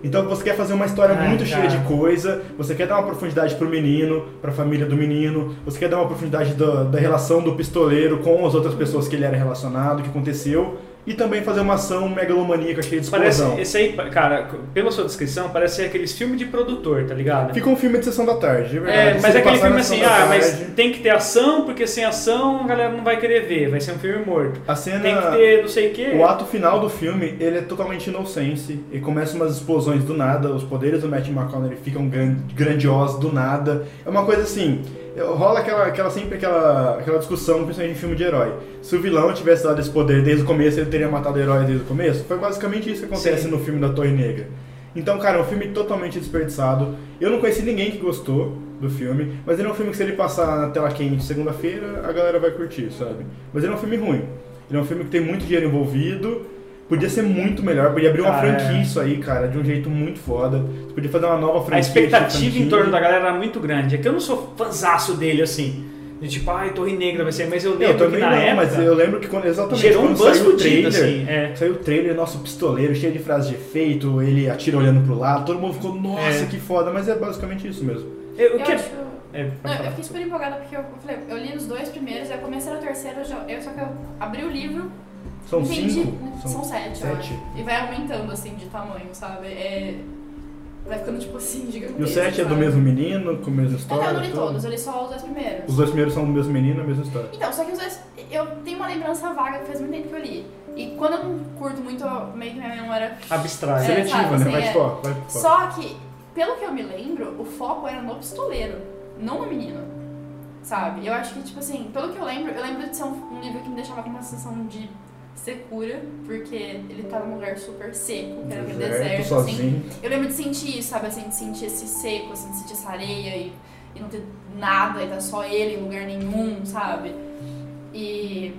[SPEAKER 5] Então você quer fazer uma história
[SPEAKER 2] Ah,
[SPEAKER 5] muito
[SPEAKER 2] cara.
[SPEAKER 5] cheia de coisa, você quer dar uma profundidade pro menino, pra família do menino, você quer dar uma profundidade da, da relação do pistoleiro com as outras pessoas que ele era relacionado, o que aconteceu, e também fazer uma ação megalomaníaca cheia de
[SPEAKER 2] Parece,
[SPEAKER 5] explosão.
[SPEAKER 2] esse aí, cara, pela sua descrição, parece aqueles filmes de produtor, tá ligado?
[SPEAKER 5] Fica um filme de sessão da tarde, de verdade.
[SPEAKER 2] É,
[SPEAKER 5] Se
[SPEAKER 2] mas é aquele
[SPEAKER 5] passar
[SPEAKER 2] filme
[SPEAKER 5] na
[SPEAKER 2] assim,
[SPEAKER 5] sessão da
[SPEAKER 2] ah, mas
[SPEAKER 5] tarde,
[SPEAKER 2] tem que ter ação, porque sem ação a galera não vai querer ver, vai ser um filme morto.
[SPEAKER 5] A cena...
[SPEAKER 2] Tem que ter não sei o quê.
[SPEAKER 5] O ato final do filme, ele é totalmente inocente e começa umas explosões do nada, os poderes do Matt McConaughey ficam gran- grandiosos do nada. É uma coisa assim, rola aquela, aquela sempre aquela, aquela discussão, principalmente em filme de herói. Se o vilão tivesse dado esse poder desde o começo, ele teria matado o herói desde o começo. Foi basicamente isso que acontece
[SPEAKER 2] Sim.
[SPEAKER 5] no filme da Torre Negra. Então, cara, é um filme totalmente desperdiçado. Eu não conheci ninguém que gostou do filme, mas ele é um filme que se ele passar na tela quente segunda-feira, a galera vai curtir, sabe? Mas ele é um filme ruim. Ele é um filme que tem muito dinheiro envolvido. Podia ser muito melhor, podia abrir uma
[SPEAKER 2] Cara,
[SPEAKER 5] franquia isso aí, cara, de um jeito muito foda. Você podia fazer uma nova franquia. tipo,
[SPEAKER 2] A expectativa
[SPEAKER 5] de franquia.
[SPEAKER 2] em torno da galera era muito grande. É que eu não sou fãzaço dele, assim. De tipo, ai, Torre Negra vai ser, mas eu
[SPEAKER 5] Eu
[SPEAKER 2] lembro que
[SPEAKER 5] também
[SPEAKER 2] na
[SPEAKER 5] não,
[SPEAKER 2] época
[SPEAKER 5] mas eu lembro que quando, exatamente
[SPEAKER 2] gerou um
[SPEAKER 5] quando
[SPEAKER 2] buzz
[SPEAKER 5] saiu o
[SPEAKER 2] fudido,
[SPEAKER 5] trailer,
[SPEAKER 2] assim. É.
[SPEAKER 5] saiu o trailer, nosso pistoleiro cheio de frases de efeito, ele atira olhando pro lado, todo mundo ficou, nossa,
[SPEAKER 2] É.
[SPEAKER 5] que foda, mas é basicamente isso mesmo.
[SPEAKER 2] Eu, o
[SPEAKER 3] Eu
[SPEAKER 2] que...
[SPEAKER 3] acho-
[SPEAKER 2] É, pode
[SPEAKER 3] Não,
[SPEAKER 2] falar.
[SPEAKER 3] eu fiquei super empolgada porque eu, eu falei, eu li nos dois primeiros, eu comecei no terceiro, eu, já- eu- só que eu abri o livro,
[SPEAKER 5] São
[SPEAKER 3] entendi.
[SPEAKER 5] cinco?
[SPEAKER 3] São, sete, eu
[SPEAKER 5] sete.
[SPEAKER 3] acho. E vai aumentando assim de tamanho, sabe? É, vai ficando tipo assim, gigantesco.
[SPEAKER 5] E o sete é do
[SPEAKER 3] sabe?
[SPEAKER 5] mesmo menino, com a mesma
[SPEAKER 3] Não,
[SPEAKER 5] história?
[SPEAKER 3] não, eu não li
[SPEAKER 5] tudo?
[SPEAKER 3] todos, eu li só os dois primeiros.
[SPEAKER 5] Os dois primeiros são do mesmo menino, a mesma história.
[SPEAKER 3] Então, só que os dois. Eu tenho uma lembrança vaga que faz muito tempo que eu li. E quando eu não curto muito, eu- meio que minha memória.
[SPEAKER 2] Abstrai.
[SPEAKER 3] É.
[SPEAKER 5] Seletiva,
[SPEAKER 3] sabe,
[SPEAKER 5] né?
[SPEAKER 3] assim,
[SPEAKER 5] vai
[SPEAKER 3] é.
[SPEAKER 5] de fora, vai de fora.
[SPEAKER 3] Só que, pelo que eu me lembro, o foco era no pistoleiro, não no menino. Sabe? Eu acho que, tipo assim, pelo que eu lembro, eu lembro de ser um, um livro que me deixava com uma sensação de secura, porque ele tava num lugar super seco, que era aquele deserto, assim.
[SPEAKER 5] é, sozinho.
[SPEAKER 3] Eu lembro de sentir isso, sabe? Assim, de sentir esse seco, assim, de sentir essa areia e, e não ter nada, e tá só ele em lugar nenhum, sabe? E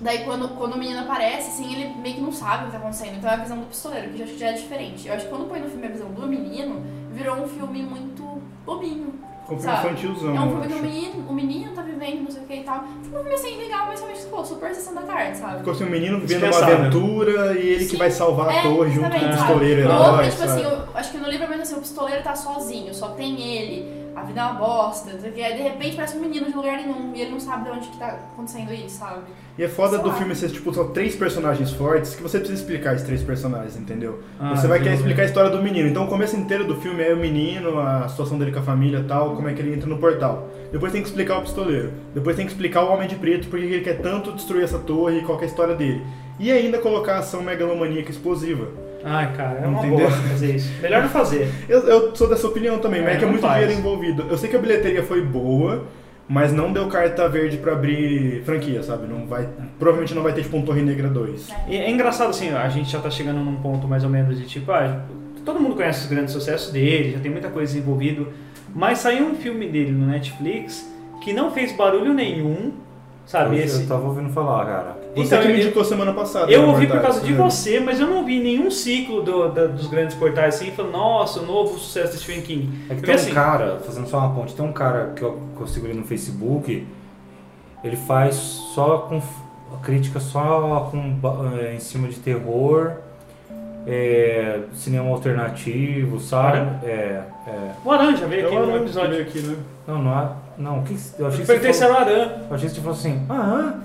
[SPEAKER 3] daí quando, quando o menino aparece, assim, ele meio que não sabe o que tá acontecendo. Então é a visão do pistoleiro, que eu acho que já é diferente. Eu acho que quando põe no filme a visão do menino, virou um filme muito bobinho.
[SPEAKER 5] Com filme
[SPEAKER 3] Sabe?
[SPEAKER 5] infantilzão,
[SPEAKER 3] é um filme
[SPEAKER 5] eu
[SPEAKER 3] que o
[SPEAKER 5] acho.
[SPEAKER 3] menino, o menino tá vivendo, não sei o que e tal. Foi um filme assim legal, mas realmente, pô, super sessão da tarde, sabe?
[SPEAKER 5] Ficou assim, o menino vivendo uma
[SPEAKER 2] Dispensável.
[SPEAKER 5] aventura e ele que
[SPEAKER 3] Sim,
[SPEAKER 5] vai salvar a torre junto com
[SPEAKER 3] É,
[SPEAKER 5] o
[SPEAKER 3] exatamente,
[SPEAKER 5] pistoleiro
[SPEAKER 3] sabe?
[SPEAKER 5] herói,
[SPEAKER 3] O outro, tipo
[SPEAKER 5] sabe?
[SPEAKER 3] assim, eu acho que no livro mesmo assim, o pistoleiro tá sozinho, só tem ele, a vida é uma bosta, não sei o quê. aí de repente parece um menino de lugar nenhum e ele não sabe de onde que tá acontecendo isso, sabe?
[SPEAKER 5] E é foda
[SPEAKER 3] Sei
[SPEAKER 5] do
[SPEAKER 3] lá.
[SPEAKER 5] filme ser, tipo, só três personagens fortes que você precisa explicar esses três personagens, entendeu?
[SPEAKER 2] Ah,
[SPEAKER 5] você vai querer
[SPEAKER 2] entendi.
[SPEAKER 5] explicar a história do menino. Então o começo inteiro do filme é o menino, a situação dele com a família e tal, como é que ele entra no portal. Depois tem que explicar o pistoleiro. Depois tem que explicar o Homem de Preto, porque ele quer tanto destruir essa torre e qual que é a história dele. E ainda colocar a ação megalomaníaca explosiva.
[SPEAKER 2] Ai, cara, é uma
[SPEAKER 5] Entendeu?
[SPEAKER 2] boa fazer isso. Melhor não fazer.
[SPEAKER 5] Eu, eu sou dessa opinião também, mas
[SPEAKER 2] É,
[SPEAKER 5] é que é
[SPEAKER 2] não
[SPEAKER 5] muito
[SPEAKER 2] faz.
[SPEAKER 5] dinheiro envolvido. Eu sei que a bilheteria foi boa, mas não deu carta verde pra abrir franquia, sabe? Não vai, provavelmente não vai ter tipo um Torre Negra 2.
[SPEAKER 2] E é engraçado assim, a gente já tá chegando num ponto mais ou menos de tipo, ah, todo mundo conhece os grandes sucessos dele, já tem muita coisa envolvida, mas saiu um filme dele no Netflix que não fez barulho nenhum, sabe?
[SPEAKER 4] Eu,
[SPEAKER 2] Esse-
[SPEAKER 4] eu tava ouvindo falar, cara.
[SPEAKER 5] Você
[SPEAKER 2] Então,
[SPEAKER 5] que me
[SPEAKER 2] eu-
[SPEAKER 5] indicou semana passada.
[SPEAKER 2] Eu
[SPEAKER 5] na
[SPEAKER 2] ouvi por
[SPEAKER 5] verdade,
[SPEAKER 2] causa de
[SPEAKER 5] né?
[SPEAKER 2] você, mas eu não vi nenhum ciclo do- da- dos grandes portais assim, falando, nossa, o novo sucesso de Stephen King.
[SPEAKER 4] É que
[SPEAKER 2] Porque,
[SPEAKER 4] tem um
[SPEAKER 2] assim,
[SPEAKER 4] cara, fazendo só uma ponte, tem um cara que eu, que eu segurei no Facebook, ele faz só com f- crítica só com, ba- eh, em cima de terror, eh, cinema alternativo, sabe? É, é.
[SPEAKER 2] O Aran já veio
[SPEAKER 5] Eu
[SPEAKER 2] aqui no
[SPEAKER 5] não
[SPEAKER 2] episódio.
[SPEAKER 5] episódio aqui, né?
[SPEAKER 4] Não, não há. Não, o que, que- eu
[SPEAKER 2] Eu
[SPEAKER 4] achei que
[SPEAKER 2] perguntei
[SPEAKER 4] você
[SPEAKER 2] se era
[SPEAKER 4] falou,
[SPEAKER 2] o Aran.
[SPEAKER 4] eu achei que você falou assim, aham.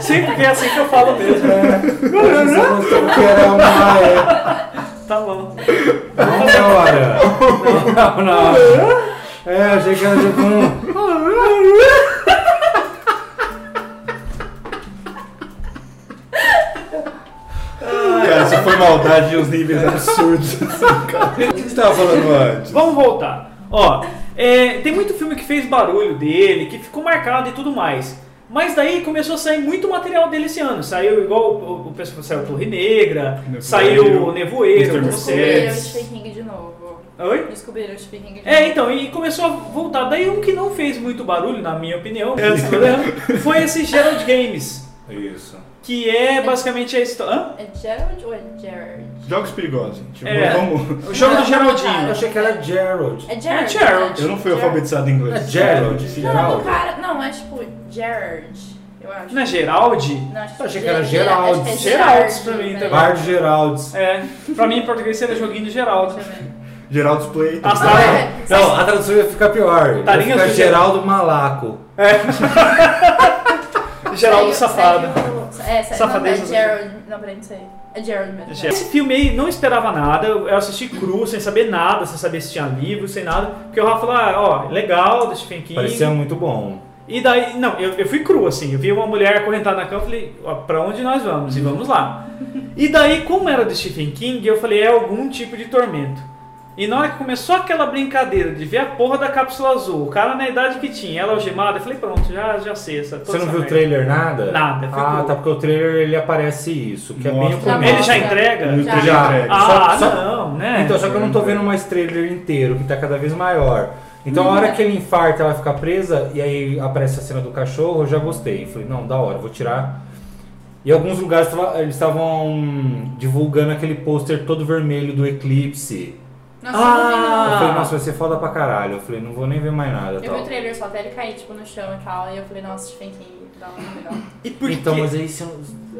[SPEAKER 2] Sim, porque é assim que eu falo mesmo.
[SPEAKER 4] Eu achei que você falou assim, que era uma. é,
[SPEAKER 2] Tá bom.
[SPEAKER 4] Não, cara. Não, não. É, eu achei que era tipo um.
[SPEAKER 2] Ah, é.
[SPEAKER 5] Cara, isso foi maldade de uns níveis absurdos. assim, cara. O que você tava falando antes?
[SPEAKER 2] Vamos voltar. Ó, é, tem muito filme que fez barulho dele, que ficou marcado e tudo mais. Mas daí começou a sair muito material dele esse ano. Saiu igual o, o pessoal saiu Torre Negra,
[SPEAKER 5] Nevoeiro.
[SPEAKER 2] saiu o
[SPEAKER 5] Mr.
[SPEAKER 2] Nevoeiro,
[SPEAKER 3] Descobriram o
[SPEAKER 2] Mercedes.
[SPEAKER 3] Stephen King de novo.
[SPEAKER 2] Oi?
[SPEAKER 3] Descobriram o Stephen King de
[SPEAKER 2] É,
[SPEAKER 3] novo.
[SPEAKER 2] então, e começou a voltar. Daí um que não fez muito barulho, na minha opinião, antes do programa, foi esse Gerald Games,
[SPEAKER 4] Isso.
[SPEAKER 2] que é basicamente a história.
[SPEAKER 3] É Gerald ou é Gerard?
[SPEAKER 5] Jogos perigosos, gente.
[SPEAKER 2] É.
[SPEAKER 5] Vamos.
[SPEAKER 2] O jogo do
[SPEAKER 4] Eu
[SPEAKER 2] Geraldinho.
[SPEAKER 4] achei que era Gerald.
[SPEAKER 3] É Gerard.
[SPEAKER 2] É Gerard.
[SPEAKER 5] Eu não fui alfabetizado em inglês.
[SPEAKER 4] É Gerald,
[SPEAKER 3] Não, não,
[SPEAKER 4] Gerald.
[SPEAKER 3] cara. Não, é tipo Gerard, eu acho.
[SPEAKER 2] Não é Geraldi?
[SPEAKER 3] Não, acho
[SPEAKER 4] Eu achei que era
[SPEAKER 3] Gerard, acho que é
[SPEAKER 2] Geraldes pra mim
[SPEAKER 3] né?
[SPEAKER 2] também.
[SPEAKER 4] Bar de Geraldes.
[SPEAKER 2] É, pra mim em português seria joguinho do Geraldo.
[SPEAKER 3] Deixa eu ver.
[SPEAKER 5] Geraldo's Play. tá
[SPEAKER 2] As
[SPEAKER 3] Ah,
[SPEAKER 2] taras-
[SPEAKER 3] é.
[SPEAKER 4] Não, a tradução ia ficar pior. Ia
[SPEAKER 2] Tarinhas
[SPEAKER 4] ficar
[SPEAKER 2] do
[SPEAKER 4] Geraldo Malaco.
[SPEAKER 2] Geraldo
[SPEAKER 3] Saiu-
[SPEAKER 2] Safado.
[SPEAKER 3] saiu- É, saiu,
[SPEAKER 2] Safadeza.
[SPEAKER 3] Não, é Gerald. Não, peraí, não sei. É Gerald mesmo.
[SPEAKER 2] Esse filme aí não esperava nada, eu assisti cru, sem saber nada, sem saber se tinha livro, sem nada. Porque o Rafa falou, ah, ó, legal, do Stephen King.
[SPEAKER 4] Parecia um muito bom.
[SPEAKER 2] E daí, não, eu, eu fui cru, assim, eu vi uma mulher acorrentada na cama e falei, ó, pra onde nós vamos? E vamos lá. E daí, como era do Stephen King, eu falei, é algum tipo de tormento. E na hora que começou aquela brincadeira de ver a porra da cápsula azul, o cara na idade que tinha, ela algemada, eu falei, pronto, já, já sei essa. toda
[SPEAKER 4] Você não
[SPEAKER 2] essa
[SPEAKER 4] viu o
[SPEAKER 2] merda.
[SPEAKER 4] trailer nada?
[SPEAKER 2] Nada, foi um
[SPEAKER 4] Ah,
[SPEAKER 2] tudo.
[SPEAKER 4] tá, porque o trailer ele aparece isso, que é bem o
[SPEAKER 5] Mostra.
[SPEAKER 4] começo.
[SPEAKER 2] Ele já entrega?
[SPEAKER 5] No
[SPEAKER 3] Já.
[SPEAKER 5] trailer entrega.
[SPEAKER 2] Ah,
[SPEAKER 4] Só- só-
[SPEAKER 2] não, né?
[SPEAKER 4] Então, só que eu não tô vendo mais trailer inteiro, que tá cada vez maior. Então, a hora que ele infarta, ela fica presa, e aí aparece a cena do cachorro, eu já gostei. Falei, não, da hora, vou tirar. E alguns lugares tava- eles estavam divulgando aquele pôster todo vermelho do Eclipse.
[SPEAKER 3] Nossa, eu não vi, não.
[SPEAKER 2] Ah.
[SPEAKER 4] Eu falei, nossa, vai ser foda pra caralho. Eu falei, não vou nem ver mais nada.
[SPEAKER 3] Eu vi
[SPEAKER 4] Tal.
[SPEAKER 3] o trailer só até ele cair, tipo, no chão e tal. E eu falei, nossa, Stephen King, dá uma legal.
[SPEAKER 2] E por
[SPEAKER 4] Então,
[SPEAKER 2] quê?
[SPEAKER 4] mas aí são-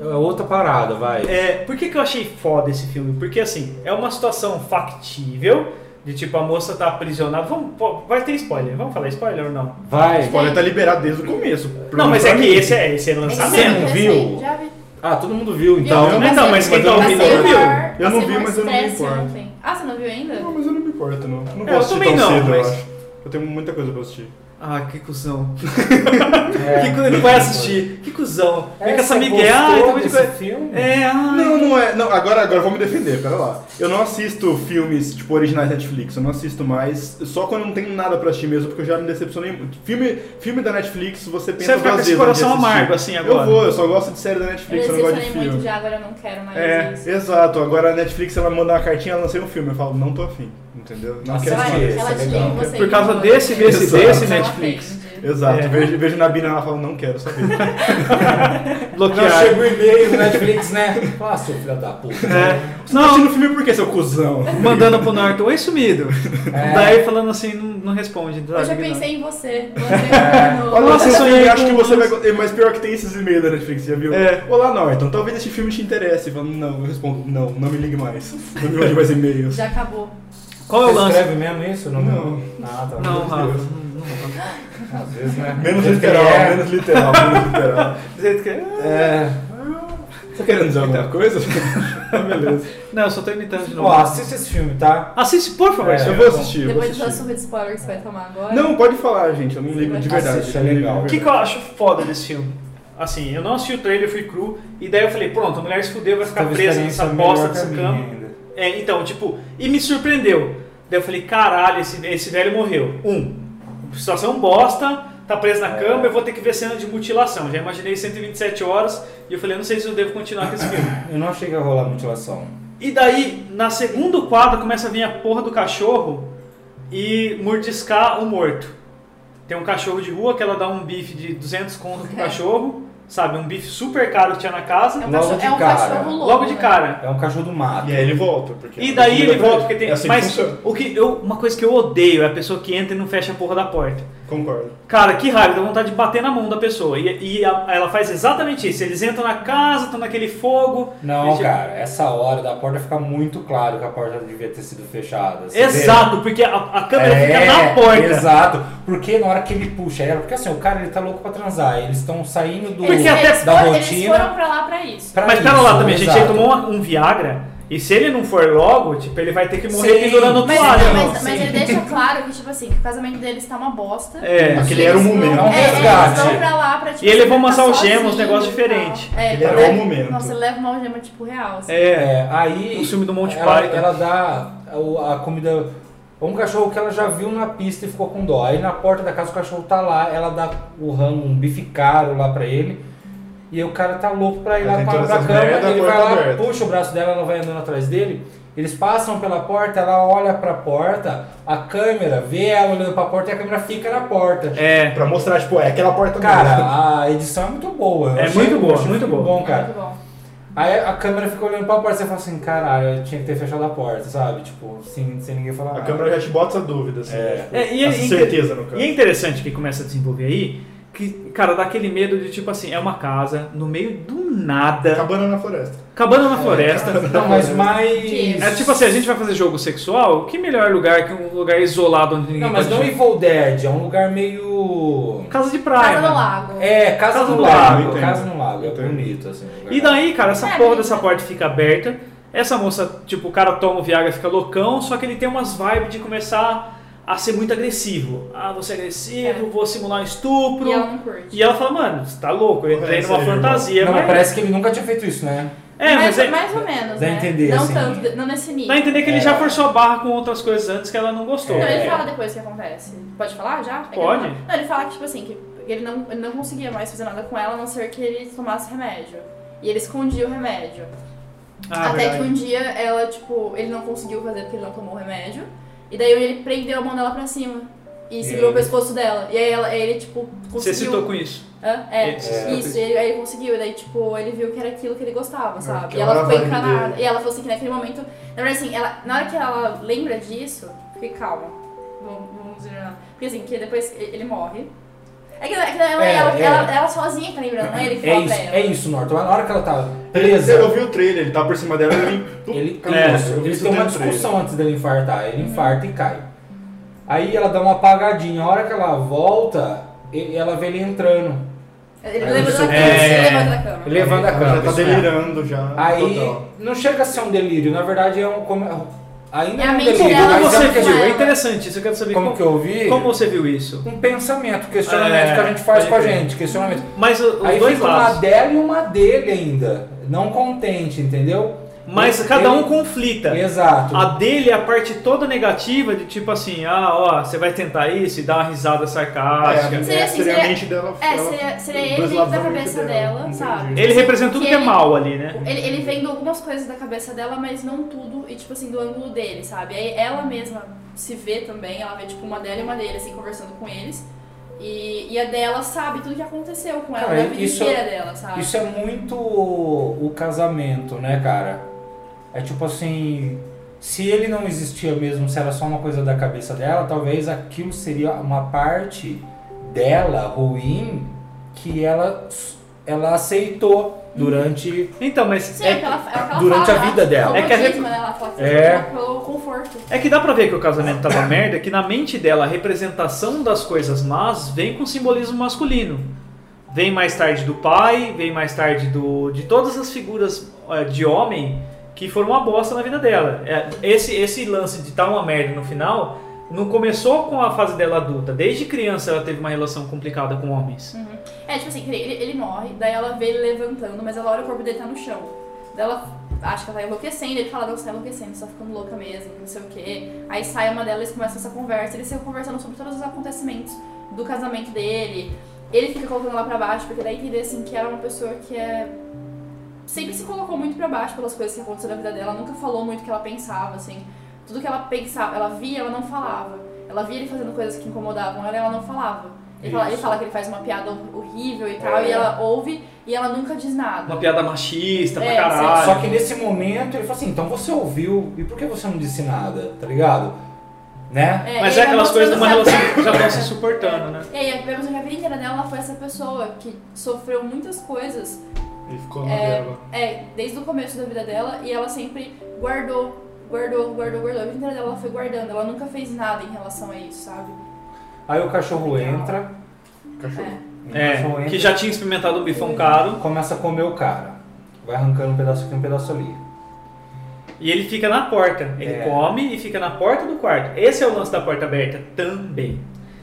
[SPEAKER 4] é outra parada, vai.
[SPEAKER 2] É, por que, que eu achei foda esse filme? Porque assim, é uma situação factível, de tipo, a moça tá aprisionada. Vamos, pô, vai ter spoiler, vamos falar spoiler ou não?
[SPEAKER 4] Vai.
[SPEAKER 5] Spoiler tá liberado desde o começo. pelo
[SPEAKER 2] não, mas
[SPEAKER 5] menos
[SPEAKER 2] é
[SPEAKER 5] pra
[SPEAKER 2] que
[SPEAKER 5] mim.
[SPEAKER 2] esse é, esse é
[SPEAKER 4] Você
[SPEAKER 2] lançamento.
[SPEAKER 4] não
[SPEAKER 3] Eu
[SPEAKER 4] viu?
[SPEAKER 3] sei, Já vi.
[SPEAKER 4] Ah, todo mundo viu,
[SPEAKER 3] Eu
[SPEAKER 4] então.
[SPEAKER 3] não-
[SPEAKER 2] Então, mas quem tá
[SPEAKER 5] Eu
[SPEAKER 2] ouvindo
[SPEAKER 5] vi,
[SPEAKER 3] Passei
[SPEAKER 2] não
[SPEAKER 3] o
[SPEAKER 2] viu.
[SPEAKER 3] maior-
[SPEAKER 5] Eu não
[SPEAKER 3] passei
[SPEAKER 5] vi,
[SPEAKER 3] o maior
[SPEAKER 5] mas eu não me
[SPEAKER 3] estresse
[SPEAKER 5] importo.
[SPEAKER 3] ontem. Ah, você não viu ainda?
[SPEAKER 5] Não, mas eu não me importo, não. Eu não
[SPEAKER 2] É,
[SPEAKER 5] vou
[SPEAKER 2] eu
[SPEAKER 5] assistir
[SPEAKER 2] também
[SPEAKER 5] tão
[SPEAKER 2] não,
[SPEAKER 5] cedo,
[SPEAKER 2] mas-
[SPEAKER 5] eu acho. Eu tenho muita coisa pra assistir.
[SPEAKER 2] Ah, que cuzão.
[SPEAKER 4] É.
[SPEAKER 2] Que cu- Ele vai assistir. Que cuzão. Vem com essa
[SPEAKER 4] você
[SPEAKER 2] Miguel. Ah,
[SPEAKER 4] gostou
[SPEAKER 2] então vou de
[SPEAKER 4] desse
[SPEAKER 2] coisa.
[SPEAKER 4] filme?
[SPEAKER 2] É, ah.
[SPEAKER 5] Não, não é. Não, agora, agora eu vou me defender, pera lá. Eu não assisto filmes, tipo, originais Netflix. Eu não assisto mais. Só quando eu não tenho nada pra assistir mesmo, porque eu já me decepcionei muito. Filme, filme da Netflix, você pensa
[SPEAKER 2] vai ficar com
[SPEAKER 5] duas
[SPEAKER 2] esse
[SPEAKER 5] vezes antes de
[SPEAKER 2] coração
[SPEAKER 5] assistir.
[SPEAKER 2] amargo, assim, agora.
[SPEAKER 5] Eu vou, eu só gosto de série da
[SPEAKER 3] Eu
[SPEAKER 5] Netflix, eu não gosto de
[SPEAKER 3] decepcionei muito
[SPEAKER 5] filme.
[SPEAKER 3] de agora, eu não quero mais
[SPEAKER 5] É,
[SPEAKER 3] isso.
[SPEAKER 5] exato. Agora a Netflix ela manda uma cartinha, ela lancei um filme. Eu falo, não tô afim, entendeu? Não
[SPEAKER 4] Nossa,
[SPEAKER 5] quero
[SPEAKER 3] Ela,
[SPEAKER 4] Esse
[SPEAKER 5] mais.
[SPEAKER 4] é
[SPEAKER 3] ela te liga
[SPEAKER 4] legal.
[SPEAKER 3] em você. então.
[SPEAKER 2] Por causa
[SPEAKER 3] e
[SPEAKER 2] desse,
[SPEAKER 3] manda.
[SPEAKER 2] desse,
[SPEAKER 5] Exato.
[SPEAKER 2] desse
[SPEAKER 3] Ela
[SPEAKER 2] Netflix.
[SPEAKER 3] ofende.
[SPEAKER 5] Exato.
[SPEAKER 2] É.
[SPEAKER 5] Vejo, vejo na Bina ela fala, não quero saber.
[SPEAKER 4] Já
[SPEAKER 2] Bloquear.
[SPEAKER 4] chega o e-mail do Netflix, né? Ah, seu filho da puta.
[SPEAKER 2] É.
[SPEAKER 5] Não,
[SPEAKER 2] Não,
[SPEAKER 5] assistindo filme por quê, seu cuzão?
[SPEAKER 2] mandando pro Norton, oi sumido.
[SPEAKER 4] É.
[SPEAKER 2] Daí falando assim, não, não responde. sabe?
[SPEAKER 3] Eu já
[SPEAKER 2] Ignora.
[SPEAKER 3] pensei em você. Você no-
[SPEAKER 5] Olha
[SPEAKER 2] Nossa,
[SPEAKER 5] esse
[SPEAKER 2] sonhei
[SPEAKER 5] filme,
[SPEAKER 2] com
[SPEAKER 5] acho que você vai.
[SPEAKER 2] isso.
[SPEAKER 5] go- Mas pior que tem esses e-mails da Netflix, já viu?
[SPEAKER 2] É.
[SPEAKER 5] Olá, Norton, talvez este filme te interesse. Eu falo, não, eu respondo, não, não me ligue mais. Não me mande mais e-mails.
[SPEAKER 3] Já acabou.
[SPEAKER 2] Qual é
[SPEAKER 4] Você
[SPEAKER 2] o lance?
[SPEAKER 4] escreve mesmo isso? Não.
[SPEAKER 5] Não.
[SPEAKER 4] Ah, tá.
[SPEAKER 2] Não, Rafa.
[SPEAKER 5] Deus.
[SPEAKER 2] não, Rafa.
[SPEAKER 4] Às vezes, né?
[SPEAKER 5] Menos
[SPEAKER 4] Deve ter-
[SPEAKER 5] literal, menos literal, menos literal.
[SPEAKER 2] Do jeito que é.
[SPEAKER 4] É.
[SPEAKER 5] Tá querendo dizer alguma coisa? Ah, Beleza.
[SPEAKER 2] Não, eu só tô imitando de novo.
[SPEAKER 4] Ó, assiste esse filme, tá?
[SPEAKER 2] Assiste, por favor.
[SPEAKER 4] É,
[SPEAKER 2] senhor.
[SPEAKER 5] Eu vou assistir, eu vou
[SPEAKER 3] Depois um da
[SPEAKER 5] assistir.
[SPEAKER 3] surra de spoiler que você vai tomar agora.
[SPEAKER 5] Não, pode falar, gente, eu não ligo de verdade.
[SPEAKER 4] Assiste, é
[SPEAKER 5] eu não ligo de
[SPEAKER 4] legal.
[SPEAKER 2] O
[SPEAKER 5] verdade.
[SPEAKER 2] que, que eu acho foda nesse filme? Assim, eu não assisti o trailer, fui cru, e daí eu falei, pronto, a mulher se fudeu, vai ficar
[SPEAKER 4] Talvez
[SPEAKER 2] presa
[SPEAKER 4] tenha
[SPEAKER 2] nessa
[SPEAKER 4] sido
[SPEAKER 2] bosta
[SPEAKER 4] melhor
[SPEAKER 2] desse
[SPEAKER 4] pra mim
[SPEAKER 2] campo.
[SPEAKER 4] ainda.
[SPEAKER 2] É, então, tipo, e me surpreendeu. Daí eu falei, caralho, esse, esse velho morreu. Um, situação bosta, tá preso
[SPEAKER 4] É.
[SPEAKER 2] na cama, eu vou ter que ver cena de mutilação. Já imaginei 127 horas, e eu falei, não sei se eu devo continuar com esse filme.
[SPEAKER 4] Eu não achei que ia rolar mutilação.
[SPEAKER 2] E daí, na segundo quadro, começa a vir a porra do cachorro e mordiscar o morto. Tem um cachorro de rua que ela dá um bife de 200 conto pro
[SPEAKER 3] É.
[SPEAKER 2] cachorro, sabe? Um bife super caro que tinha na casa,
[SPEAKER 3] É um
[SPEAKER 4] Logo
[SPEAKER 3] cachorro,
[SPEAKER 4] de
[SPEAKER 3] é um
[SPEAKER 4] cara.
[SPEAKER 3] cachorro louco.
[SPEAKER 2] logo de
[SPEAKER 3] né?
[SPEAKER 2] cara.
[SPEAKER 4] É um cachorro do mato.
[SPEAKER 5] E aí ele volta, porque.
[SPEAKER 2] E daí ele volta, porque tem.
[SPEAKER 5] É assim que
[SPEAKER 2] mas
[SPEAKER 5] funciona.
[SPEAKER 2] o que eu, uma coisa que eu odeio é a pessoa que entra e não fecha a porra da porta.
[SPEAKER 5] Concordo.
[SPEAKER 2] Cara, que raiva, dá vontade de bater na mão da pessoa. E, e a- ela faz exatamente isso. Eles entram na casa, estão naquele fogo.
[SPEAKER 4] Não,
[SPEAKER 2] eles-
[SPEAKER 4] cara, essa hora da porta fica muito claro que a porta devia ter sido fechada. você
[SPEAKER 2] Exato, porque a, a
[SPEAKER 4] vê?
[SPEAKER 2] câmera
[SPEAKER 4] É,
[SPEAKER 2] fica na porta.
[SPEAKER 4] Exato. Porque na hora que ele puxa ela, porque assim, o cara ele tá louco pra transar, eles estão saindo do,
[SPEAKER 2] Porque até-
[SPEAKER 4] da
[SPEAKER 3] foram, Eles
[SPEAKER 4] rotina.
[SPEAKER 3] foram pra lá pra isso.
[SPEAKER 4] pra
[SPEAKER 2] Mas
[SPEAKER 4] isso,
[SPEAKER 2] pera lá também, gente, ele
[SPEAKER 4] exato.
[SPEAKER 2] tomou uma- um Viagra e se ele não for logo, tipo, ele vai ter que morrer
[SPEAKER 4] Sim.
[SPEAKER 2] pendurando o
[SPEAKER 3] Mas,
[SPEAKER 2] toalha.
[SPEAKER 3] não, mas,
[SPEAKER 4] sim.
[SPEAKER 3] mas ele deixa claro que, tipo assim, que o casamento deles tá uma bosta.
[SPEAKER 2] É,
[SPEAKER 3] E
[SPEAKER 5] aquele
[SPEAKER 3] eles
[SPEAKER 5] era o
[SPEAKER 3] vão-
[SPEAKER 5] momento.
[SPEAKER 4] É um
[SPEAKER 3] É, eles
[SPEAKER 4] resgate.
[SPEAKER 3] vão pra lá pra, tipo,
[SPEAKER 2] E ele levou
[SPEAKER 3] ficar
[SPEAKER 2] umas algemas,
[SPEAKER 3] sozinho
[SPEAKER 2] um negócio
[SPEAKER 3] e tal.
[SPEAKER 2] diferente.
[SPEAKER 3] É,
[SPEAKER 5] Aquele
[SPEAKER 3] ele
[SPEAKER 5] era o
[SPEAKER 3] leva-
[SPEAKER 5] momento.
[SPEAKER 3] Nossa, ele leva uma algema, tipo, real. assim.
[SPEAKER 2] um É,
[SPEAKER 4] É, aí.
[SPEAKER 2] O filme do Monty
[SPEAKER 4] ela,
[SPEAKER 2] Python.
[SPEAKER 4] ela dá a, a comida. Um cachorro que ela já viu na pista e ficou com dó. Aí na porta da casa o cachorro tá lá, ela dá o ramo, um bife caro lá pra ele. E aí o cara tá louco pra ir
[SPEAKER 5] Ela
[SPEAKER 4] lá
[SPEAKER 5] tem
[SPEAKER 4] pra,
[SPEAKER 5] todas
[SPEAKER 4] pra
[SPEAKER 5] essas
[SPEAKER 4] cama,
[SPEAKER 5] merda,
[SPEAKER 4] ele
[SPEAKER 5] a
[SPEAKER 4] vai
[SPEAKER 5] porta
[SPEAKER 4] lá,
[SPEAKER 5] aberta.
[SPEAKER 4] puxa o braço dela, ela vai andando atrás dele. Eles passam pela porta, ela olha pra porta, a câmera vê ela olhando pra porta e a câmera fica na porta.
[SPEAKER 2] é.
[SPEAKER 5] Pra mostrar, tipo, é aquela porta mesmo.
[SPEAKER 4] Cara, a edição é muito boa. eu
[SPEAKER 2] É
[SPEAKER 4] achei-
[SPEAKER 2] muito boa,
[SPEAKER 4] achei
[SPEAKER 2] muito boa.
[SPEAKER 4] bom, cara.
[SPEAKER 3] Muito bom.
[SPEAKER 4] Aí a câmera ficou olhando pra porta e você fala assim, caralho, eu tinha que ter fechado a porta, sabe? Tipo, sem, sem ninguém falar
[SPEAKER 5] A
[SPEAKER 4] nada.
[SPEAKER 5] câmera já te bota essa dúvida, assim.
[SPEAKER 4] É.
[SPEAKER 5] tipo,
[SPEAKER 2] É, e-
[SPEAKER 5] essa
[SPEAKER 2] e-
[SPEAKER 5] certeza, no caso.
[SPEAKER 2] E é interessante que começa a desenvolver aí, que, cara, dá aquele medo de tipo assim, é uma casa no meio do nada,
[SPEAKER 5] Cabana na floresta.
[SPEAKER 2] cabana
[SPEAKER 4] É,
[SPEAKER 2] na floresta.
[SPEAKER 4] Não, mas mais...
[SPEAKER 3] Que-
[SPEAKER 2] É tipo assim, a gente vai fazer jogo sexual, que melhor lugar que um lugar isolado onde ninguém
[SPEAKER 4] Não, mas
[SPEAKER 2] pode
[SPEAKER 4] não
[SPEAKER 2] jogar?
[SPEAKER 4] Evil Dead, é um lugar meio...
[SPEAKER 2] Casa de praia.
[SPEAKER 3] Casa
[SPEAKER 2] né?
[SPEAKER 3] do Lago.
[SPEAKER 4] É, Casa,
[SPEAKER 2] Casa
[SPEAKER 4] no
[SPEAKER 2] do
[SPEAKER 5] Lago,
[SPEAKER 4] Lago,
[SPEAKER 5] entendo.
[SPEAKER 4] Casa no Lago, é
[SPEAKER 5] Entendo.
[SPEAKER 4] bonito, assim. um lugar.
[SPEAKER 2] E daí, cara, essa
[SPEAKER 3] É,
[SPEAKER 2] porra
[SPEAKER 3] gente.
[SPEAKER 2] dessa porta fica aberta. Essa moça, tipo, o cara toma o Viagra e fica loucão, só que ele tem umas vibes de começar a ser muito agressivo. Ah, você é agressivo, vou simular um estupro.
[SPEAKER 3] E ela não curte.
[SPEAKER 2] E ela fala, mano, você tá louco, eu entrei
[SPEAKER 5] É,
[SPEAKER 2] numa
[SPEAKER 5] sério,
[SPEAKER 2] fantasia,
[SPEAKER 4] Não, mas
[SPEAKER 2] mas.
[SPEAKER 4] parece que ele nunca tinha feito isso, né?
[SPEAKER 2] É, mas
[SPEAKER 3] mais,
[SPEAKER 2] é...
[SPEAKER 3] mais ou menos,
[SPEAKER 4] dá a
[SPEAKER 3] né?
[SPEAKER 4] entender,
[SPEAKER 3] não
[SPEAKER 4] assim.
[SPEAKER 3] tanto, não nesse nível.
[SPEAKER 2] dá a entender que ele
[SPEAKER 4] É.
[SPEAKER 2] já forçou a barra com outras coisas antes que ela não gostou.
[SPEAKER 3] Não,
[SPEAKER 4] É.
[SPEAKER 3] Então, ele fala depois o que acontece. Pode falar já? É que
[SPEAKER 2] Pode.
[SPEAKER 3] ele fala- Não, ele fala que, tipo assim, que ele não, ele não conseguia mais fazer nada com ela, a não ser que ele tomasse remédio. E ele escondia o remédio.
[SPEAKER 2] Ah,
[SPEAKER 3] Até
[SPEAKER 2] verdade.
[SPEAKER 3] que um dia ela, tipo, ele não conseguiu fazer porque ele não tomou o remédio. E daí ele prendeu a mão dela pra cima. E segurou
[SPEAKER 4] aí?
[SPEAKER 3] o pescoço dela. E aí ela, ele, tipo, conseguiu.
[SPEAKER 2] Você citou com isso.
[SPEAKER 3] Hã? É,
[SPEAKER 2] Ele desistiu.
[SPEAKER 3] isso, ele, aí ele conseguiu, e daí tipo, ele viu que era aquilo que ele gostava, sabe?
[SPEAKER 5] que
[SPEAKER 3] E ela
[SPEAKER 5] ela
[SPEAKER 3] ficou
[SPEAKER 5] vai
[SPEAKER 3] encanada.
[SPEAKER 5] render.
[SPEAKER 3] E ela falou assim que naquele momento. Na verdade, assim, ela, na hora que ela lembra disso, fique calma. Vamos, vamos dizer nada. Porque assim, que depois ele morre. É que, é que ela,
[SPEAKER 4] É,
[SPEAKER 3] ela,
[SPEAKER 4] é.
[SPEAKER 3] Ela, ela sozinha que lembra, não é ele que
[SPEAKER 4] É
[SPEAKER 3] fala
[SPEAKER 4] isso,
[SPEAKER 3] pra ela.
[SPEAKER 4] é isso, Norton. Na hora que ela tá
[SPEAKER 5] Eu
[SPEAKER 4] presa,
[SPEAKER 5] vi o trailer, ele tá por cima dela e ele...
[SPEAKER 4] ele,
[SPEAKER 2] É,
[SPEAKER 4] isso,
[SPEAKER 5] eu vi
[SPEAKER 4] eles
[SPEAKER 5] isso
[SPEAKER 4] têm uma
[SPEAKER 5] dentro dele.
[SPEAKER 4] discussão antes dele infartar. Ele infarta e cai. Aí ela dá uma apagadinha. A hora que ela volta, e- ela vê ele entrando.
[SPEAKER 3] Ele
[SPEAKER 4] Aí
[SPEAKER 3] levanta
[SPEAKER 4] isso
[SPEAKER 3] da cama,
[SPEAKER 4] é-
[SPEAKER 3] se levanta da cama.
[SPEAKER 4] Ele levanta a
[SPEAKER 5] Ela
[SPEAKER 4] cama.
[SPEAKER 5] já tá
[SPEAKER 4] isso é.
[SPEAKER 5] delirando já.
[SPEAKER 4] Aí
[SPEAKER 5] total.
[SPEAKER 4] não chega a ser um delírio. Na verdade é um. Como, ainda
[SPEAKER 3] É a
[SPEAKER 4] é um
[SPEAKER 3] mente
[SPEAKER 4] delírio.
[SPEAKER 3] dela
[SPEAKER 2] Como
[SPEAKER 4] mas
[SPEAKER 3] com
[SPEAKER 2] você
[SPEAKER 4] é um-
[SPEAKER 3] que
[SPEAKER 2] viu?
[SPEAKER 3] ela-
[SPEAKER 2] É interessante isso, eu quero saber
[SPEAKER 4] Como
[SPEAKER 2] como,
[SPEAKER 4] que eu vi?
[SPEAKER 2] como você viu isso.
[SPEAKER 4] Um pensamento, questionamento
[SPEAKER 2] É,
[SPEAKER 4] que a gente faz
[SPEAKER 2] pode
[SPEAKER 4] com a
[SPEAKER 2] crer.
[SPEAKER 4] gente. Questionamento.
[SPEAKER 2] Mas o- os
[SPEAKER 4] Aí
[SPEAKER 2] dois
[SPEAKER 4] fica uma
[SPEAKER 2] lados.
[SPEAKER 4] dela e uma dele ainda. Não contente, entendeu?
[SPEAKER 2] Mas
[SPEAKER 4] Ele-
[SPEAKER 2] cada um
[SPEAKER 4] ele-
[SPEAKER 2] conflita.
[SPEAKER 4] Exato.
[SPEAKER 2] A dele é a parte toda negativa de tipo assim, ah, ó, você vai tentar isso e dar uma risada sarcástica.
[SPEAKER 3] Seria
[SPEAKER 5] É,
[SPEAKER 3] assim,
[SPEAKER 5] seria
[SPEAKER 3] seria-
[SPEAKER 5] a mente dela.
[SPEAKER 3] É,
[SPEAKER 5] ela-
[SPEAKER 3] seria, seria
[SPEAKER 5] os
[SPEAKER 3] ele
[SPEAKER 5] dois
[SPEAKER 3] dentro
[SPEAKER 5] lados
[SPEAKER 3] da
[SPEAKER 5] mente
[SPEAKER 3] cabeça dela,
[SPEAKER 5] entendi.
[SPEAKER 3] sabe?
[SPEAKER 2] Ele representa tudo que é
[SPEAKER 3] Ele-
[SPEAKER 2] mal ali, né?
[SPEAKER 3] Ele, ele vendo algumas coisas da cabeça dela, mas não tudo, e tipo assim, do ângulo dele, sabe? Aí ela mesma se vê também, ela vê tipo uma dela e uma dele, assim, conversando com eles. E, e a dela sabe tudo que aconteceu com ela,
[SPEAKER 4] Cara,
[SPEAKER 3] da vida
[SPEAKER 4] isso-
[SPEAKER 3] inteira dela, sabe?
[SPEAKER 4] Isso é muito o, o casamento, né, cara? É tipo assim, se ele não existia mesmo, se era só uma coisa da cabeça dela, talvez aquilo seria uma parte dela ruim que ela ela aceitou durante
[SPEAKER 2] Então, mas
[SPEAKER 3] Sim,
[SPEAKER 2] é,
[SPEAKER 3] é, que ela, é que ela
[SPEAKER 4] durante
[SPEAKER 3] fala,
[SPEAKER 4] a vida dela.
[SPEAKER 3] É
[SPEAKER 2] É que
[SPEAKER 3] que
[SPEAKER 2] a
[SPEAKER 3] ela
[SPEAKER 2] rep-
[SPEAKER 3] fala ela fala que
[SPEAKER 4] É.
[SPEAKER 3] pelo conforto.
[SPEAKER 2] é que dá pra ver que o casamento tá uma merda, que na mente dela a representação das coisas más vem com simbolismo masculino. Vem mais tarde do pai, vem mais tarde do de todas as figuras eh, de homem que foram uma bosta na vida dela. É, Esse, esse lance de tá uma merda no final não começou com a fase dela adulta. Desde criança ela teve uma relação complicada com homens.
[SPEAKER 3] É, tipo assim, que ele, ele morre, daí ela vê ele levantando, mas ela olha o corpo dele tá no chão. Daí ela acha que ela tá enlouquecendo, ele fala, não, você tá enlouquecendo, você tá ficando louca mesmo, não sei o quê. Aí sai uma delas e começa essa conversa, eles ficam conversando sobre todos os acontecimentos do casamento dele. Ele fica colocando ela pra baixo, porque daí entender assim que era uma pessoa que é. Sempre se colocou muito pra baixo pelas coisas que aconteceram na vida dela, nunca falou muito o que ela pensava, assim. Tudo que ela pensava, ela via, ela não falava. Ela via ele fazendo coisas que incomodavam ela e ela não falava. Ele fala, ele fala que ele faz uma piada horrível e tal, e ela ouve e ela nunca diz nada.
[SPEAKER 2] Uma piada machista pra
[SPEAKER 3] Ah. É,
[SPEAKER 2] caralho.
[SPEAKER 4] Só que nesse momento ele fala assim, então você ouviu e por que você não disse nada, tá ligado? Né?
[SPEAKER 3] É,
[SPEAKER 2] Mas
[SPEAKER 3] e
[SPEAKER 2] é
[SPEAKER 3] aí vai
[SPEAKER 2] aquelas coisas de uma
[SPEAKER 3] mostrando
[SPEAKER 2] relação que já estão se suportando, né?
[SPEAKER 3] essa- É, E aí, a pessoa que a vida inteira dela ela foi essa pessoa que sofreu muitas coisas,
[SPEAKER 5] Ele ficou na dela.
[SPEAKER 3] é, desde o começo da vida dela, e ela sempre guardou, guardou, guardou, guardou. A vida inteira dela ela foi guardando, ela nunca fez nada em relação a isso, sabe?
[SPEAKER 4] Aí o cachorro entra,
[SPEAKER 5] Cachorro.
[SPEAKER 3] É.
[SPEAKER 4] o cachorro
[SPEAKER 2] É,
[SPEAKER 4] entra
[SPEAKER 2] que já tinha experimentado um bifão caro
[SPEAKER 4] começa a comer o cara. Vai arrancando um pedaço aqui, um pedaço ali.
[SPEAKER 2] e ele fica na porta. Ele
[SPEAKER 4] É.
[SPEAKER 2] come e fica na porta do quarto. Esse é o lance da porta aberta também.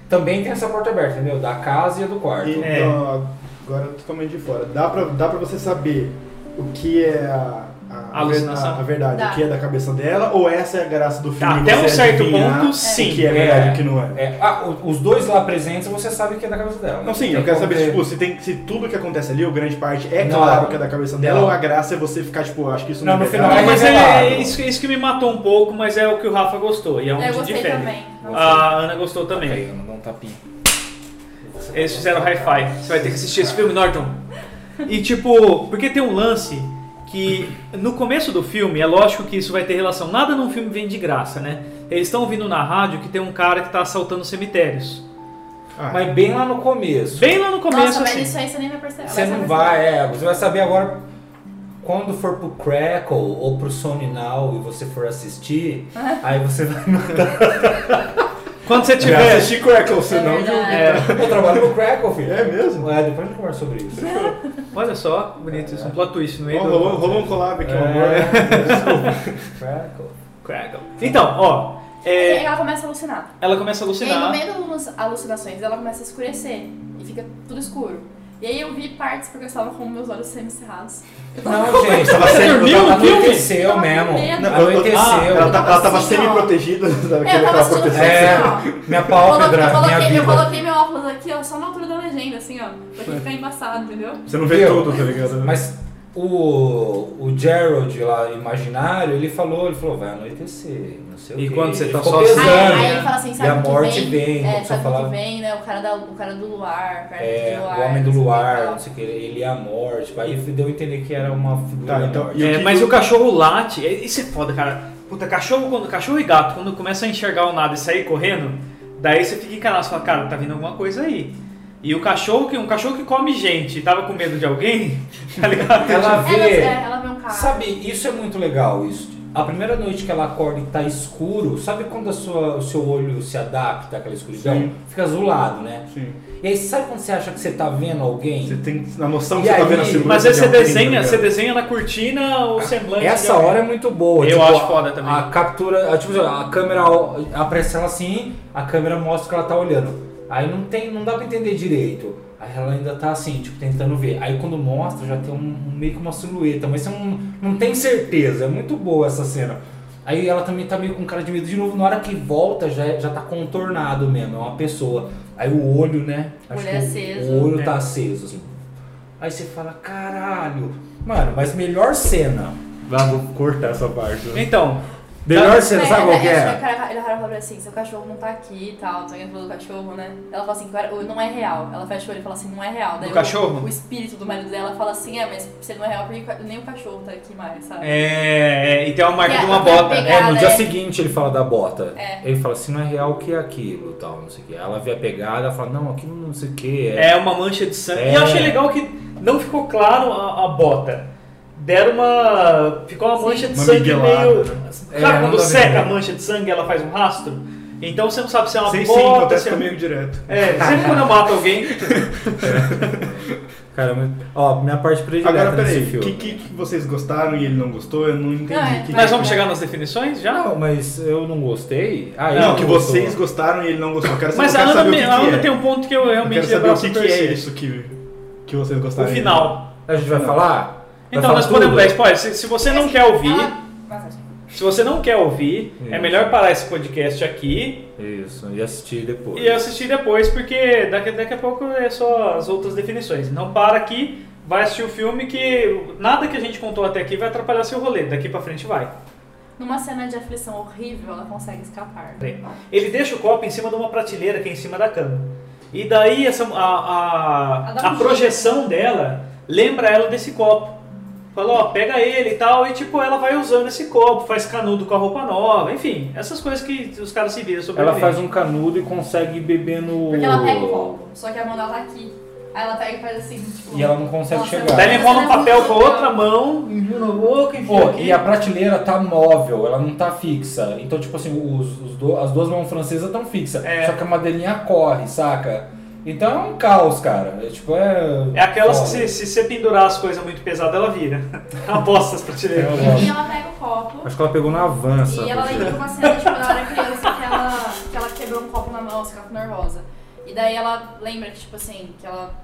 [SPEAKER 4] Também tem essa porta aberta, entendeu? Da casa e a do quarto.
[SPEAKER 5] E,
[SPEAKER 2] É.
[SPEAKER 5] não, Então, agora eu tô totalmente de fora. Dá pra, dá pra você saber o que é a, a,
[SPEAKER 2] Alucinação.
[SPEAKER 5] a, a verdade,
[SPEAKER 3] Dá.
[SPEAKER 5] o que é da cabeça dela, ou essa é a graça do filme?
[SPEAKER 2] Até
[SPEAKER 5] você
[SPEAKER 2] um certo
[SPEAKER 5] adivinhar
[SPEAKER 2] ponto, sim.
[SPEAKER 5] O que é verdade e
[SPEAKER 4] É.
[SPEAKER 5] o que não é.
[SPEAKER 4] É, ah, o- os dois lá presentes, você sabe que é da cabeça dela. né?
[SPEAKER 5] Não, sim,
[SPEAKER 4] Tem
[SPEAKER 5] eu quero
[SPEAKER 4] como
[SPEAKER 5] saber
[SPEAKER 4] ver.
[SPEAKER 5] tipo, se, tem, se tudo que acontece ali, ou grande parte, é
[SPEAKER 4] Não.
[SPEAKER 5] claro que é da cabeça dela,
[SPEAKER 4] Não.
[SPEAKER 5] ou a graça é você ficar, tipo, acho que isso
[SPEAKER 4] Não,
[SPEAKER 5] não,
[SPEAKER 4] no
[SPEAKER 5] é
[SPEAKER 4] final
[SPEAKER 5] verdade.
[SPEAKER 2] Não, mas
[SPEAKER 4] Ah, revelado.
[SPEAKER 2] é, é isso, isso que me matou um pouco, mas é o que o Rafa gostou. E é onde
[SPEAKER 3] eu gostei
[SPEAKER 2] difere.
[SPEAKER 3] também. Nossa.
[SPEAKER 2] A Ana gostou também.
[SPEAKER 4] Peraí, eu não dou um tapinha.
[SPEAKER 2] Eles fizeram hi-fi. Você vai ter que assistir esse filme, Norton. E tipo, porque tem um lance que no começo do filme, é lógico que isso vai ter relação. Nada num filme vem de graça, né? Eles estão ouvindo na rádio que tem um cara que tá assaltando cemitérios.
[SPEAKER 5] Ah,
[SPEAKER 4] Mas bem lá no começo.
[SPEAKER 2] Bem lá no começo,
[SPEAKER 3] Nossa, mas
[SPEAKER 2] assim.
[SPEAKER 3] isso aí você nem vai perceber.
[SPEAKER 4] Você
[SPEAKER 3] vai
[SPEAKER 4] não
[SPEAKER 3] saber.
[SPEAKER 4] vai, é. Você vai saber agora quando for pro Crackle ou pro Sony Now e você for assistir, aí você vai.
[SPEAKER 2] Quando você
[SPEAKER 5] já
[SPEAKER 2] tiver.
[SPEAKER 5] assisti Crackle,
[SPEAKER 3] É
[SPEAKER 5] senão...
[SPEAKER 3] verdade.
[SPEAKER 4] Eu trabalho no Crackle, filho.
[SPEAKER 5] É mesmo?
[SPEAKER 4] É, depois a gente conversa sobre isso.
[SPEAKER 2] Olha só, que bonito isso. Um plot twist no meio
[SPEAKER 5] Ó,
[SPEAKER 2] do-
[SPEAKER 5] Rolou rolou um collab aqui,
[SPEAKER 2] É.
[SPEAKER 5] ó.
[SPEAKER 4] É, Crackle.
[SPEAKER 2] Crackle. Então, ó.
[SPEAKER 3] E
[SPEAKER 2] é,
[SPEAKER 3] aí ela começa a alucinar.
[SPEAKER 2] ela começa a
[SPEAKER 3] E aí, no
[SPEAKER 2] alucinar.
[SPEAKER 3] meio das alucina- alucinações, ela começa a escurecer e fica tudo escuro. E aí eu vi partes porque eu estava com meus olhos semicerrados. Eu tava
[SPEAKER 4] Não,
[SPEAKER 5] é
[SPEAKER 4] gente, tava
[SPEAKER 2] Você
[SPEAKER 4] sendo
[SPEAKER 2] dormiu no filme?
[SPEAKER 4] Anoiteceu
[SPEAKER 3] Tava
[SPEAKER 4] mesmo.
[SPEAKER 3] com medo.
[SPEAKER 5] Não, eu- eu-
[SPEAKER 4] Anoiteceu.
[SPEAKER 5] ah, ela, tá, ela tava
[SPEAKER 3] Assim, ó.
[SPEAKER 5] semi-protegida
[SPEAKER 3] É, eu
[SPEAKER 5] daquela
[SPEAKER 3] tava
[SPEAKER 5] aquela
[SPEAKER 3] assistindo
[SPEAKER 5] proteção.
[SPEAKER 4] É.
[SPEAKER 3] assim, ó.
[SPEAKER 4] Minha
[SPEAKER 3] Eu coloquei-
[SPEAKER 4] pálpebra,
[SPEAKER 3] eu
[SPEAKER 4] minha
[SPEAKER 3] coloquei, eu
[SPEAKER 4] vida.
[SPEAKER 3] coloquei meu óculos aqui, ó, só na altura da legenda, assim, ó. Pra que ficar embaçado, entendeu?
[SPEAKER 5] Você não vê
[SPEAKER 4] Viu?
[SPEAKER 5] tudo, tá ligado?
[SPEAKER 4] Mas o, o Gerald lá, imaginário, ele falou, ele falou, vai anoitecer, não sei
[SPEAKER 6] E
[SPEAKER 4] o quê.
[SPEAKER 6] quando você
[SPEAKER 4] Ele
[SPEAKER 6] tá
[SPEAKER 4] ficou
[SPEAKER 6] sozinho,
[SPEAKER 3] Aí,
[SPEAKER 4] pesando.
[SPEAKER 3] aí ele fala assim, sabe
[SPEAKER 4] E a
[SPEAKER 3] o que
[SPEAKER 4] morte
[SPEAKER 3] vem?
[SPEAKER 4] vem, como
[SPEAKER 3] é,
[SPEAKER 4] você
[SPEAKER 3] sabe o
[SPEAKER 4] falava.
[SPEAKER 3] que vem, né? O cara, da, o cara do luar, perna
[SPEAKER 4] É,
[SPEAKER 3] do
[SPEAKER 4] o
[SPEAKER 3] luar. assim,
[SPEAKER 4] homem
[SPEAKER 3] não
[SPEAKER 4] do
[SPEAKER 3] sei o que
[SPEAKER 4] luar,
[SPEAKER 3] lá.
[SPEAKER 4] não sei o que, ele é a morte. tipo, Aí deu a entender que era uma figura.
[SPEAKER 5] Tá, então,
[SPEAKER 4] da morte.
[SPEAKER 5] E o
[SPEAKER 2] É,
[SPEAKER 5] que
[SPEAKER 2] mas
[SPEAKER 5] que-
[SPEAKER 2] o cachorro late, é- isso é foda, cara. Puta, cachorro, quando, cachorro e gato, quando começam a enxergar o nada e sair correndo, daí você fica encanado, você fala, cara, tá vindo alguma coisa aí. E o cachorro, que um cachorro que come gente e tava com medo de alguém, tá ligado?
[SPEAKER 4] Ela vê.
[SPEAKER 3] Ela, é, ela vê um cara.
[SPEAKER 4] Sabe, isso é muito legal, isso. A primeira noite que ela acorda e tá escuro, sabe quando a sua, o seu olho se adapta àquela escuridão?
[SPEAKER 5] Sim.
[SPEAKER 4] Fica azulado, né?
[SPEAKER 5] Sim.
[SPEAKER 4] E aí, sabe quando você acha que você tá vendo alguém?
[SPEAKER 2] um
[SPEAKER 5] Você tem a noção que
[SPEAKER 4] E
[SPEAKER 5] você tá
[SPEAKER 4] aí-
[SPEAKER 5] vendo a segurança.
[SPEAKER 2] Mas aí
[SPEAKER 5] de
[SPEAKER 2] você
[SPEAKER 5] alguém,
[SPEAKER 2] desenha,
[SPEAKER 5] tá
[SPEAKER 2] você
[SPEAKER 5] ligado?
[SPEAKER 2] desenha na cortina o semblante. de
[SPEAKER 4] Essa
[SPEAKER 2] alguém.
[SPEAKER 4] hora é muito boa.
[SPEAKER 2] Eu
[SPEAKER 4] tipo,
[SPEAKER 2] acho
[SPEAKER 4] a-
[SPEAKER 2] foda também.
[SPEAKER 4] A captura, a, tipo, a câmera aparece ela assim, a câmera mostra que ela tá olhando. Aí não tem, não dá pra entender direito. Aí ela ainda tá assim, tipo, tentando ver. Aí quando mostra, já tem um, um- meio que uma silhueta, mas você não, não tem certeza. É muito boa essa cena. Aí ela também tá meio com cara de medo de novo. Na hora que volta, já, é- já tá contornado mesmo, é uma pessoa. Aí o olho, né?
[SPEAKER 3] Olho
[SPEAKER 4] que o-
[SPEAKER 3] aceso.
[SPEAKER 4] O olho
[SPEAKER 2] É.
[SPEAKER 4] tá aceso, assim. Aí você fala, caralho. Mano, mas melhor cena. Tá Ah, vou cortar essa parte.
[SPEAKER 2] Então,
[SPEAKER 4] Melhor cena,
[SPEAKER 3] É,
[SPEAKER 4] sabe qual que
[SPEAKER 3] é, acho que
[SPEAKER 4] é?
[SPEAKER 3] o cara- Ele fala pra assim, seu cachorro não tá aqui e tal, tá falou do cachorro, né? Ela fala assim, cara, não é real. Ela fecha o olho e fala assim, não é real. Daí
[SPEAKER 2] Do
[SPEAKER 3] o-
[SPEAKER 2] cachorro?
[SPEAKER 3] O espírito do marido dela fala assim, é, mas se ele não é real, porque nem o cachorro tá aqui mais, sabe?
[SPEAKER 2] é, é, e tem uma marca
[SPEAKER 3] Que
[SPEAKER 2] de
[SPEAKER 3] é-
[SPEAKER 2] uma
[SPEAKER 3] que é
[SPEAKER 2] bota.
[SPEAKER 3] pegada.
[SPEAKER 4] É, no dia
[SPEAKER 3] né?
[SPEAKER 4] seguinte ele fala da bota.
[SPEAKER 3] É.
[SPEAKER 4] Ele fala assim, não é real o que é aquilo e tal, não sei o que. Ela vê a pegada, ela fala, não, aquilo não sei o que. É.
[SPEAKER 2] É uma mancha de sangue. E
[SPEAKER 4] É.
[SPEAKER 2] eu achei legal que não ficou claro a, a bota. Deram uma. Ficou uma
[SPEAKER 3] Sim.
[SPEAKER 2] mancha de
[SPEAKER 5] Uma
[SPEAKER 2] sangue
[SPEAKER 5] miguelada,
[SPEAKER 2] meio.
[SPEAKER 5] né?
[SPEAKER 4] É,
[SPEAKER 2] Sabe
[SPEAKER 4] não
[SPEAKER 2] quando
[SPEAKER 4] dá
[SPEAKER 2] seca
[SPEAKER 4] bem.
[SPEAKER 2] a mancha de sangue ela faz um rastro? Então você não sabe se é uma
[SPEAKER 5] Sim, sim,
[SPEAKER 2] bota,
[SPEAKER 5] acontece
[SPEAKER 2] se é.
[SPEAKER 5] comigo direto.
[SPEAKER 2] É, sempre quando eu mato alguém.
[SPEAKER 4] Cara, mas- ó, minha parte predileta
[SPEAKER 5] Agora,
[SPEAKER 4] nesse
[SPEAKER 5] peraí, o
[SPEAKER 4] filme.
[SPEAKER 5] que, que, que vocês gostaram e ele não gostou? Eu não entendi.
[SPEAKER 3] Não, é,
[SPEAKER 5] Que-
[SPEAKER 3] mas
[SPEAKER 2] Nós vamos chegar nas definições já?
[SPEAKER 4] Não, mas eu não gostei. Ah, ele
[SPEAKER 5] Não, que
[SPEAKER 4] gostou.
[SPEAKER 5] vocês gostaram e ele não gostou. Eu quero,
[SPEAKER 2] Mas
[SPEAKER 5] eu
[SPEAKER 2] a
[SPEAKER 5] quero
[SPEAKER 2] Ana,
[SPEAKER 5] saber o
[SPEAKER 2] me-
[SPEAKER 5] que,
[SPEAKER 2] a Ana
[SPEAKER 5] que
[SPEAKER 2] tem
[SPEAKER 5] é.
[SPEAKER 2] um ponto que eu
[SPEAKER 5] Eu
[SPEAKER 2] realmente
[SPEAKER 5] quero saber o que, que é
[SPEAKER 2] percebi.
[SPEAKER 5] isso que, que vocês
[SPEAKER 2] O
[SPEAKER 5] gostaram.
[SPEAKER 2] final.
[SPEAKER 4] A gente vai falar? Vai
[SPEAKER 2] Então,
[SPEAKER 4] falar
[SPEAKER 2] nós podemos
[SPEAKER 4] tudo?
[SPEAKER 2] dar spoiler. Se, se você não quer ouvir,
[SPEAKER 3] assim, Ela- Vai, vai.
[SPEAKER 2] se você não quer ouvir, é
[SPEAKER 4] Isso.
[SPEAKER 2] melhor parar esse podcast aqui
[SPEAKER 4] Isso, e assistir depois.
[SPEAKER 2] E é eu assisti depois, porque daqui, daqui a pouco é só as outras definições. Não para aqui, vai assistir o filme que nada que a gente contou até aqui vai atrapalhar seu rolê. Daqui pra frente vai.
[SPEAKER 3] Numa cena de aflição horrível, ela consegue escapar.
[SPEAKER 2] Bem, Ele deixa o copo em cima de uma prateleira que é em cima da cama. E daí essa, a, a,
[SPEAKER 3] Ela dá
[SPEAKER 2] a
[SPEAKER 3] um
[SPEAKER 2] projeção dela lembra ela desse copo. Fala, ó, pega ele e tal, e tipo, ela vai usando esse copo, faz canudo com a roupa nova, enfim, essas coisas que os caras se viram sobre
[SPEAKER 4] Ela faz um canudo e consegue beber no.
[SPEAKER 3] Porque ela pega o copo, só que a mão dela tá aqui. Aí ela pega e faz assim, tipo...
[SPEAKER 4] E ela não consegue
[SPEAKER 3] Nossa,
[SPEAKER 4] chegar.
[SPEAKER 3] eu-
[SPEAKER 2] Daí ele enrola um
[SPEAKER 3] Essa é
[SPEAKER 2] papel
[SPEAKER 3] muito
[SPEAKER 2] com a
[SPEAKER 3] legal.
[SPEAKER 2] outra mão, enfia na boca, enfia
[SPEAKER 4] Pô,
[SPEAKER 2] aqui.
[SPEAKER 4] e a prateleira tá móvel, ela não tá fixa. Então, tipo assim, os, os do- as duas mãos francesas estão fixas.
[SPEAKER 2] É.
[SPEAKER 4] Só que a madeirinha corre, saca? Então é um caos, cara. É, tipo, é.
[SPEAKER 2] É aquelas que
[SPEAKER 4] foda.
[SPEAKER 2] se, se você pendurar as coisas muito pesadas, ela vira. Aposta as prateleiras.
[SPEAKER 3] E ela pega o copo...
[SPEAKER 4] É, Acho que ela pegou na avança.
[SPEAKER 3] E ela lembra uma cena, tipo, da hora criança que ela, que ela quebrou um copo na mão, ela ficou nervosa. E daí ela lembra que, tipo assim, que ela.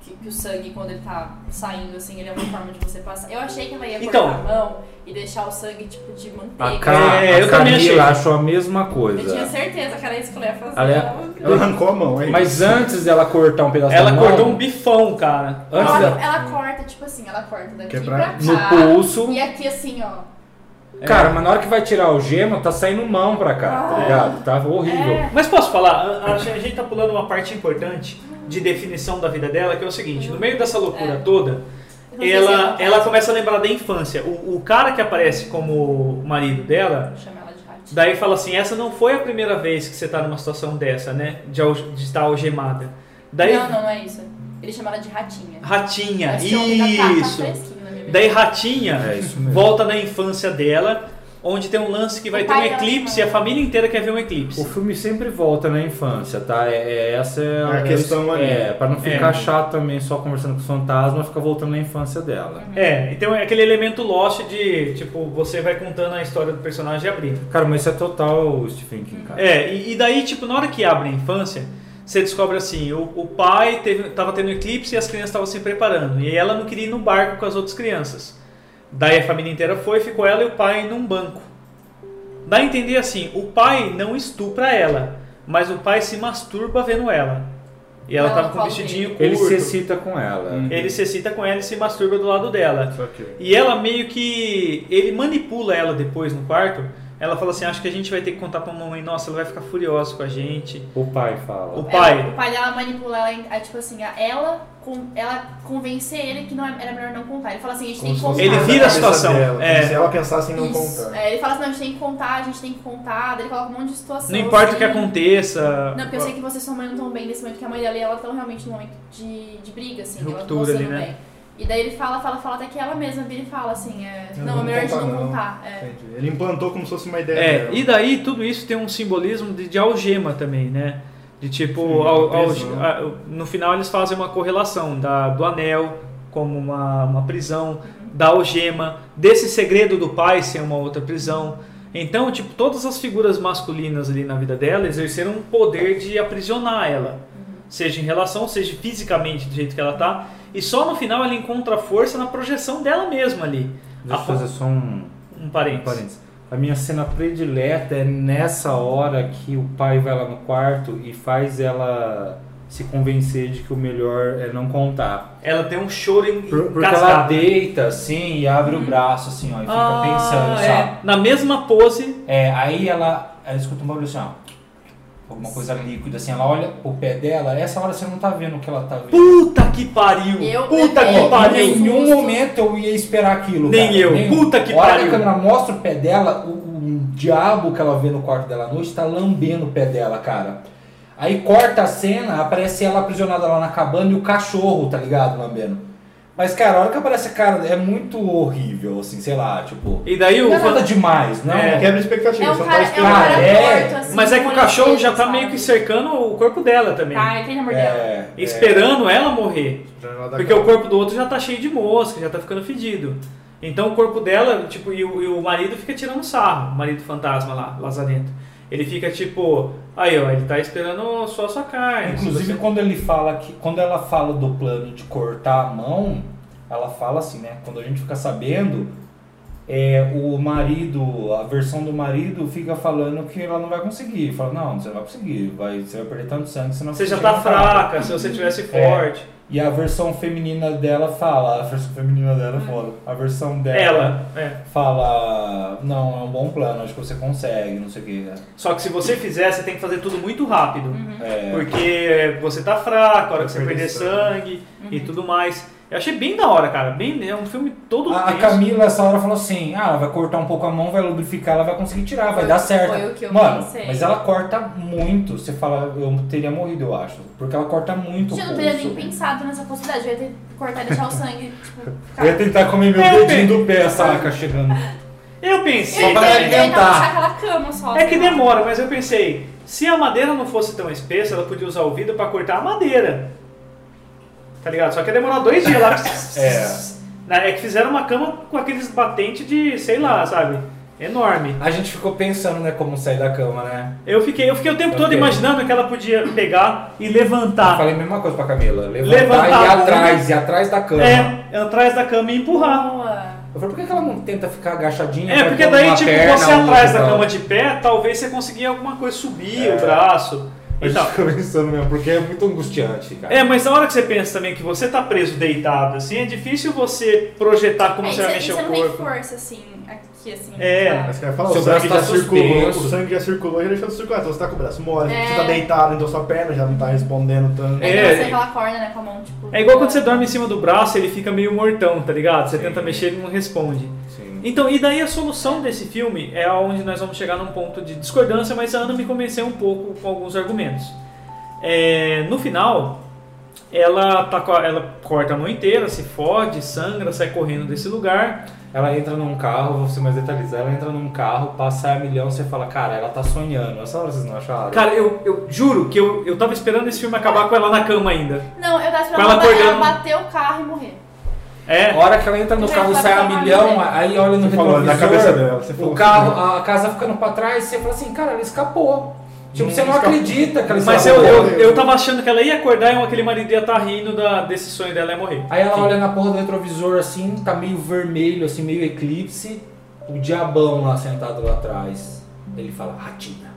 [SPEAKER 3] Que, que o sangue, quando ele tá saindo, assim, ele é uma forma de você passar. Eu achei que ela ia cortar
[SPEAKER 2] Então.
[SPEAKER 3] a mão e deixar o sangue, tipo, de manteiga.
[SPEAKER 4] A, Ca...
[SPEAKER 2] É,
[SPEAKER 4] a
[SPEAKER 2] eu também achei.
[SPEAKER 4] Camila achou a mesma
[SPEAKER 3] Eu tinha
[SPEAKER 4] coisa.
[SPEAKER 3] certeza que era isso que ela ia fazer.
[SPEAKER 4] Ela ia-
[SPEAKER 5] Ela arrancou a mão, é
[SPEAKER 4] Mas antes dela cortar um pedaço
[SPEAKER 2] Ela
[SPEAKER 4] da mão,
[SPEAKER 2] cortou um bifão, cara.
[SPEAKER 4] antes
[SPEAKER 3] ela,
[SPEAKER 4] dela-
[SPEAKER 3] ela corta, tipo assim, ela corta daqui
[SPEAKER 5] Que é pra-
[SPEAKER 3] pra cá.
[SPEAKER 4] no pulso.
[SPEAKER 3] E aqui, assim, ó.
[SPEAKER 4] Cara, mas na hora que vai tirar o gema, tá saindo mão pra cá, tá
[SPEAKER 3] Ah.
[SPEAKER 4] ligado? Tá horrível.
[SPEAKER 3] É.
[SPEAKER 2] Mas posso falar? A, a gente tá pulando uma parte importante de definição da vida dela, que é o seguinte: no meio dessa loucura
[SPEAKER 3] É.
[SPEAKER 2] toda,
[SPEAKER 3] Eu não sei se
[SPEAKER 2] ela,
[SPEAKER 3] é-
[SPEAKER 2] ela começa a lembrar da infância. O, o cara que aparece como marido dela.
[SPEAKER 3] Chama ela de ratinho.
[SPEAKER 2] Daí fala assim, essa não foi a primeira vez que você tá numa situação dessa, né? De, al- de estar algemada. Daí,
[SPEAKER 3] Não, não, não é isso. Ele chama ela de ratinha.
[SPEAKER 2] ratinha,
[SPEAKER 3] Esse homem tá- tá- tá
[SPEAKER 2] isso.
[SPEAKER 3] fresquinho na minha
[SPEAKER 2] Daí
[SPEAKER 3] memória.
[SPEAKER 2] Ratinha
[SPEAKER 4] É isso mesmo.
[SPEAKER 2] volta na infância dela, onde tem um lance que vai
[SPEAKER 3] O
[SPEAKER 2] ter um
[SPEAKER 3] pai é dela
[SPEAKER 2] eclipse e
[SPEAKER 3] chama.
[SPEAKER 2] a família inteira quer ver um
[SPEAKER 4] O
[SPEAKER 2] eclipse.
[SPEAKER 4] filme sempre volta na infância, tá? É, é- essa é
[SPEAKER 5] a questão ali.
[SPEAKER 4] É, pra não ficar
[SPEAKER 2] É.
[SPEAKER 4] chato também só conversando com os fantasmas, fica voltando na infância dela.
[SPEAKER 2] É, então é aquele elemento Lost de, tipo, você vai contando a história do personagem e abrindo.
[SPEAKER 4] Cara, mas isso é total Stephen King, cara.
[SPEAKER 2] É, e, e daí, tipo, na hora que abre a infância, você descobre assim, o, o pai teve, tava tendo um eclipse e as crianças estavam se preparando. E ela não queria ir no barco com as outras crianças. Daí a família inteira foi, ficou ela e o pai num banco. Dá a entender assim, o pai não estupra ela, mas o pai se masturba vendo ela. E ela
[SPEAKER 3] Ela
[SPEAKER 2] tava com um
[SPEAKER 3] fala
[SPEAKER 2] vestidinho curto. Hum.
[SPEAKER 7] Ele se excita com ela.
[SPEAKER 2] Ele se excita com ela e se masturba do lado dela.
[SPEAKER 5] Só que.
[SPEAKER 2] E ela meio que. Ele manipula ela depois no quarto. Ela fala assim: Acho que a gente vai ter que contar pra mamãe. Nossa, ela vai ficar furiosa com a gente.
[SPEAKER 7] O pai fala.
[SPEAKER 2] O
[SPEAKER 4] É,
[SPEAKER 2] pai.
[SPEAKER 3] Ela- o pai dela manipula ela, em- aí, tipo assim, a- ela, com, ela convencer ele que não é- era melhor não contar. Ele fala assim, a gente tem que contar.
[SPEAKER 2] Ele
[SPEAKER 5] na
[SPEAKER 2] vira a
[SPEAKER 5] cabeça
[SPEAKER 2] situação,
[SPEAKER 5] dela,
[SPEAKER 2] é.
[SPEAKER 5] como se ela pensasse em não
[SPEAKER 3] Isso.
[SPEAKER 5] contar.
[SPEAKER 3] É, ele fala assim, não, a gente tem que contar, a gente tem que contar. Daí ele coloca um monte de situação.
[SPEAKER 2] Não importa o que
[SPEAKER 3] assim.
[SPEAKER 2] aconteça.
[SPEAKER 3] Não, porque eu sei que você e sua mãe não estão bem nesse momento, que a mãe dela e ela estão realmente num momento de, de briga, assim. elas não
[SPEAKER 2] Ruptura
[SPEAKER 3] estão
[SPEAKER 2] ali,
[SPEAKER 3] sendo
[SPEAKER 2] né?
[SPEAKER 3] bem. E daí ele fala, fala, fala, até que ela mesma vira e fala assim, é,
[SPEAKER 5] Eu
[SPEAKER 3] não,
[SPEAKER 5] não
[SPEAKER 3] é melhor a gente
[SPEAKER 5] vou
[SPEAKER 3] não
[SPEAKER 5] contar, não.
[SPEAKER 3] contar. É.
[SPEAKER 5] Entendi. Ele implantou como se fosse uma ideia.
[SPEAKER 2] É,
[SPEAKER 5] dela.
[SPEAKER 2] e daí tudo isso tem um simbolismo de, de algema também, né? De tipo,
[SPEAKER 5] Sim,
[SPEAKER 2] al- al-
[SPEAKER 5] prisão.
[SPEAKER 2] a- no final eles fazem uma correlação da, do anel como uma, uma prisão, da algema, desse segredo do pai ser uma outra prisão. Então, tipo, todas as figuras masculinas ali na vida dela exerceram um poder de aprisionar ela. Seja em relação, seja fisicamente do jeito que ela tá. E só no final ela encontra força na projeção dela mesma ali.
[SPEAKER 7] Deixa eu fazer só um,
[SPEAKER 2] Um
[SPEAKER 7] um
[SPEAKER 2] parênteses.
[SPEAKER 7] parênteses. A minha cena predileta é nessa hora que o pai vai lá no quarto e faz ela se convencer de que o melhor é não contar.
[SPEAKER 2] Ela tem um choro em,
[SPEAKER 7] Por- Porque ela
[SPEAKER 2] cascata.
[SPEAKER 7] deita assim e abre o braço assim, ó, e fica
[SPEAKER 2] né? Ah,
[SPEAKER 7] pensando,
[SPEAKER 2] é.
[SPEAKER 7] sabe?
[SPEAKER 2] Na mesma pose,
[SPEAKER 4] É, aí ela, ela escuta um barulho assim, ó. Alguma coisa líquida, assim, ela olha pro pé dela, essa hora você não tá vendo o que ela tá vendo.
[SPEAKER 2] puta que pariu!
[SPEAKER 3] Eu
[SPEAKER 2] puta
[SPEAKER 3] levei
[SPEAKER 2] que
[SPEAKER 3] um
[SPEAKER 4] Em
[SPEAKER 2] pariu!
[SPEAKER 4] nenhum
[SPEAKER 3] susto.
[SPEAKER 4] momento eu ia esperar aquilo.
[SPEAKER 2] Nem
[SPEAKER 4] cara.
[SPEAKER 2] eu. Puta que
[SPEAKER 4] A hora
[SPEAKER 2] pariu.
[SPEAKER 4] que a câmera mostra o pé dela, o, o diabo que ela vê no quarto dela à noite tá lambendo o pé dela, cara. Aí corta a cena, aparece ela aprisionada lá na cabana e o cachorro, tá ligado, lambendo. Mas, cara, a hora que aparece, cara, é muito horrível, assim, sei lá, tipo.
[SPEAKER 2] E daí o.
[SPEAKER 4] Não é nada demais, não.
[SPEAKER 5] Não
[SPEAKER 2] É.
[SPEAKER 5] quebra expectativa,
[SPEAKER 3] É
[SPEAKER 5] você
[SPEAKER 3] um
[SPEAKER 5] não tá
[SPEAKER 3] cara, é um
[SPEAKER 5] esperando.
[SPEAKER 4] Ah,
[SPEAKER 3] cara
[SPEAKER 4] é?
[SPEAKER 3] morto, assim.
[SPEAKER 2] Mas é que
[SPEAKER 3] com
[SPEAKER 2] o cachorro
[SPEAKER 3] olho
[SPEAKER 2] já
[SPEAKER 3] preto,
[SPEAKER 2] tá meio que
[SPEAKER 3] sabe?
[SPEAKER 2] cercando o corpo dela também.
[SPEAKER 3] Tá, ele tem amor dela.
[SPEAKER 4] É,
[SPEAKER 2] Esperando ela morrer.
[SPEAKER 5] Jornal da
[SPEAKER 2] Porque o corpo do outro já tá cheio de mosca, já tá ficando fedido. Então o corpo dela, tipo, e o, e o marido fica tirando sarro, o marido fantasma lá, Lazarento. Ele fica tipo, aí ó, ele tá esperando só a sua carne.
[SPEAKER 4] É, Inclusive
[SPEAKER 2] se você-
[SPEAKER 4] quando ele fala que quando ela fala do plano de cortar a mão, ela fala assim, né? Quando a gente fica sabendo, é, o marido, a versão do marido fica falando que ela não vai conseguir. Fala, não, você não vai conseguir, vai, você vai perder tanto sangue, você não
[SPEAKER 2] Você já
[SPEAKER 4] chega
[SPEAKER 2] tá
[SPEAKER 4] no final."
[SPEAKER 2] fraca, se você tivesse
[SPEAKER 4] É.
[SPEAKER 2] forte.
[SPEAKER 4] E a versão feminina dela fala, a versão feminina dela fala, a versão dela
[SPEAKER 2] Ela, é.
[SPEAKER 4] fala, não, é um bom plano, acho que você consegue, não sei o que.
[SPEAKER 2] Só que se você fizer, você tem que fazer tudo muito rápido.
[SPEAKER 4] É,
[SPEAKER 2] Porque você tá fraco, a hora que você
[SPEAKER 5] Vai
[SPEAKER 2] perder
[SPEAKER 5] perder
[SPEAKER 2] sangue e tudo mais. Eu achei bem da hora, cara. Bem, é um filme todo
[SPEAKER 4] A, a
[SPEAKER 2] tenso.
[SPEAKER 4] Camila, essa hora, falou assim: ah, ela vai cortar um pouco a mão, vai lubrificar, ela vai conseguir tirar, vai
[SPEAKER 3] Foi-
[SPEAKER 4] dar certo.
[SPEAKER 3] foi o que eu
[SPEAKER 4] Mano,
[SPEAKER 3] pensei.
[SPEAKER 4] mas ela corta muito. Você fala, eu teria morrido, eu acho. Porque ela corta muito. o
[SPEAKER 3] Gente, eu não teria nem
[SPEAKER 4] pulso.
[SPEAKER 3] pensado nessa possibilidade. Eu ia ter que cortar e deixar o sangue, tipo, ficar.
[SPEAKER 4] Eu ia tentar comer meu
[SPEAKER 2] É, eu
[SPEAKER 4] dedinho do pé, saca, chegando.
[SPEAKER 2] Eu
[SPEAKER 3] Eu
[SPEAKER 2] pensei.
[SPEAKER 3] ia
[SPEAKER 4] pra
[SPEAKER 3] ter que tentar
[SPEAKER 4] alimentar.
[SPEAKER 3] puxar aquela cama só.
[SPEAKER 2] É que
[SPEAKER 3] assim,
[SPEAKER 2] demora, mas eu pensei. Se a madeira não fosse tão espessa, ela podia usar o vidro pra cortar a madeira. Tá ligado? Só que ia demorar dois dias lá. é. é que fizeram uma cama com aqueles batentes de, sei lá, sabe? Enorme.
[SPEAKER 4] A gente ficou pensando, né, como sair da cama, né?
[SPEAKER 2] Eu fiquei, eu fiquei o tempo todo
[SPEAKER 4] Ok.
[SPEAKER 2] imaginando que ela podia pegar e levantar.
[SPEAKER 4] Eu falei a mesma coisa pra Camila. Levantar,
[SPEAKER 2] Levantar
[SPEAKER 4] e
[SPEAKER 2] a
[SPEAKER 4] ir
[SPEAKER 2] bunda.
[SPEAKER 4] atrás, e atrás da cama.
[SPEAKER 2] É, atrás da cama e empurrar.
[SPEAKER 3] Boa.
[SPEAKER 4] Eu falei, por que que ela não tenta ficar agachadinha?
[SPEAKER 2] É,
[SPEAKER 4] vai
[SPEAKER 2] porque
[SPEAKER 4] pondo
[SPEAKER 2] daí,
[SPEAKER 4] uma
[SPEAKER 2] tipo,
[SPEAKER 4] perna,
[SPEAKER 2] você
[SPEAKER 4] outra
[SPEAKER 2] atrás da
[SPEAKER 4] pra-
[SPEAKER 2] cama tipo, de pé, talvez você conseguia alguma coisa, subir
[SPEAKER 4] É.
[SPEAKER 2] o braço
[SPEAKER 4] A
[SPEAKER 2] e
[SPEAKER 4] gente
[SPEAKER 2] tal.
[SPEAKER 4] ficou pensando mesmo, porque é muito angustiante, cara.
[SPEAKER 2] É, mas na hora que você pensa também que você tá preso deitado, assim, é difícil você projetar como
[SPEAKER 3] É,
[SPEAKER 2] você vai
[SPEAKER 3] e
[SPEAKER 2] mexer
[SPEAKER 3] você
[SPEAKER 2] o
[SPEAKER 3] não tem
[SPEAKER 2] corpo.
[SPEAKER 3] força, assim, aqui, assim.
[SPEAKER 2] É.
[SPEAKER 5] Mas
[SPEAKER 3] sabe?
[SPEAKER 5] você vai falar,
[SPEAKER 4] Seu
[SPEAKER 5] o
[SPEAKER 4] braço
[SPEAKER 5] sangue
[SPEAKER 4] tá
[SPEAKER 5] já circulou, o
[SPEAKER 4] suspenso.
[SPEAKER 5] sangue já circulou e já deixou de circular. Então você tá com o braço mole,
[SPEAKER 3] É.
[SPEAKER 5] você tá deitado, então sua perna já não tá respondendo tanto.
[SPEAKER 3] É,
[SPEAKER 2] É.
[SPEAKER 3] é. você aquela corda, né, com a mão, tipo.
[SPEAKER 2] É igual quando você dorme em cima do braço, ele fica meio mortão, tá ligado? Você
[SPEAKER 4] Sim.
[SPEAKER 2] tenta mexer, ele não responde.
[SPEAKER 4] Sim.
[SPEAKER 2] Então, e daí a solução desse filme é onde nós vamos chegar num ponto de discordância, mas a Ana me convenceu um pouco com alguns argumentos. É, no final, ela, tá com a- ela corta a mão inteira, se fode, sangra, sai correndo desse lugar.
[SPEAKER 4] Ela entra num carro, vou ser mais detalhista, ela entra num carro, passa a milhão, você fala, cara, ela tá sonhando. Essa hora vocês não acharam?
[SPEAKER 2] Cara, eu, eu juro que eu, eu tava esperando esse filme acabar com ela na cama ainda.
[SPEAKER 3] Não, eu tava
[SPEAKER 2] Com
[SPEAKER 3] esperando
[SPEAKER 2] ela
[SPEAKER 3] ela, bater-
[SPEAKER 2] acordando.
[SPEAKER 3] ela bater o carro e morrer.
[SPEAKER 2] É,
[SPEAKER 4] a hora que ela entra no
[SPEAKER 3] Você
[SPEAKER 4] carro
[SPEAKER 3] vai
[SPEAKER 4] sai a
[SPEAKER 3] falar
[SPEAKER 4] milhão,
[SPEAKER 3] mais,
[SPEAKER 4] aí olha no
[SPEAKER 5] Você falou, na cabeça
[SPEAKER 4] retrovisor,
[SPEAKER 5] dela, você falou assim, né?
[SPEAKER 4] o carro, a casa ficando pra trás, você fala assim, cara, ela escapou. Tipo,
[SPEAKER 5] Não
[SPEAKER 4] você não
[SPEAKER 5] escapou.
[SPEAKER 4] acredita que ela
[SPEAKER 2] mas eu,
[SPEAKER 4] escapou.
[SPEAKER 2] eu, eu tava achando que ela ia acordar e aquele marido ia estar rindo da, desse sonho dela ia morrer.
[SPEAKER 4] Aí ela
[SPEAKER 2] Enfim.
[SPEAKER 4] olha na porra do retrovisor assim, tá meio vermelho, assim, meio eclipse. O diabão lá sentado lá atrás. Ele fala, ratinha,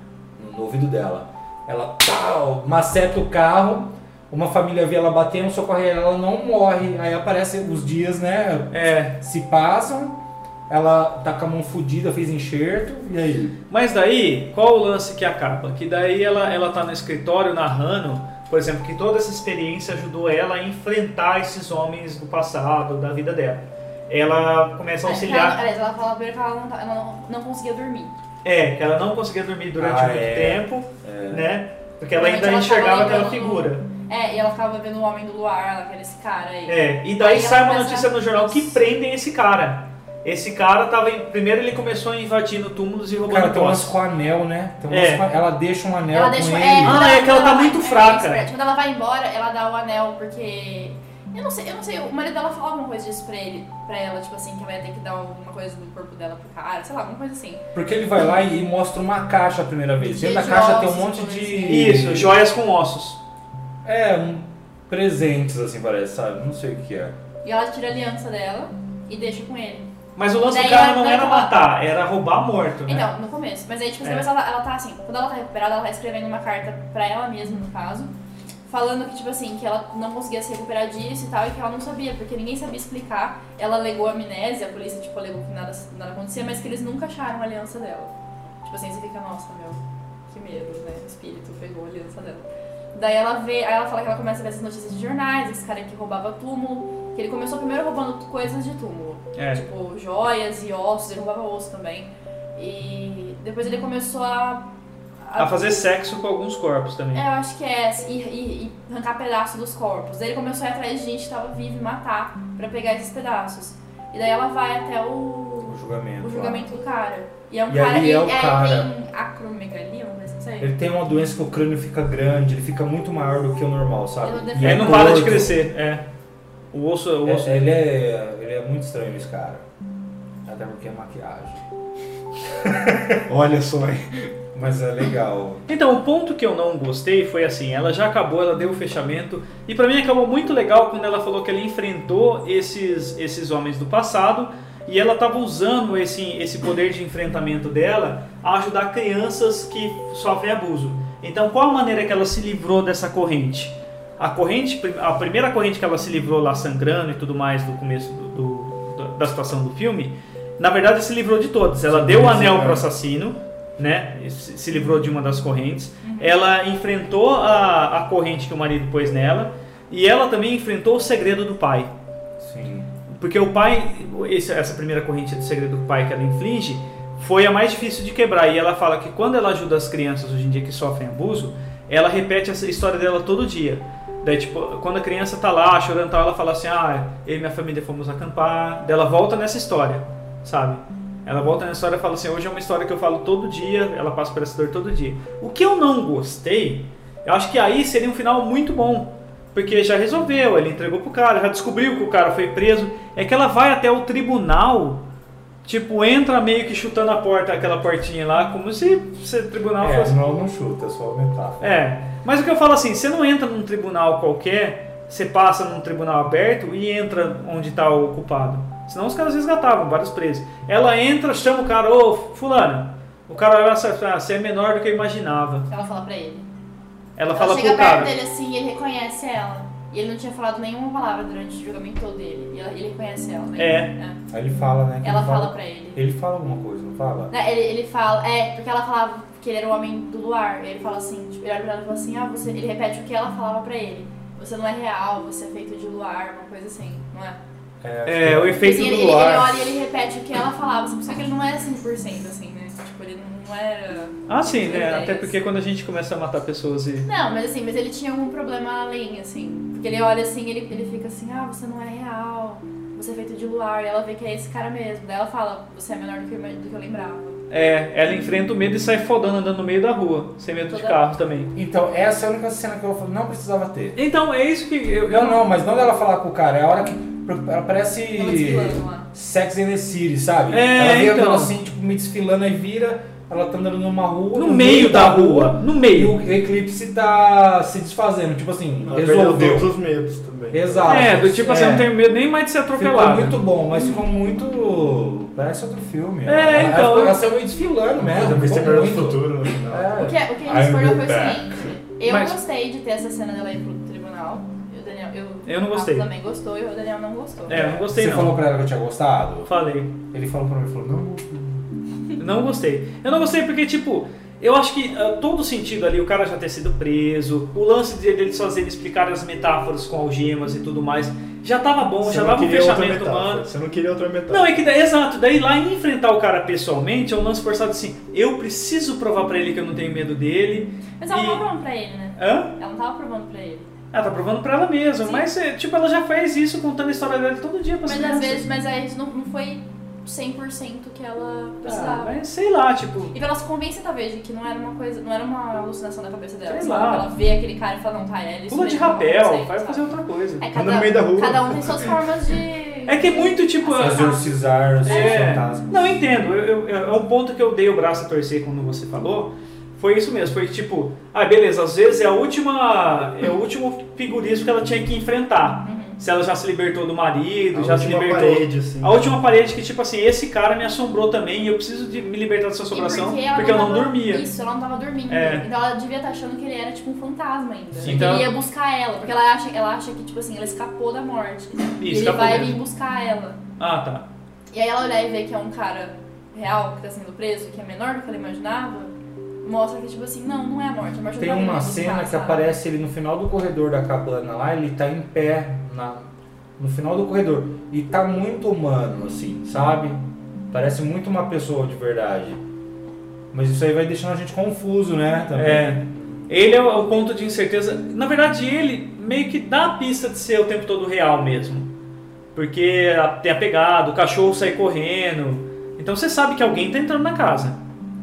[SPEAKER 4] no, no ouvido dela. Ela pau, maceta o carro. uma família vê ela batendo, socorre ela, ela não morre. Aí aparecem os dias, né?
[SPEAKER 2] É,
[SPEAKER 4] Se passam, ela tá com a mão fodida, fez enxerto, e aí?
[SPEAKER 2] Mas daí, qual o lance que acaba? Que daí ela, ela tá no escritório narrando, por exemplo, que toda essa experiência ajudou ela a enfrentar esses homens do passado, da vida dela. Ela começa a
[SPEAKER 3] Ela,
[SPEAKER 2] auxiliar.
[SPEAKER 3] aliás, ela fala primeiro que ela não, tá- ela não- não conseguia dormir.
[SPEAKER 2] É, que ela não conseguia dormir durante
[SPEAKER 4] Ah,
[SPEAKER 2] muito
[SPEAKER 4] é.
[SPEAKER 2] tempo, né? Porque ela
[SPEAKER 3] Realmente
[SPEAKER 2] ainda
[SPEAKER 3] ela
[SPEAKER 2] enxergava
[SPEAKER 3] tava
[SPEAKER 2] aquela
[SPEAKER 3] lembrando-
[SPEAKER 2] figura.
[SPEAKER 3] É, e ela ficava vendo o Homem do Luar, ela que era esse cara aí.
[SPEAKER 2] É, e daí
[SPEAKER 3] Aí ela
[SPEAKER 2] sai uma
[SPEAKER 3] começa-
[SPEAKER 2] notícia no jornal que prendem esse cara. Esse cara tava. em- Primeiro ele começou a invadindo túmulos e
[SPEAKER 4] Cara,
[SPEAKER 2] roubando
[SPEAKER 4] tem umas
[SPEAKER 2] posses.
[SPEAKER 4] com anel, né? Tem umas
[SPEAKER 2] É.
[SPEAKER 4] com- Ela deixa um anel
[SPEAKER 3] Ela
[SPEAKER 4] com
[SPEAKER 3] deixa
[SPEAKER 4] ele.
[SPEAKER 3] é, quando
[SPEAKER 2] Ah, é
[SPEAKER 3] ela-
[SPEAKER 2] que ela
[SPEAKER 3] quando
[SPEAKER 2] tá
[SPEAKER 3] vai-
[SPEAKER 2] muito
[SPEAKER 3] é,
[SPEAKER 2] fraca.
[SPEAKER 3] expert. Quando ela vai embora, ela dá o anel porque. Eu não sei, eu não sei, o marido dela fala alguma coisa disso pra ele, pra ela, tipo assim, que ela ia ter que dar alguma coisa do corpo dela pro cara, sei lá, alguma coisa assim.
[SPEAKER 4] Porque ele vai lá e mostra uma caixa a primeira vez. Dentro da
[SPEAKER 3] De
[SPEAKER 4] caixa
[SPEAKER 3] ossos,
[SPEAKER 4] tem um monte de.
[SPEAKER 3] coisinha.
[SPEAKER 2] Isso, joias com ossos.
[SPEAKER 4] É, um... presentes, assim parece, sabe? Não sei o que é.
[SPEAKER 3] E ela tira a aliança dela e deixa com ele.
[SPEAKER 2] Mas o lance do
[SPEAKER 3] Daí
[SPEAKER 2] cara
[SPEAKER 3] ela-
[SPEAKER 2] não
[SPEAKER 3] ela
[SPEAKER 2] era
[SPEAKER 3] tava-
[SPEAKER 2] matar, era roubar morto, né?
[SPEAKER 3] Então, no começo. Mas aí, tipo assim,
[SPEAKER 2] É.
[SPEAKER 3] depois ela, ela tá assim, quando ela tá recuperada, ela tá escrevendo uma carta pra ela mesma, no caso, falando que, tipo assim, que ela não conseguia se recuperar disso e tal, e que ela não sabia, porque ninguém sabia explicar. Ela alegou amnésia, a polícia, tipo, alegou que nada, nada acontecia, mas que eles nunca acharam a aliança dela. Tipo assim, você fica, nossa, meu, que medo, né? O espírito pegou a aliança dela. Daí ela vê, aí ela fala que ela começa a ver essas notícias de jornais, esse cara que roubava túmulo, que ele começou primeiro roubando coisas de túmulo.
[SPEAKER 2] É.
[SPEAKER 3] Tipo, joias e ossos, ele roubava osso também. E depois ele começou a.
[SPEAKER 2] A fazer sexo com alguns corpos também.
[SPEAKER 3] É, eu acho que é, e, e, e arrancar pedaços dos corpos. Daí ele começou a ir atrás de gente que tava viva e matar pra pegar esses pedaços. E daí ela vai até o,
[SPEAKER 4] O julgamento.
[SPEAKER 3] o
[SPEAKER 4] lá.
[SPEAKER 3] julgamento do cara. E é um
[SPEAKER 4] E
[SPEAKER 3] cara.
[SPEAKER 4] ali
[SPEAKER 3] e,
[SPEAKER 4] é o
[SPEAKER 3] aí
[SPEAKER 4] cara.
[SPEAKER 3] tem acromegalia, mas não sei.
[SPEAKER 4] Ele tem uma doença que o crânio fica grande, ele fica muito maior do que o normal, sabe?
[SPEAKER 3] Ele não
[SPEAKER 4] E
[SPEAKER 3] defende.
[SPEAKER 4] é
[SPEAKER 2] Ele não para de
[SPEAKER 4] gordo.
[SPEAKER 2] crescer, é. O osso, o osso.
[SPEAKER 4] É, ele, é, ele é muito estranho, esse cara. Até porque é maquiagem.
[SPEAKER 5] Olha só, hein?
[SPEAKER 4] Mas é legal.
[SPEAKER 2] Então, o ponto que eu não gostei foi assim, ela já acabou, ela deu o fechamento, e pra mim acabou muito legal quando ela falou que ela enfrentou esses, esses homens do passado, e ela tava usando esse, esse poder de enfrentamento dela a ajudar crianças que sofrem abuso. Então, qual a maneira que ela se livrou dessa corrente? A corrente, a primeira corrente que ela se livrou lá sangrando e tudo mais no começo do- do- da- da situação do filme, na verdade se livrou de todas. Ela deu o anel pro assassino, né? Se se livrou de uma das correntes. Ela enfrentou a, a corrente que o marido pôs nela e ela também enfrentou o segredo do pai.
[SPEAKER 4] Sim.
[SPEAKER 2] Porque o pai, esse- essa primeira corrente do segredo do pai que ela inflige, foi a mais difícil de quebrar. E ela fala que quando ela ajuda as crianças hoje em dia que sofrem abuso, ela repete essa história dela todo dia. Daí, tipo, quando a criança tá lá chorando e tal, ela fala assim: Ah, eu e minha família fomos acampar. Daí ela volta nessa história, sabe? Ela volta nessa história e fala assim: Hoje é uma história que eu falo todo dia, ela passa por essa dor todo dia. O que eu não gostei, eu acho que aí seria um final muito bom. Porque já resolveu, ele entregou pro cara, já descobriu que o cara foi preso. É que ela vai até o tribunal, tipo, entra meio que chutando a porta, aquela portinha lá, como se, se o tribunal
[SPEAKER 4] é,
[SPEAKER 2] fosse.
[SPEAKER 4] não, não chuta, é só metáfora.
[SPEAKER 2] É, mas o que eu falo assim, você não entra num tribunal qualquer, você passa num tribunal aberto e entra onde está o culpado. Senão os caras resgatavam vários presos. Ela entra, chama o cara, ô fulano. O cara olha e fala, ah, você é menor do que eu imaginava.
[SPEAKER 3] Ela fala pra ele.
[SPEAKER 2] Ela fala
[SPEAKER 3] chega
[SPEAKER 2] pro
[SPEAKER 3] perto
[SPEAKER 2] cara.
[SPEAKER 3] dele assim e ele reconhece ela. E ele não tinha falado nenhuma palavra durante o julgamento todo dele. E ela- ele reconhece ela, né?
[SPEAKER 2] É.
[SPEAKER 4] Aí ele fala, né? que
[SPEAKER 3] Ela
[SPEAKER 4] ele
[SPEAKER 3] fala pra ele.
[SPEAKER 4] Ele fala alguma coisa, não fala?
[SPEAKER 3] Né, Ele, ele fala, é, porque ela falava que ele era o homem do luar. Ele fala assim, tipo, ele olha pra ela e fala assim, ah, você. Ele repete o que ela falava pra ele. Você não é real, você é feito de luar, uma coisa assim, não é?
[SPEAKER 2] É, o
[SPEAKER 3] Porque,
[SPEAKER 2] efeito
[SPEAKER 3] assim, ele,
[SPEAKER 2] do
[SPEAKER 3] ele, ele olha e
[SPEAKER 2] luar.
[SPEAKER 3] ele repete o que ela falava, assim, só que ele não era 100% assim, né? Tipo, ele não, não era.
[SPEAKER 2] Ah, sim, né?
[SPEAKER 3] ideias.
[SPEAKER 2] Até porque quando a gente começa a matar pessoas e.
[SPEAKER 3] Não, mas assim, mas ele tinha algum problema além, assim. Porque ele olha assim, ele, ele fica assim, ah, você não é real, você é feito de luar, e ela vê que é esse cara mesmo. Daí ela fala, você é menor do que, eu ima- do que eu lembrava.
[SPEAKER 2] É, ela enfrenta o medo e sai fodando andando no meio da rua, sem medo de
[SPEAKER 3] Toda-
[SPEAKER 2] carro também.
[SPEAKER 4] Então, essa é a única cena que eu falo, não precisava ter.
[SPEAKER 2] Então, é isso que eu.
[SPEAKER 4] Não, não, mas não dela falar com o cara, é a hora que. Ela parece.
[SPEAKER 3] Ela desfilando lá.
[SPEAKER 4] Sex and the City, sabe?
[SPEAKER 2] É,
[SPEAKER 4] ela vira
[SPEAKER 2] então.
[SPEAKER 4] assim, tipo, me desfilando e vira. Ela tá andando numa rua.
[SPEAKER 2] No meio da rua, no
[SPEAKER 4] E
[SPEAKER 2] meio.
[SPEAKER 4] o eclipse tá se desfazendo. Tipo assim,
[SPEAKER 5] Ela perdeu
[SPEAKER 4] resolveu.
[SPEAKER 5] todos os medos também.
[SPEAKER 4] Exato.
[SPEAKER 2] É, do tipo assim,
[SPEAKER 4] É.
[SPEAKER 2] eu não tenho medo nem mais de ser
[SPEAKER 4] Ficou
[SPEAKER 2] atropelado.
[SPEAKER 4] muito bom, mas ficou muito. Parece outro filme.
[SPEAKER 2] É,
[SPEAKER 4] Ela-
[SPEAKER 2] então.
[SPEAKER 4] Ela, ela saiu meio desfilando
[SPEAKER 2] É.
[SPEAKER 4] mesmo.
[SPEAKER 5] Mas tem
[SPEAKER 4] ficou
[SPEAKER 5] melhor do
[SPEAKER 4] muito.
[SPEAKER 5] futuro no final.
[SPEAKER 3] O
[SPEAKER 4] É.
[SPEAKER 3] que, o que a
[SPEAKER 5] I'm
[SPEAKER 3] gente discordou foi
[SPEAKER 5] back.
[SPEAKER 3] o seguinte, eu
[SPEAKER 2] Mas-
[SPEAKER 3] gostei de ter essa cena dela ir pro tribunal. Daniel. Eu,
[SPEAKER 2] Eu não gostei.
[SPEAKER 3] O Rafa também gostou e o Daniel não gostou.
[SPEAKER 2] É, eu não gostei
[SPEAKER 4] Você
[SPEAKER 2] não.
[SPEAKER 4] falou pra ela que eu tinha gostado?
[SPEAKER 2] Falei.
[SPEAKER 4] Ele falou pra mim, ele falou, não,
[SPEAKER 2] Não gostei. Eu não gostei porque, tipo, eu acho que ah, todo o sentido ali, o cara já ter sido preso, o lance de- deles fazerem explicar as metáforas com algemas e tudo mais, já tava bom,
[SPEAKER 5] Você
[SPEAKER 2] já
[SPEAKER 5] não
[SPEAKER 2] dava um
[SPEAKER 5] queria outra
[SPEAKER 2] fechamento
[SPEAKER 5] metáfora,
[SPEAKER 2] humano.
[SPEAKER 5] Você não queria outra metáfora.
[SPEAKER 2] Não, é que daí, exato, daí lá em enfrentar o cara pessoalmente é um lance forçado assim, eu preciso provar pra ele que eu não tenho medo dele.
[SPEAKER 3] Mas ela
[SPEAKER 2] E-
[SPEAKER 3] não tava provando pra ele, né?
[SPEAKER 2] Hã?
[SPEAKER 3] Ela não tava provando pra ele.
[SPEAKER 2] Ela tá provando pra ela mesma,
[SPEAKER 3] Sim.
[SPEAKER 2] mas é, tipo, ela já faz isso contando a história dela todo dia pra
[SPEAKER 3] Mas às vezes, mas aí isso não, não foi 100% que ela
[SPEAKER 2] Ah,
[SPEAKER 3] precisava.
[SPEAKER 2] mas sei lá, tipo,
[SPEAKER 3] E pra ela se convencer, talvez, de que não era uma coisa, não era uma alucinação da cabeça dela.
[SPEAKER 2] Sei
[SPEAKER 3] sabe?
[SPEAKER 2] lá.
[SPEAKER 3] Ela vê aquele cara e fala, não, tá, é isso
[SPEAKER 2] pula de
[SPEAKER 3] mesmo, não tá.
[SPEAKER 2] rapel,
[SPEAKER 3] consegue,
[SPEAKER 2] vai
[SPEAKER 3] sabe?
[SPEAKER 2] fazer outra coisa.
[SPEAKER 3] É,
[SPEAKER 5] Anda no meio da rua.
[SPEAKER 3] Cada um tem suas formas de.
[SPEAKER 2] É que é muito tipo.
[SPEAKER 3] Às vezes
[SPEAKER 4] exorcizar seus
[SPEAKER 2] É.
[SPEAKER 4] fantasmas.
[SPEAKER 2] Não, eu entendo. Eu, eu- é um ponto que eu dei o braço a torcer quando você falou. Foi isso mesmo. Foi tipo, ah, beleza, às vezes é a última. É o último figurismo que ela tinha que enfrentar.
[SPEAKER 3] Uhum.
[SPEAKER 2] Se ela já se libertou do marido,
[SPEAKER 5] A
[SPEAKER 2] já se
[SPEAKER 5] última
[SPEAKER 2] libertou.
[SPEAKER 5] parede, assim.
[SPEAKER 2] A última parede que, tipo assim, esse cara me assombrou também e eu preciso de me libertar dessa
[SPEAKER 3] E
[SPEAKER 2] assombração
[SPEAKER 3] ela
[SPEAKER 2] porque eu não
[SPEAKER 3] tava-
[SPEAKER 2] dormia.
[SPEAKER 3] Isso, ela não tava dormindo.
[SPEAKER 2] É.
[SPEAKER 3] Então ela devia estar achando que ele era tipo um fantasma ainda.
[SPEAKER 2] Sim.
[SPEAKER 3] Que
[SPEAKER 2] Então-
[SPEAKER 3] ele ia buscar ela. Porque ela acha, ela acha que, tipo assim, ela escapou da morte. e ele
[SPEAKER 2] escapou
[SPEAKER 3] vai
[SPEAKER 2] mesmo.
[SPEAKER 3] vir buscar ela.
[SPEAKER 2] Ah, tá.
[SPEAKER 3] E aí ela olhar e ver que é um cara real que tá sendo preso, que é menor do que ela imaginava, mostra que, tipo assim, não, não é a morte, a morte
[SPEAKER 4] Tem
[SPEAKER 3] não tá vindo
[SPEAKER 4] uma
[SPEAKER 3] buscar,
[SPEAKER 4] cena que
[SPEAKER 3] sabe?
[SPEAKER 4] aparece ele no final do corredor da cabana lá, ele tá em pé na, no final do corredor. E tá muito humano, assim, sabe? Parece muito uma pessoa de verdade. Mas isso aí vai deixando a gente confuso, né? Também.
[SPEAKER 2] É. Ele é o ponto de incerteza. Na verdade, ele meio que dá a pista de ser o tempo todo real mesmo. Porque a- tem a pegada, o cachorro sai correndo. Então você sabe que alguém tá entrando na casa.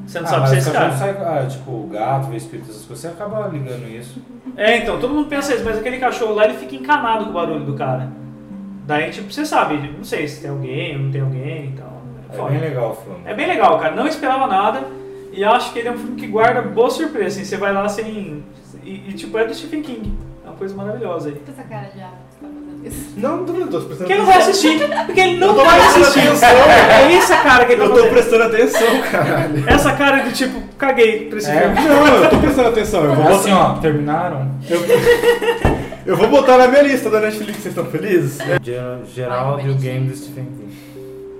[SPEAKER 2] Você não
[SPEAKER 4] Ah,
[SPEAKER 2] sabe
[SPEAKER 4] mas
[SPEAKER 2] se é esse
[SPEAKER 4] o cachorro
[SPEAKER 2] cara.
[SPEAKER 4] sai- ah, tipo, o gato, vê espírito, essas coisas, você acaba ligando isso.
[SPEAKER 2] É, então, todo mundo pensa isso, mas aquele cachorro lá ele fica encanado com o barulho do cara. Daí, tipo, você sabe, não sei se tem alguém, não tem alguém e tal. É
[SPEAKER 4] É
[SPEAKER 2] foda.
[SPEAKER 4] bem legal o filme.
[SPEAKER 2] É bem legal, cara. Não esperava nada. E acho que ele é um filme que guarda boa surpresa. Assim, você vai lá sem. E, e, tipo, é do Stephen King. É uma coisa maravilhosa aí.
[SPEAKER 3] Com essa cara de ah, você tá fazendo isso.
[SPEAKER 5] Não, não tô vendo, tô é prestando
[SPEAKER 2] Quem não vai
[SPEAKER 5] atenção.
[SPEAKER 2] assistir? Porque ele não
[SPEAKER 5] Eu tô
[SPEAKER 2] vai
[SPEAKER 5] tá prestando
[SPEAKER 2] assistir.
[SPEAKER 5] atenção.
[SPEAKER 2] É essa cara que ele tá
[SPEAKER 5] Eu tô
[SPEAKER 2] fazendo.
[SPEAKER 5] prestando atenção, caralho.
[SPEAKER 2] Essa cara do tipo, caguei pra esse
[SPEAKER 4] É.
[SPEAKER 2] filme.
[SPEAKER 5] Não, eu tô prestando atenção. Eu
[SPEAKER 3] Tá
[SPEAKER 5] vou,
[SPEAKER 4] Assim, ó, terminaram?
[SPEAKER 5] eu vou botar na minha lista da Netflix, vocês estão felizes?
[SPEAKER 4] Ger-
[SPEAKER 3] Ai,
[SPEAKER 4] Geraldo e o
[SPEAKER 3] bonitinho.
[SPEAKER 4] game do Stephen King.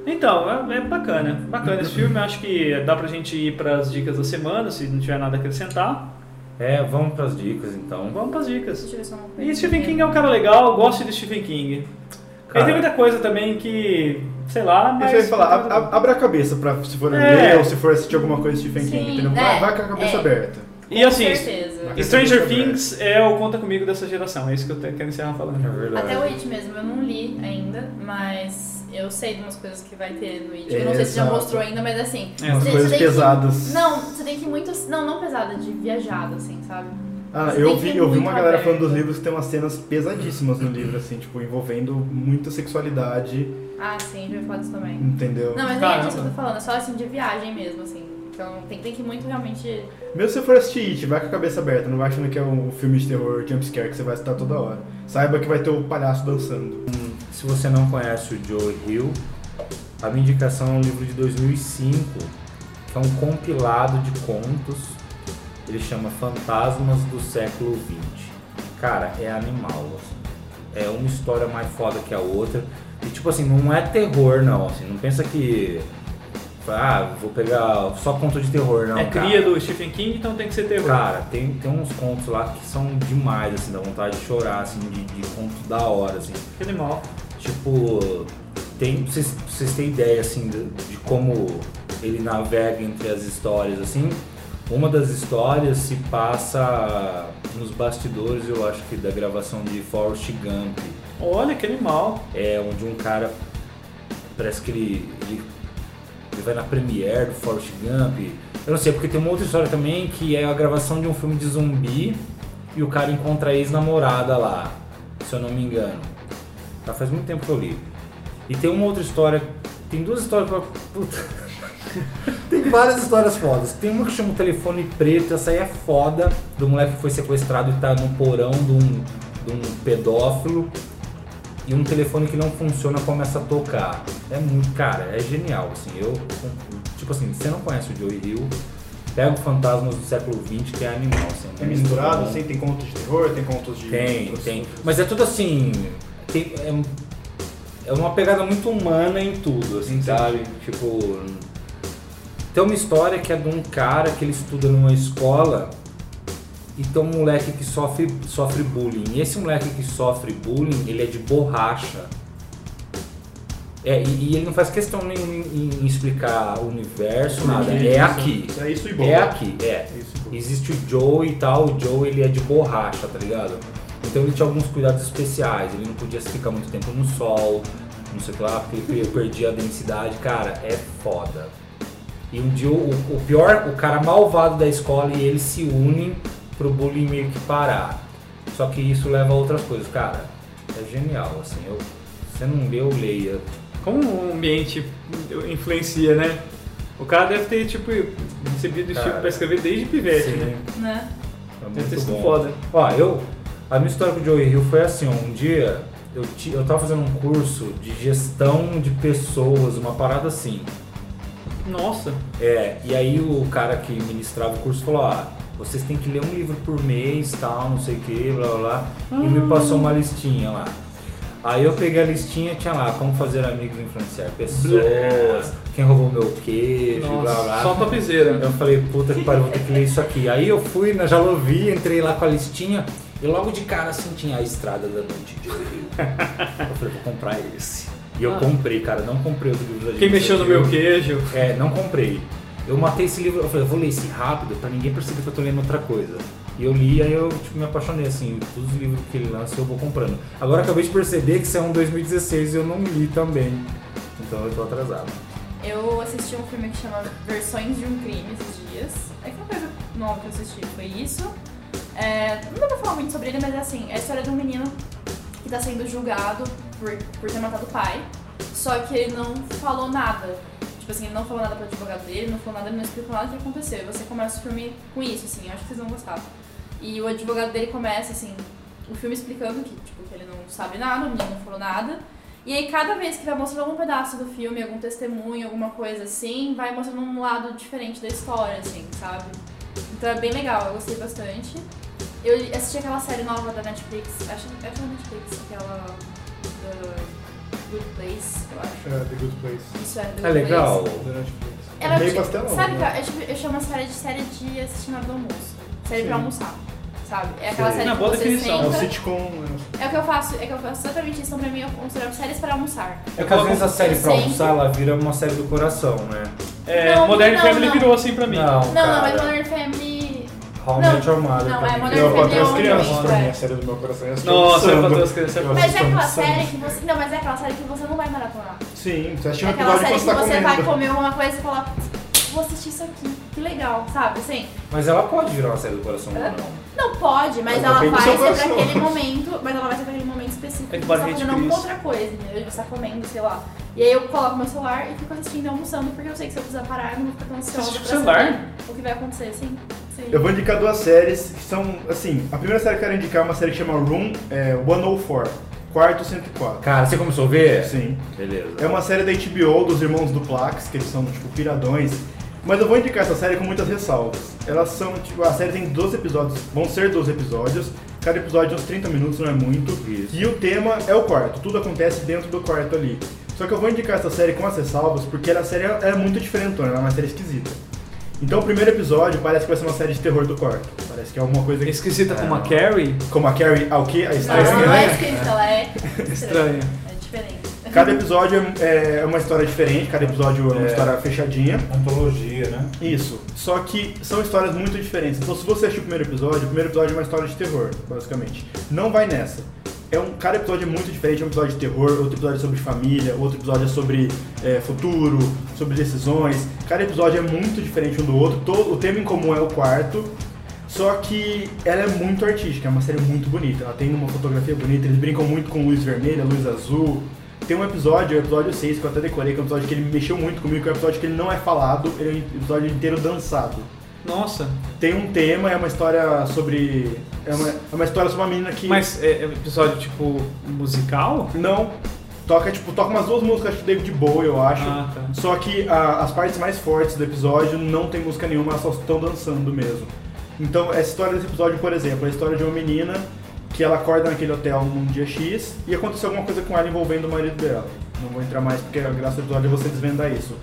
[SPEAKER 2] Então, é, é bacana. Bacana esse filme. Acho que dá pra gente ir pras dicas da semana, se não tiver nada a acrescentar.
[SPEAKER 4] É, vamos pras dicas então.
[SPEAKER 2] Vamos pras dicas.
[SPEAKER 3] Deixa eu ver se eu não
[SPEAKER 2] E Stephen King é um cara legal, eu gosto de Stephen King. Ele
[SPEAKER 4] Cara.
[SPEAKER 2] tem muita coisa também que, sei lá, mas.
[SPEAKER 5] Deixa eu falar, a- a- abre a cabeça pra se for
[SPEAKER 2] É.
[SPEAKER 5] ler ou se for assistir alguma coisa de Stephen King,
[SPEAKER 3] Sim,
[SPEAKER 5] entendeu? Vai,
[SPEAKER 3] é,
[SPEAKER 5] vai com a cabeça
[SPEAKER 3] é.
[SPEAKER 5] aberta.
[SPEAKER 2] E assim,
[SPEAKER 3] Com certeza.
[SPEAKER 5] Mas-
[SPEAKER 2] Stranger Things é o conta comigo dessa geração, é isso que eu te- quero encerrar
[SPEAKER 4] É
[SPEAKER 2] falando.
[SPEAKER 4] verdade.
[SPEAKER 3] Até o It mesmo, eu não li ainda, mas eu sei de umas coisas que vai ter no It. Eu não sei se já
[SPEAKER 5] Exato.
[SPEAKER 3] mostrou ainda, mas assim.
[SPEAKER 2] É, umas
[SPEAKER 3] você-
[SPEAKER 5] coisas
[SPEAKER 3] você tem que-
[SPEAKER 5] pesadas.
[SPEAKER 3] Não, você tem que ir muito. Não, não pesada, de viajado, assim, sabe?
[SPEAKER 5] Ah,
[SPEAKER 3] Você
[SPEAKER 5] eu
[SPEAKER 3] tem que
[SPEAKER 5] vi,
[SPEAKER 3] ter
[SPEAKER 5] eu vi uma
[SPEAKER 3] muito
[SPEAKER 5] galera
[SPEAKER 3] aberto.
[SPEAKER 5] falando dos livros que tem umas cenas pesadíssimas no livro, assim, tipo, envolvendo muita sexualidade,
[SPEAKER 3] Ah, sim, a gente vai falar disso também.
[SPEAKER 5] entendeu?
[SPEAKER 3] Não, mas nem é
[SPEAKER 2] Caramba.
[SPEAKER 3] disso que eu tô falando, é só assim de viagem mesmo, assim. Então tem, tem que ir muito realmente.
[SPEAKER 5] Mesmo se você for assistir It, vai com a cabeça aberta, não vai achando que é um filme de terror jumpscare que você vai estar toda hora. Saiba que vai ter o palhaço dançando.
[SPEAKER 4] Se você não conhece o Joe Hill, a minha indicação é um livro de 2005, que é um compilado de contos. Ele chama Fantasmas do Século XX. Cara, é animal, assim. É uma história mais foda que a outra. E tipo assim, não é terror não, assim. Não pensa que... Ah, vou pegar só conto de terror, não,
[SPEAKER 2] É
[SPEAKER 4] cara.
[SPEAKER 2] cria do Stephen King, então tem que ser terror.
[SPEAKER 4] Cara, tem, tem uns contos lá que são demais, assim, dá vontade de chorar, assim, de, de conto da hora, assim.
[SPEAKER 2] Que animal.
[SPEAKER 4] Tipo, tem, pra vocês, pra vocês terem ideia, assim, de, de como ele navega entre as histórias, assim. Uma das histórias se passa nos bastidores, eu acho que, da gravação de Forrest Gump.
[SPEAKER 2] Olha que animal.
[SPEAKER 4] É onde um cara, parece que ele, ele, ele vai na premiere do Forrest Gump. Eu não sei, porque tem uma outra história também, que é a gravação de um filme de zumbi e o cara encontra a ex-namorada lá, se eu não me engano. Já Tá, faz muito tempo que eu li. E tem uma outra história, tem duas histórias pra... Puta. tem várias histórias fodas. Tem uma que chama o telefone preto, essa aí é foda, do moleque que foi sequestrado e tá no porão de um, de um pedófilo. E um telefone que não funciona começa a tocar. É muito, cara, é genial, assim, eu... Tipo assim, você não conhece o Joey Hill, pega o Fantasmas do século XX, que é animal, assim.
[SPEAKER 5] É
[SPEAKER 4] né?
[SPEAKER 5] misturado,
[SPEAKER 4] Então,
[SPEAKER 5] assim, tem contos de terror, tem contos de.
[SPEAKER 4] Tem,
[SPEAKER 5] outros-
[SPEAKER 4] tem. Mas é tudo assim. tem- é, um- é uma pegada muito humana em tudo, assim, sabe? Tipo. Tem uma história que é de um cara que ele estuda numa escola e tem um moleque que sofre, sofre bullying. E esse moleque que sofre bullying, ele é de borracha. É, e, e ele não faz questão nenhuma em, em explicar o universo, nada. É aqui.
[SPEAKER 5] É isso e bom.
[SPEAKER 4] É aqui, é.
[SPEAKER 5] É isso e bom.
[SPEAKER 4] Existe o Joe e tal, o Joe ele é de borracha, tá ligado? Então ele tinha alguns cuidados especiais, ele não podia ficar muito tempo no sol, não sei o que lá, porque ele per- perdia a densidade, cara, é foda. E um dia o, o pior, o cara malvado da escola e eles se unem pro bullying meio que parar. Só que isso leva a outras coisas, cara. É genial, assim, eu, você não leu, leia. tipo,
[SPEAKER 2] Como o ambiente influencia, né? O cara deve ter, tipo, recebido isso
[SPEAKER 4] Cara,
[SPEAKER 2] pra escrever desde pivete,
[SPEAKER 4] Sim,
[SPEAKER 2] né?
[SPEAKER 3] né?
[SPEAKER 4] É
[SPEAKER 2] Deve ter
[SPEAKER 4] muito
[SPEAKER 2] sido
[SPEAKER 4] bom.
[SPEAKER 2] foda.
[SPEAKER 4] Ó, eu. A minha história com o Joey Hill foi assim, ó, um dia eu, ti- eu tava fazendo um curso de gestão de pessoas, uma parada assim.
[SPEAKER 2] Nossa.
[SPEAKER 4] É, e aí o cara que ministrava o curso falou, ah, vocês têm que ler um livro por mês, tal, não sei o que, blá blá blá. E me passou uma listinha lá. Aí eu peguei a listinha, tinha lá, como fazer amigos e influenciar pessoas, quem roubou meu queijo, blá
[SPEAKER 2] Nossa,
[SPEAKER 4] blá.
[SPEAKER 2] só topzera.
[SPEAKER 4] Eu falei, puta que pariu, vou ter que ler isso aqui. Aí eu fui né, na Jalovi, entrei lá com a listinha e logo de cara assim tinha a estrada da noite de Rio. Eu falei, vou comprar esse. E eu
[SPEAKER 2] Ah.
[SPEAKER 4] comprei, cara, não comprei o livro da
[SPEAKER 2] Quem mexeu no meu queijo?
[SPEAKER 4] É, não comprei. Eu matei esse livro, eu falei, eu vou ler esse rápido pra ninguém perceber que eu tô lendo outra coisa. E eu li, aí eu tipo, me apaixonei, assim, todos os livros que ele lança eu vou comprando. Agora eu acabei de perceber que isso é um 2016 e eu não li também. Então eu tô atrasado.
[SPEAKER 3] Eu assisti um filme que chama Versões de um Crime esses dias. É que uma coisa nova que eu assisti foi isso. É, não dá pra falar muito sobre ele, mas é assim, é a história de um menino que tá sendo julgado por, por ter matado o pai. Só que ele não falou nada. Tipo assim, ele não falou nada pro advogado dele, não falou nada, ele não explicou nada do que aconteceu. E você começa o filme com isso, assim, eu acho que vocês vão gostar. E o advogado dele começa, assim, o filme explicando que, tipo, que ele não sabe nada, o menino não falou nada. E aí cada vez que vai mostrando um pedaço do filme, algum testemunho, alguma coisa assim, vai mostrando um lado diferente da história, assim, sabe? Então é bem legal, eu gostei bastante. Eu assisti aquela série nova da Netflix, acho que é da Netflix, aquela do Good Place, eu acho.
[SPEAKER 5] É, The Good Place.
[SPEAKER 3] Isso é do
[SPEAKER 4] É
[SPEAKER 3] Good
[SPEAKER 4] legal.
[SPEAKER 3] Place.
[SPEAKER 5] Da Netflix.
[SPEAKER 3] Ela
[SPEAKER 5] É meio
[SPEAKER 3] tipo,
[SPEAKER 5] pastelão.
[SPEAKER 3] Sabe
[SPEAKER 5] né?
[SPEAKER 3] que eu, tipo, eu chamo a série de série de assistir na hora do almoço. Série
[SPEAKER 5] Sim.
[SPEAKER 3] pra almoçar, sabe? É aquela
[SPEAKER 4] Sim.
[SPEAKER 3] série
[SPEAKER 2] Na
[SPEAKER 3] que
[SPEAKER 2] boa
[SPEAKER 3] você
[SPEAKER 2] definição. assim.
[SPEAKER 5] É um
[SPEAKER 3] senta-
[SPEAKER 5] sitcom. né?
[SPEAKER 3] É o que eu faço, é que eu faço exatamente isso. Então pra mim eu considero séries para almoçar.
[SPEAKER 4] É que às vezes a série pra
[SPEAKER 3] Sempre.
[SPEAKER 4] almoçar, ela vira uma série do coração, né?
[SPEAKER 2] É,
[SPEAKER 3] Não,
[SPEAKER 2] Modern
[SPEAKER 3] não,
[SPEAKER 2] Family
[SPEAKER 3] não.
[SPEAKER 2] virou assim pra mim.
[SPEAKER 4] Não,
[SPEAKER 3] Não, não,
[SPEAKER 4] cara.
[SPEAKER 3] mas Modern Family.
[SPEAKER 4] How I
[SPEAKER 3] não,
[SPEAKER 4] Met Your Mother
[SPEAKER 3] não,
[SPEAKER 4] pra
[SPEAKER 3] é
[SPEAKER 4] mim.
[SPEAKER 3] Modern
[SPEAKER 5] Eu
[SPEAKER 3] Family
[SPEAKER 5] adoro as
[SPEAKER 3] onde
[SPEAKER 5] crianças
[SPEAKER 3] isso,
[SPEAKER 5] pra mim,
[SPEAKER 3] é.
[SPEAKER 5] a série do meu coração. é a
[SPEAKER 2] Nossa,
[SPEAKER 5] samba.
[SPEAKER 2] eu adoro as crianças.
[SPEAKER 5] Eu
[SPEAKER 3] Mas é
[SPEAKER 5] adoro
[SPEAKER 3] aquela
[SPEAKER 5] samba.
[SPEAKER 3] série que você. Não, mas é aquela série que você não vai maratonar.
[SPEAKER 5] Sim, você
[SPEAKER 3] É
[SPEAKER 5] assistiu um
[SPEAKER 3] aquela
[SPEAKER 5] episódio
[SPEAKER 3] série
[SPEAKER 5] quando
[SPEAKER 3] que
[SPEAKER 5] você tá
[SPEAKER 3] você vai
[SPEAKER 5] comendo.
[SPEAKER 3] comer uma coisa e falar, vou assistir isso aqui, que legal, sabe? Assim,
[SPEAKER 4] Mas ela pode virar uma série do coração ou
[SPEAKER 3] Hã?
[SPEAKER 4] não.
[SPEAKER 3] não pode, mas
[SPEAKER 5] Mas
[SPEAKER 3] ela
[SPEAKER 5] depende do
[SPEAKER 3] vai
[SPEAKER 5] seu
[SPEAKER 3] ser pra
[SPEAKER 5] coração.
[SPEAKER 3] aquele momento. Mas ela vai ser pra aquele momento específico.
[SPEAKER 2] É que
[SPEAKER 3] que você tá
[SPEAKER 2] barriga de
[SPEAKER 3] fazendo alguma
[SPEAKER 2] Cristo.
[SPEAKER 3] outra coisa, entendeu? Você tá comendo, sei lá. E aí eu coloco meu celular e fico assistindo e almoçando, porque eu sei que se eu precisar parar, eu não vou ficar tão ansiosa
[SPEAKER 2] assiste com
[SPEAKER 3] pra
[SPEAKER 2] o celular?
[SPEAKER 3] saber o que vai acontecer, assim. Sim.
[SPEAKER 5] Eu vou indicar duas séries que são, assim, a primeira série que eu quero indicar é uma série que chama Room é, 104, Quarto 104.
[SPEAKER 4] Cara, você começou a ver?
[SPEAKER 5] Sim.
[SPEAKER 4] Beleza.
[SPEAKER 5] É uma série da HBO dos irmãos do Plax, que eles são, tipo, piradões. Mas eu vou indicar essa série com muitas ressalvas. Elas são, tipo, a série tem 12 episódios, vão ser 12 episódios. Cada episódio é uns 30 minutos, não é muito.
[SPEAKER 4] Isso.
[SPEAKER 5] E o tema é o quarto, tudo acontece dentro do quarto ali. Só que eu vou indicar essa série com as ressalvas, porque ela, a série é muito diferentona, ela é uma série esquisita. Então o primeiro episódio parece que vai ser uma série de terror do quarto. Parece que é alguma coisa que...
[SPEAKER 2] Esquisita como a Carrie.
[SPEAKER 5] Como a Carrie, ao que? A
[SPEAKER 3] Não, ela
[SPEAKER 5] estranha,
[SPEAKER 3] não é
[SPEAKER 5] né?
[SPEAKER 3] escrita, ela é
[SPEAKER 2] Estranha.
[SPEAKER 3] estranha. É diferente.
[SPEAKER 5] Cada episódio é é uma história diferente, cada episódio é uma
[SPEAKER 4] É.
[SPEAKER 5] história fechadinha.
[SPEAKER 4] Antologia, né?
[SPEAKER 5] É. Isso. Só que são histórias muito diferentes. Então, se você assistir o primeiro episódio, o primeiro episódio é uma história de terror, basicamente. Não vai nessa. É um, cada episódio é muito diferente, é um episódio de terror, outro episódio é sobre família, outro episódio é sobre é, futuro, sobre decisões. Cada episódio é muito diferente um do outro. Todo, o tema em comum é o quarto. Só que ela é muito artística, é uma série muito bonita. Ela tem uma fotografia bonita, eles brincam muito com luz vermelha, luz azul. Tem um episódio, o episódio 6, que eu até decorei, que é um episódio que ele mexeu muito comigo, que é um episódio que ele não é falado, ele é um episódio inteiro dançado.
[SPEAKER 2] Nossa.
[SPEAKER 5] Tem um tema, é uma história sobre. É uma, é uma história sobre uma menina que.
[SPEAKER 2] Mas é, é um episódio, tipo, musical?
[SPEAKER 5] Não. Toca, tipo, toca umas duas músicas de David Bowie, eu acho.
[SPEAKER 2] Ah, tá.
[SPEAKER 5] Só que a- as partes mais fortes do episódio não tem música nenhuma, elas só estão dançando mesmo. Então, essa história desse episódio, por exemplo, é a história de uma menina que ela acorda naquele hotel num dia X e aconteceu alguma coisa com ela envolvendo o marido dela. Não vou entrar mais porque a graça do episódio é você desvendar isso.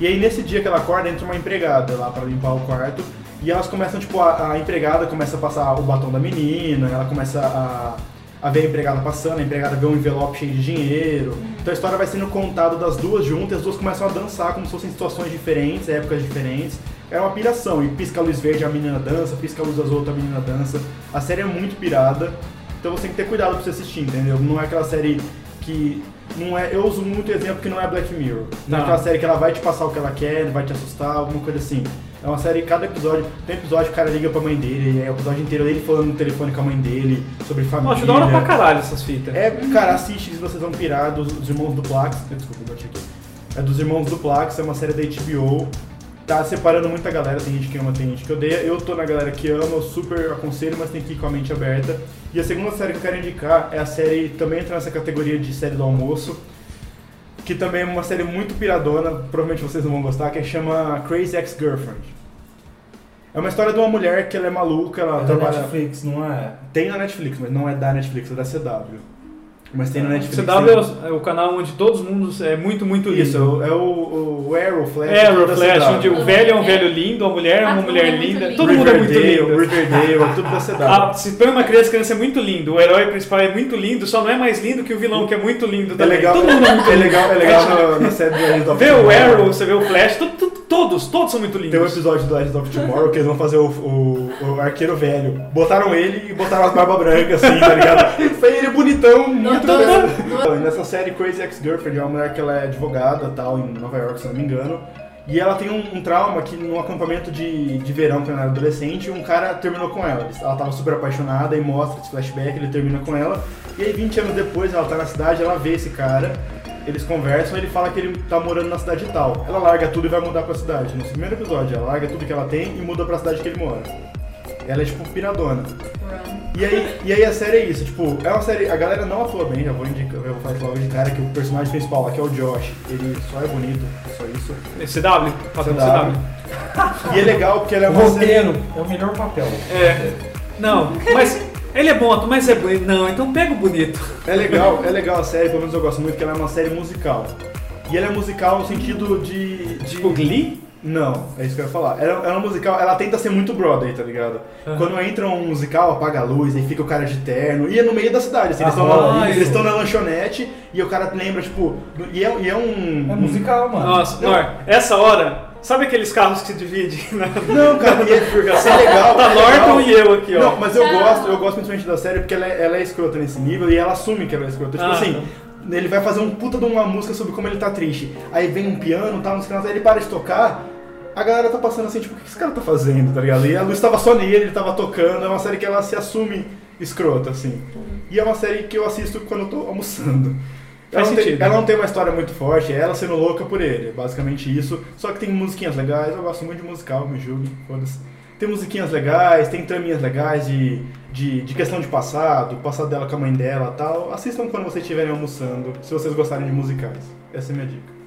[SPEAKER 5] E aí, nesse dia que ela acorda, entra uma empregada lá pra limpar o quarto e elas começam, tipo, a, a empregada começa a passar o batom da menina, ela começa a a ver a empregada passando, a empregada vê um envelope cheio de dinheiro. Então a história vai sendo contada das duas juntas, as duas começam a dançar como se fossem situações diferentes, épocas diferentes. É uma piração, e pisca a luz verde, a menina dança, pisca a luz azul, outra menina dança. A série é muito pirada, então você tem que ter cuidado pra você assistir, entendeu? Não é aquela série que. Não é, eu uso muito o exemplo que não é Black Mirror. Não,
[SPEAKER 2] Não.
[SPEAKER 5] é aquela série que ela vai te passar o que ela quer, vai te assustar, alguma coisa assim. É uma série, cada episódio, tem episódio que o cara liga pra mãe dele, e é o episódio inteiro ele falando no telefone com a mãe dele, sobre família.
[SPEAKER 2] Nossa, da hora pra caralho essas fitas.
[SPEAKER 5] É, cara, assiste se vocês vão pirar dos, dos irmãos do Plax. eh, Desculpa, eu bati aqui. É dos irmãos do Plax, é uma série da HBO. Tá separando muita galera, tem gente que ama, tem gente que odeia. Eu tô na galera que ama, eu super aconselho, mas tem que ir com a mente aberta. E a segunda série que eu quero indicar é a série, também entra nessa categoria de série do almoço, que também é uma série muito piradona, provavelmente vocês não vão gostar, que chama Crazy Ex-Girlfriend. É uma história de uma mulher que ela é maluca, ela
[SPEAKER 8] É da
[SPEAKER 5] trabalha...
[SPEAKER 8] Netflix, não é?
[SPEAKER 5] Tem na Netflix, mas não é da Netflix, é da CW. Mas tem na Netflix.
[SPEAKER 2] CW
[SPEAKER 5] tem-
[SPEAKER 2] é o- é o canal onde todos os mundos é muito, muito lindo.
[SPEAKER 5] Isso, é o, é o, o Arrow Flash.
[SPEAKER 2] É,
[SPEAKER 5] da
[SPEAKER 2] o Flash,
[SPEAKER 5] CW.
[SPEAKER 2] onde o velho é um velho lindo, a mulher é
[SPEAKER 3] Ah,
[SPEAKER 2] uma
[SPEAKER 3] todo
[SPEAKER 2] mulher
[SPEAKER 3] mundo é muito
[SPEAKER 2] linda.
[SPEAKER 3] lindo.
[SPEAKER 2] Todo mundo é muito
[SPEAKER 5] Riverdale,
[SPEAKER 2] lindo.
[SPEAKER 5] Riverdale, é tudo da CW.
[SPEAKER 2] Ah, se põe uma criança, a criança é muito lindo. O herói principal é muito lindo, só não é mais lindo que o vilão, que é muito lindo
[SPEAKER 5] é
[SPEAKER 2] também.
[SPEAKER 5] legal,
[SPEAKER 2] Todo mundo é muito
[SPEAKER 5] é legal, é legal
[SPEAKER 2] Flash-
[SPEAKER 5] na, na série do Legends of
[SPEAKER 2] Vê o
[SPEAKER 5] Tomorrow.
[SPEAKER 2] Arrow, assim. você vê o Flash, to- to- todos, todos são muito lindos.
[SPEAKER 5] Tem um episódio do Legends of Tomorrow que eles vão fazer o, o, o arqueiro velho. Botaram ele e botaram as barbas brancas, assim, tá ligado? Foi ele bonitão, muito
[SPEAKER 3] não,
[SPEAKER 5] bem. Então, e Nessa série Crazy Ex-Girlfriend é uma mulher que ela é advogada tal, em Nova York, se não me engano. E ela tem um, um trauma que num acampamento de, de verão, quando ela era adolescente, um cara terminou com ela. Eles- Ela tava super apaixonada e mostra esse flashback, ele termina com ela. E aí 20 anos depois, ela tá na cidade, ela vê esse cara, eles conversam, ele fala que ele tá morando na cidade tal. Ela larga tudo e vai mudar pra cidade. No primeiro episódio, ela larga tudo que ela tem e muda pra cidade que ele mora. Ela é tipo piradona. E aí, e aí a série é isso, tipo, é uma série. A galera não atua bem, já vou indicar, eu vou falar logo de cara que o personagem principal lá, que é o Josh, ele só é bonito, só isso.
[SPEAKER 2] CW, fazendo
[SPEAKER 5] CW.
[SPEAKER 2] CW.
[SPEAKER 5] E é legal porque ela é
[SPEAKER 8] O
[SPEAKER 5] uma série.
[SPEAKER 8] roteiro é o melhor papel.
[SPEAKER 2] É. Não, mas ele é bom, mas é bonito. Não, então pega o bonito.
[SPEAKER 5] É legal, é legal a série, pelo menos eu gosto muito, porque ela é uma série musical. E ela é musical no sentido de. de
[SPEAKER 2] Tipo Glee?
[SPEAKER 5] Não, é isso que eu ia falar. Ela, ela é um musical, ela tenta ser muito Broadway, tá ligado? Quando entra um musical, apaga a luz, aí fica o cara de terno, e é no meio da cidade, assim, eles estão
[SPEAKER 8] Arrola,
[SPEAKER 5] na, eles
[SPEAKER 8] isso.
[SPEAKER 5] estão na lanchonete, e o cara lembra, tipo, e é, e é um.
[SPEAKER 8] É musical, mano.
[SPEAKER 2] Nossa, Nor, essa hora, sabe aqueles carros que se dividem? na-
[SPEAKER 5] Não, cara, e é, isso é legal.
[SPEAKER 2] Tá
[SPEAKER 5] é legal.
[SPEAKER 2] Norton e eu aqui, ó.
[SPEAKER 5] Não, mas eu
[SPEAKER 3] Não.
[SPEAKER 5] gosto, eu gosto principalmente da série porque ela é, ela é escrota nesse nível e ela assume que ela é escrota. Tipo
[SPEAKER 2] Ah,
[SPEAKER 5] assim, ele vai fazer um puta de uma música sobre como ele tá triste. Aí vem um piano, tá, não sei o que lá, ele para de tocar. A galera tá passando assim, tipo, o que esse cara tá fazendo, tá ligado? E a luz tava só nele, ele tava tocando. É uma série que ela se assume escrota, assim. E é uma série que eu assisto quando eu tô almoçando. Ela
[SPEAKER 2] Faz
[SPEAKER 5] não, tem,
[SPEAKER 2] sentido. né?
[SPEAKER 5] ela não tem uma história muito forte, é ela sendo louca por ele, é basicamente isso. Só que tem musiquinhas legais, eu gosto muito de musical, me julgue, foda-se. Tem musiquinhas legais, tem traminhas legais de, de, de questão de passado, passado dela com a mãe dela e tal. Assistam quando vocês estiverem almoçando, se vocês gostarem de musicais. Essa é a minha dica.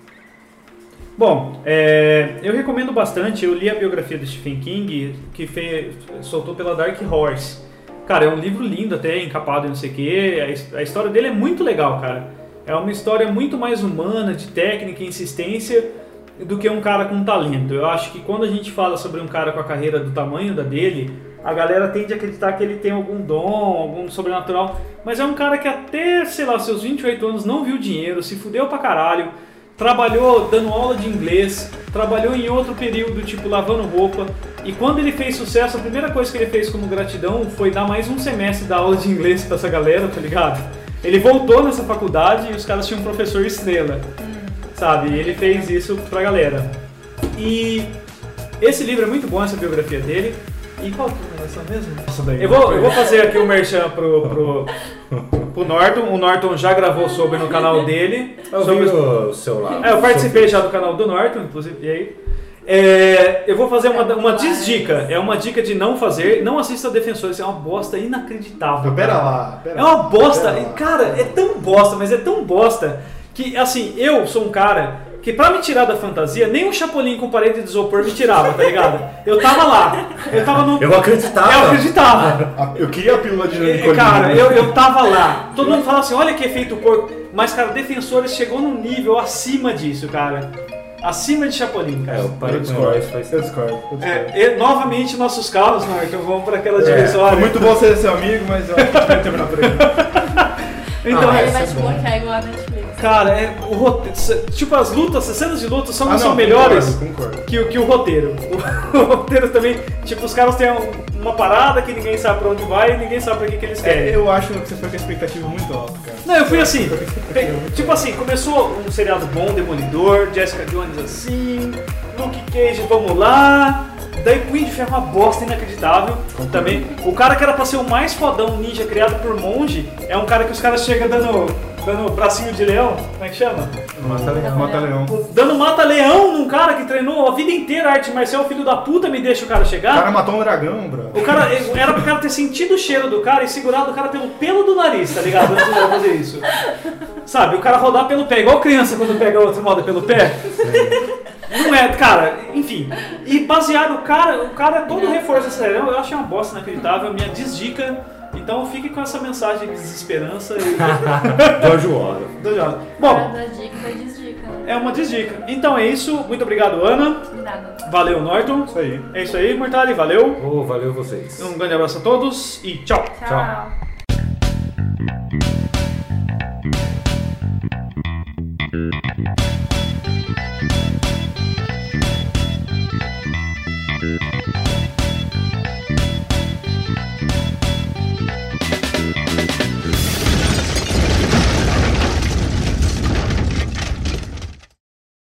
[SPEAKER 2] Bom, é, eu recomendo bastante. Eu li a biografia do Stephen King, que fe- soltou pela Dark Horse. Cara, é um livro lindo até, encapado e não sei o quê. A his- A, história dele é muito legal, cara. É uma história muito mais humana, de técnica e insistência, do que um cara com talento. Eu acho que quando a gente fala sobre um cara com a carreira do tamanho da dele, a galera tende a acreditar que ele tem algum dom, algum sobrenatural. Mas é um cara que até, sei lá, seus 28 anos não viu dinheiro, se fudeu pra caralho, trabalhou dando aula de inglês, trabalhou em outro período, tipo lavando roupa. E quando ele fez sucesso, a primeira coisa que ele fez como gratidão foi dar mais um semestre da aula de inglês pra essa galera, tá ligado? Ele voltou nessa faculdade e os caras tinham um professor estrela, sabe? E ele fez isso pra galera. E esse livro é muito bom, essa biografia dele. E qual que é essa mesmo?
[SPEAKER 5] Essa daí.
[SPEAKER 2] Eu vou, eu vou fazer aqui o merchan pro, pro, pro Norton. O Norton já gravou sobre no canal dele.
[SPEAKER 4] Eu
[SPEAKER 2] sobre
[SPEAKER 4] vi o seu lado.
[SPEAKER 2] é, eu participei já do canal do Norton, inclusive, e aí. É, eu vou fazer uma, uma desdica. É uma dica de não fazer. Não assista Defensores. É uma bosta inacreditável.
[SPEAKER 5] Mas Pera
[SPEAKER 2] cara.
[SPEAKER 5] lá, pera
[SPEAKER 2] É uma
[SPEAKER 5] lá,
[SPEAKER 2] bosta.
[SPEAKER 5] pera
[SPEAKER 2] E,
[SPEAKER 5] lá.
[SPEAKER 2] Cara, é tão bosta, mas é tão bosta que, assim, eu sou um cara que pra me tirar da fantasia, nem um chapolim com parede de isopor me tirava, tá ligado? Eu tava lá. Eu tava no...
[SPEAKER 4] Eu acreditava.
[SPEAKER 2] Eu acreditava.
[SPEAKER 5] A- Eu queria a pílula de
[SPEAKER 2] E,
[SPEAKER 5] Nicolina.
[SPEAKER 2] É, Cara, eu, eu tava lá. Todo mundo fala assim, olha que efeito porco. Mas, cara, Defensores chegou num nível acima disso, cara. Acima de Chapolin,
[SPEAKER 8] É,
[SPEAKER 2] cara.
[SPEAKER 8] eu parei
[SPEAKER 5] Eu
[SPEAKER 8] com
[SPEAKER 5] discordo, eu
[SPEAKER 8] heróis faz
[SPEAKER 5] discordo. Eu discordo.
[SPEAKER 2] É, e, novamente, nossos carros, Marco, vão pra aquela
[SPEAKER 8] É,
[SPEAKER 5] Foi
[SPEAKER 2] divisória.
[SPEAKER 5] muito bom ser seu amigo, mas eu acho que a gente vai terminar por aqui.
[SPEAKER 2] Então,
[SPEAKER 3] Aí
[SPEAKER 5] Ah,
[SPEAKER 2] é,
[SPEAKER 3] ele vai te
[SPEAKER 8] essa é
[SPEAKER 3] bloquear igual a Netflix.
[SPEAKER 2] cara, é, o roteiro, tipo, as lutas, as cenas de luta são,
[SPEAKER 5] Ah,
[SPEAKER 2] são
[SPEAKER 5] não,
[SPEAKER 2] melhores
[SPEAKER 5] Concordo, concordo.
[SPEAKER 2] que, o- que o roteiro. O, roteiro também, tipo, os caras têm um- uma parada que ninguém sabe pra onde vai e ninguém sabe pra que, que eles querem.
[SPEAKER 5] É, eu acho que você foi com a expectativa muito alta, cara.
[SPEAKER 2] Não, eu fui assim. pe- Tipo assim, começou um seriado bom, Demolidor, Jessica Jones assim, Luke Cage, vamos lá. Daí Queen de Ferro é uma bosta inacreditável também. O cara que era pra ser o mais fodão ninja criado por monge é um cara que os caras chegam dando, dando bracinho de leão, como é que chama?
[SPEAKER 5] Mata leão. Mata leão. O
[SPEAKER 2] Dando mata-leão num cara que treinou a vida inteira arte marcial, filho da puta me deixa o cara chegar.
[SPEAKER 5] cara matou um dragão, bro.
[SPEAKER 2] O cara, era pro cara ter sentido o cheiro do cara e segurado o cara pelo pelo do nariz, tá ligado? Antes de fazer isso. Sabe, o cara rodar pelo pé, igual criança quando pega outro moda pelo pé. Não é, cara, enfim. E baseado, o cara, o cara é todo reforço essa série. Eu eu achei uma bosta inacreditável, minha desdica. Então fique com essa mensagem de desesperança e.
[SPEAKER 4] George Orwell.
[SPEAKER 2] do Jordan.
[SPEAKER 3] Cara
[SPEAKER 2] Bom,
[SPEAKER 3] da dica, da desdica. né?
[SPEAKER 2] é uma desdica. Então é isso. Muito obrigado, Ana.
[SPEAKER 3] Nada.
[SPEAKER 2] Valeu, Norton.
[SPEAKER 5] Isso aí.
[SPEAKER 2] É isso aí, Mortali, valeu.
[SPEAKER 8] Ô, valeu vocês.
[SPEAKER 2] Um grande abraço a todos e tchau.
[SPEAKER 3] Tchau.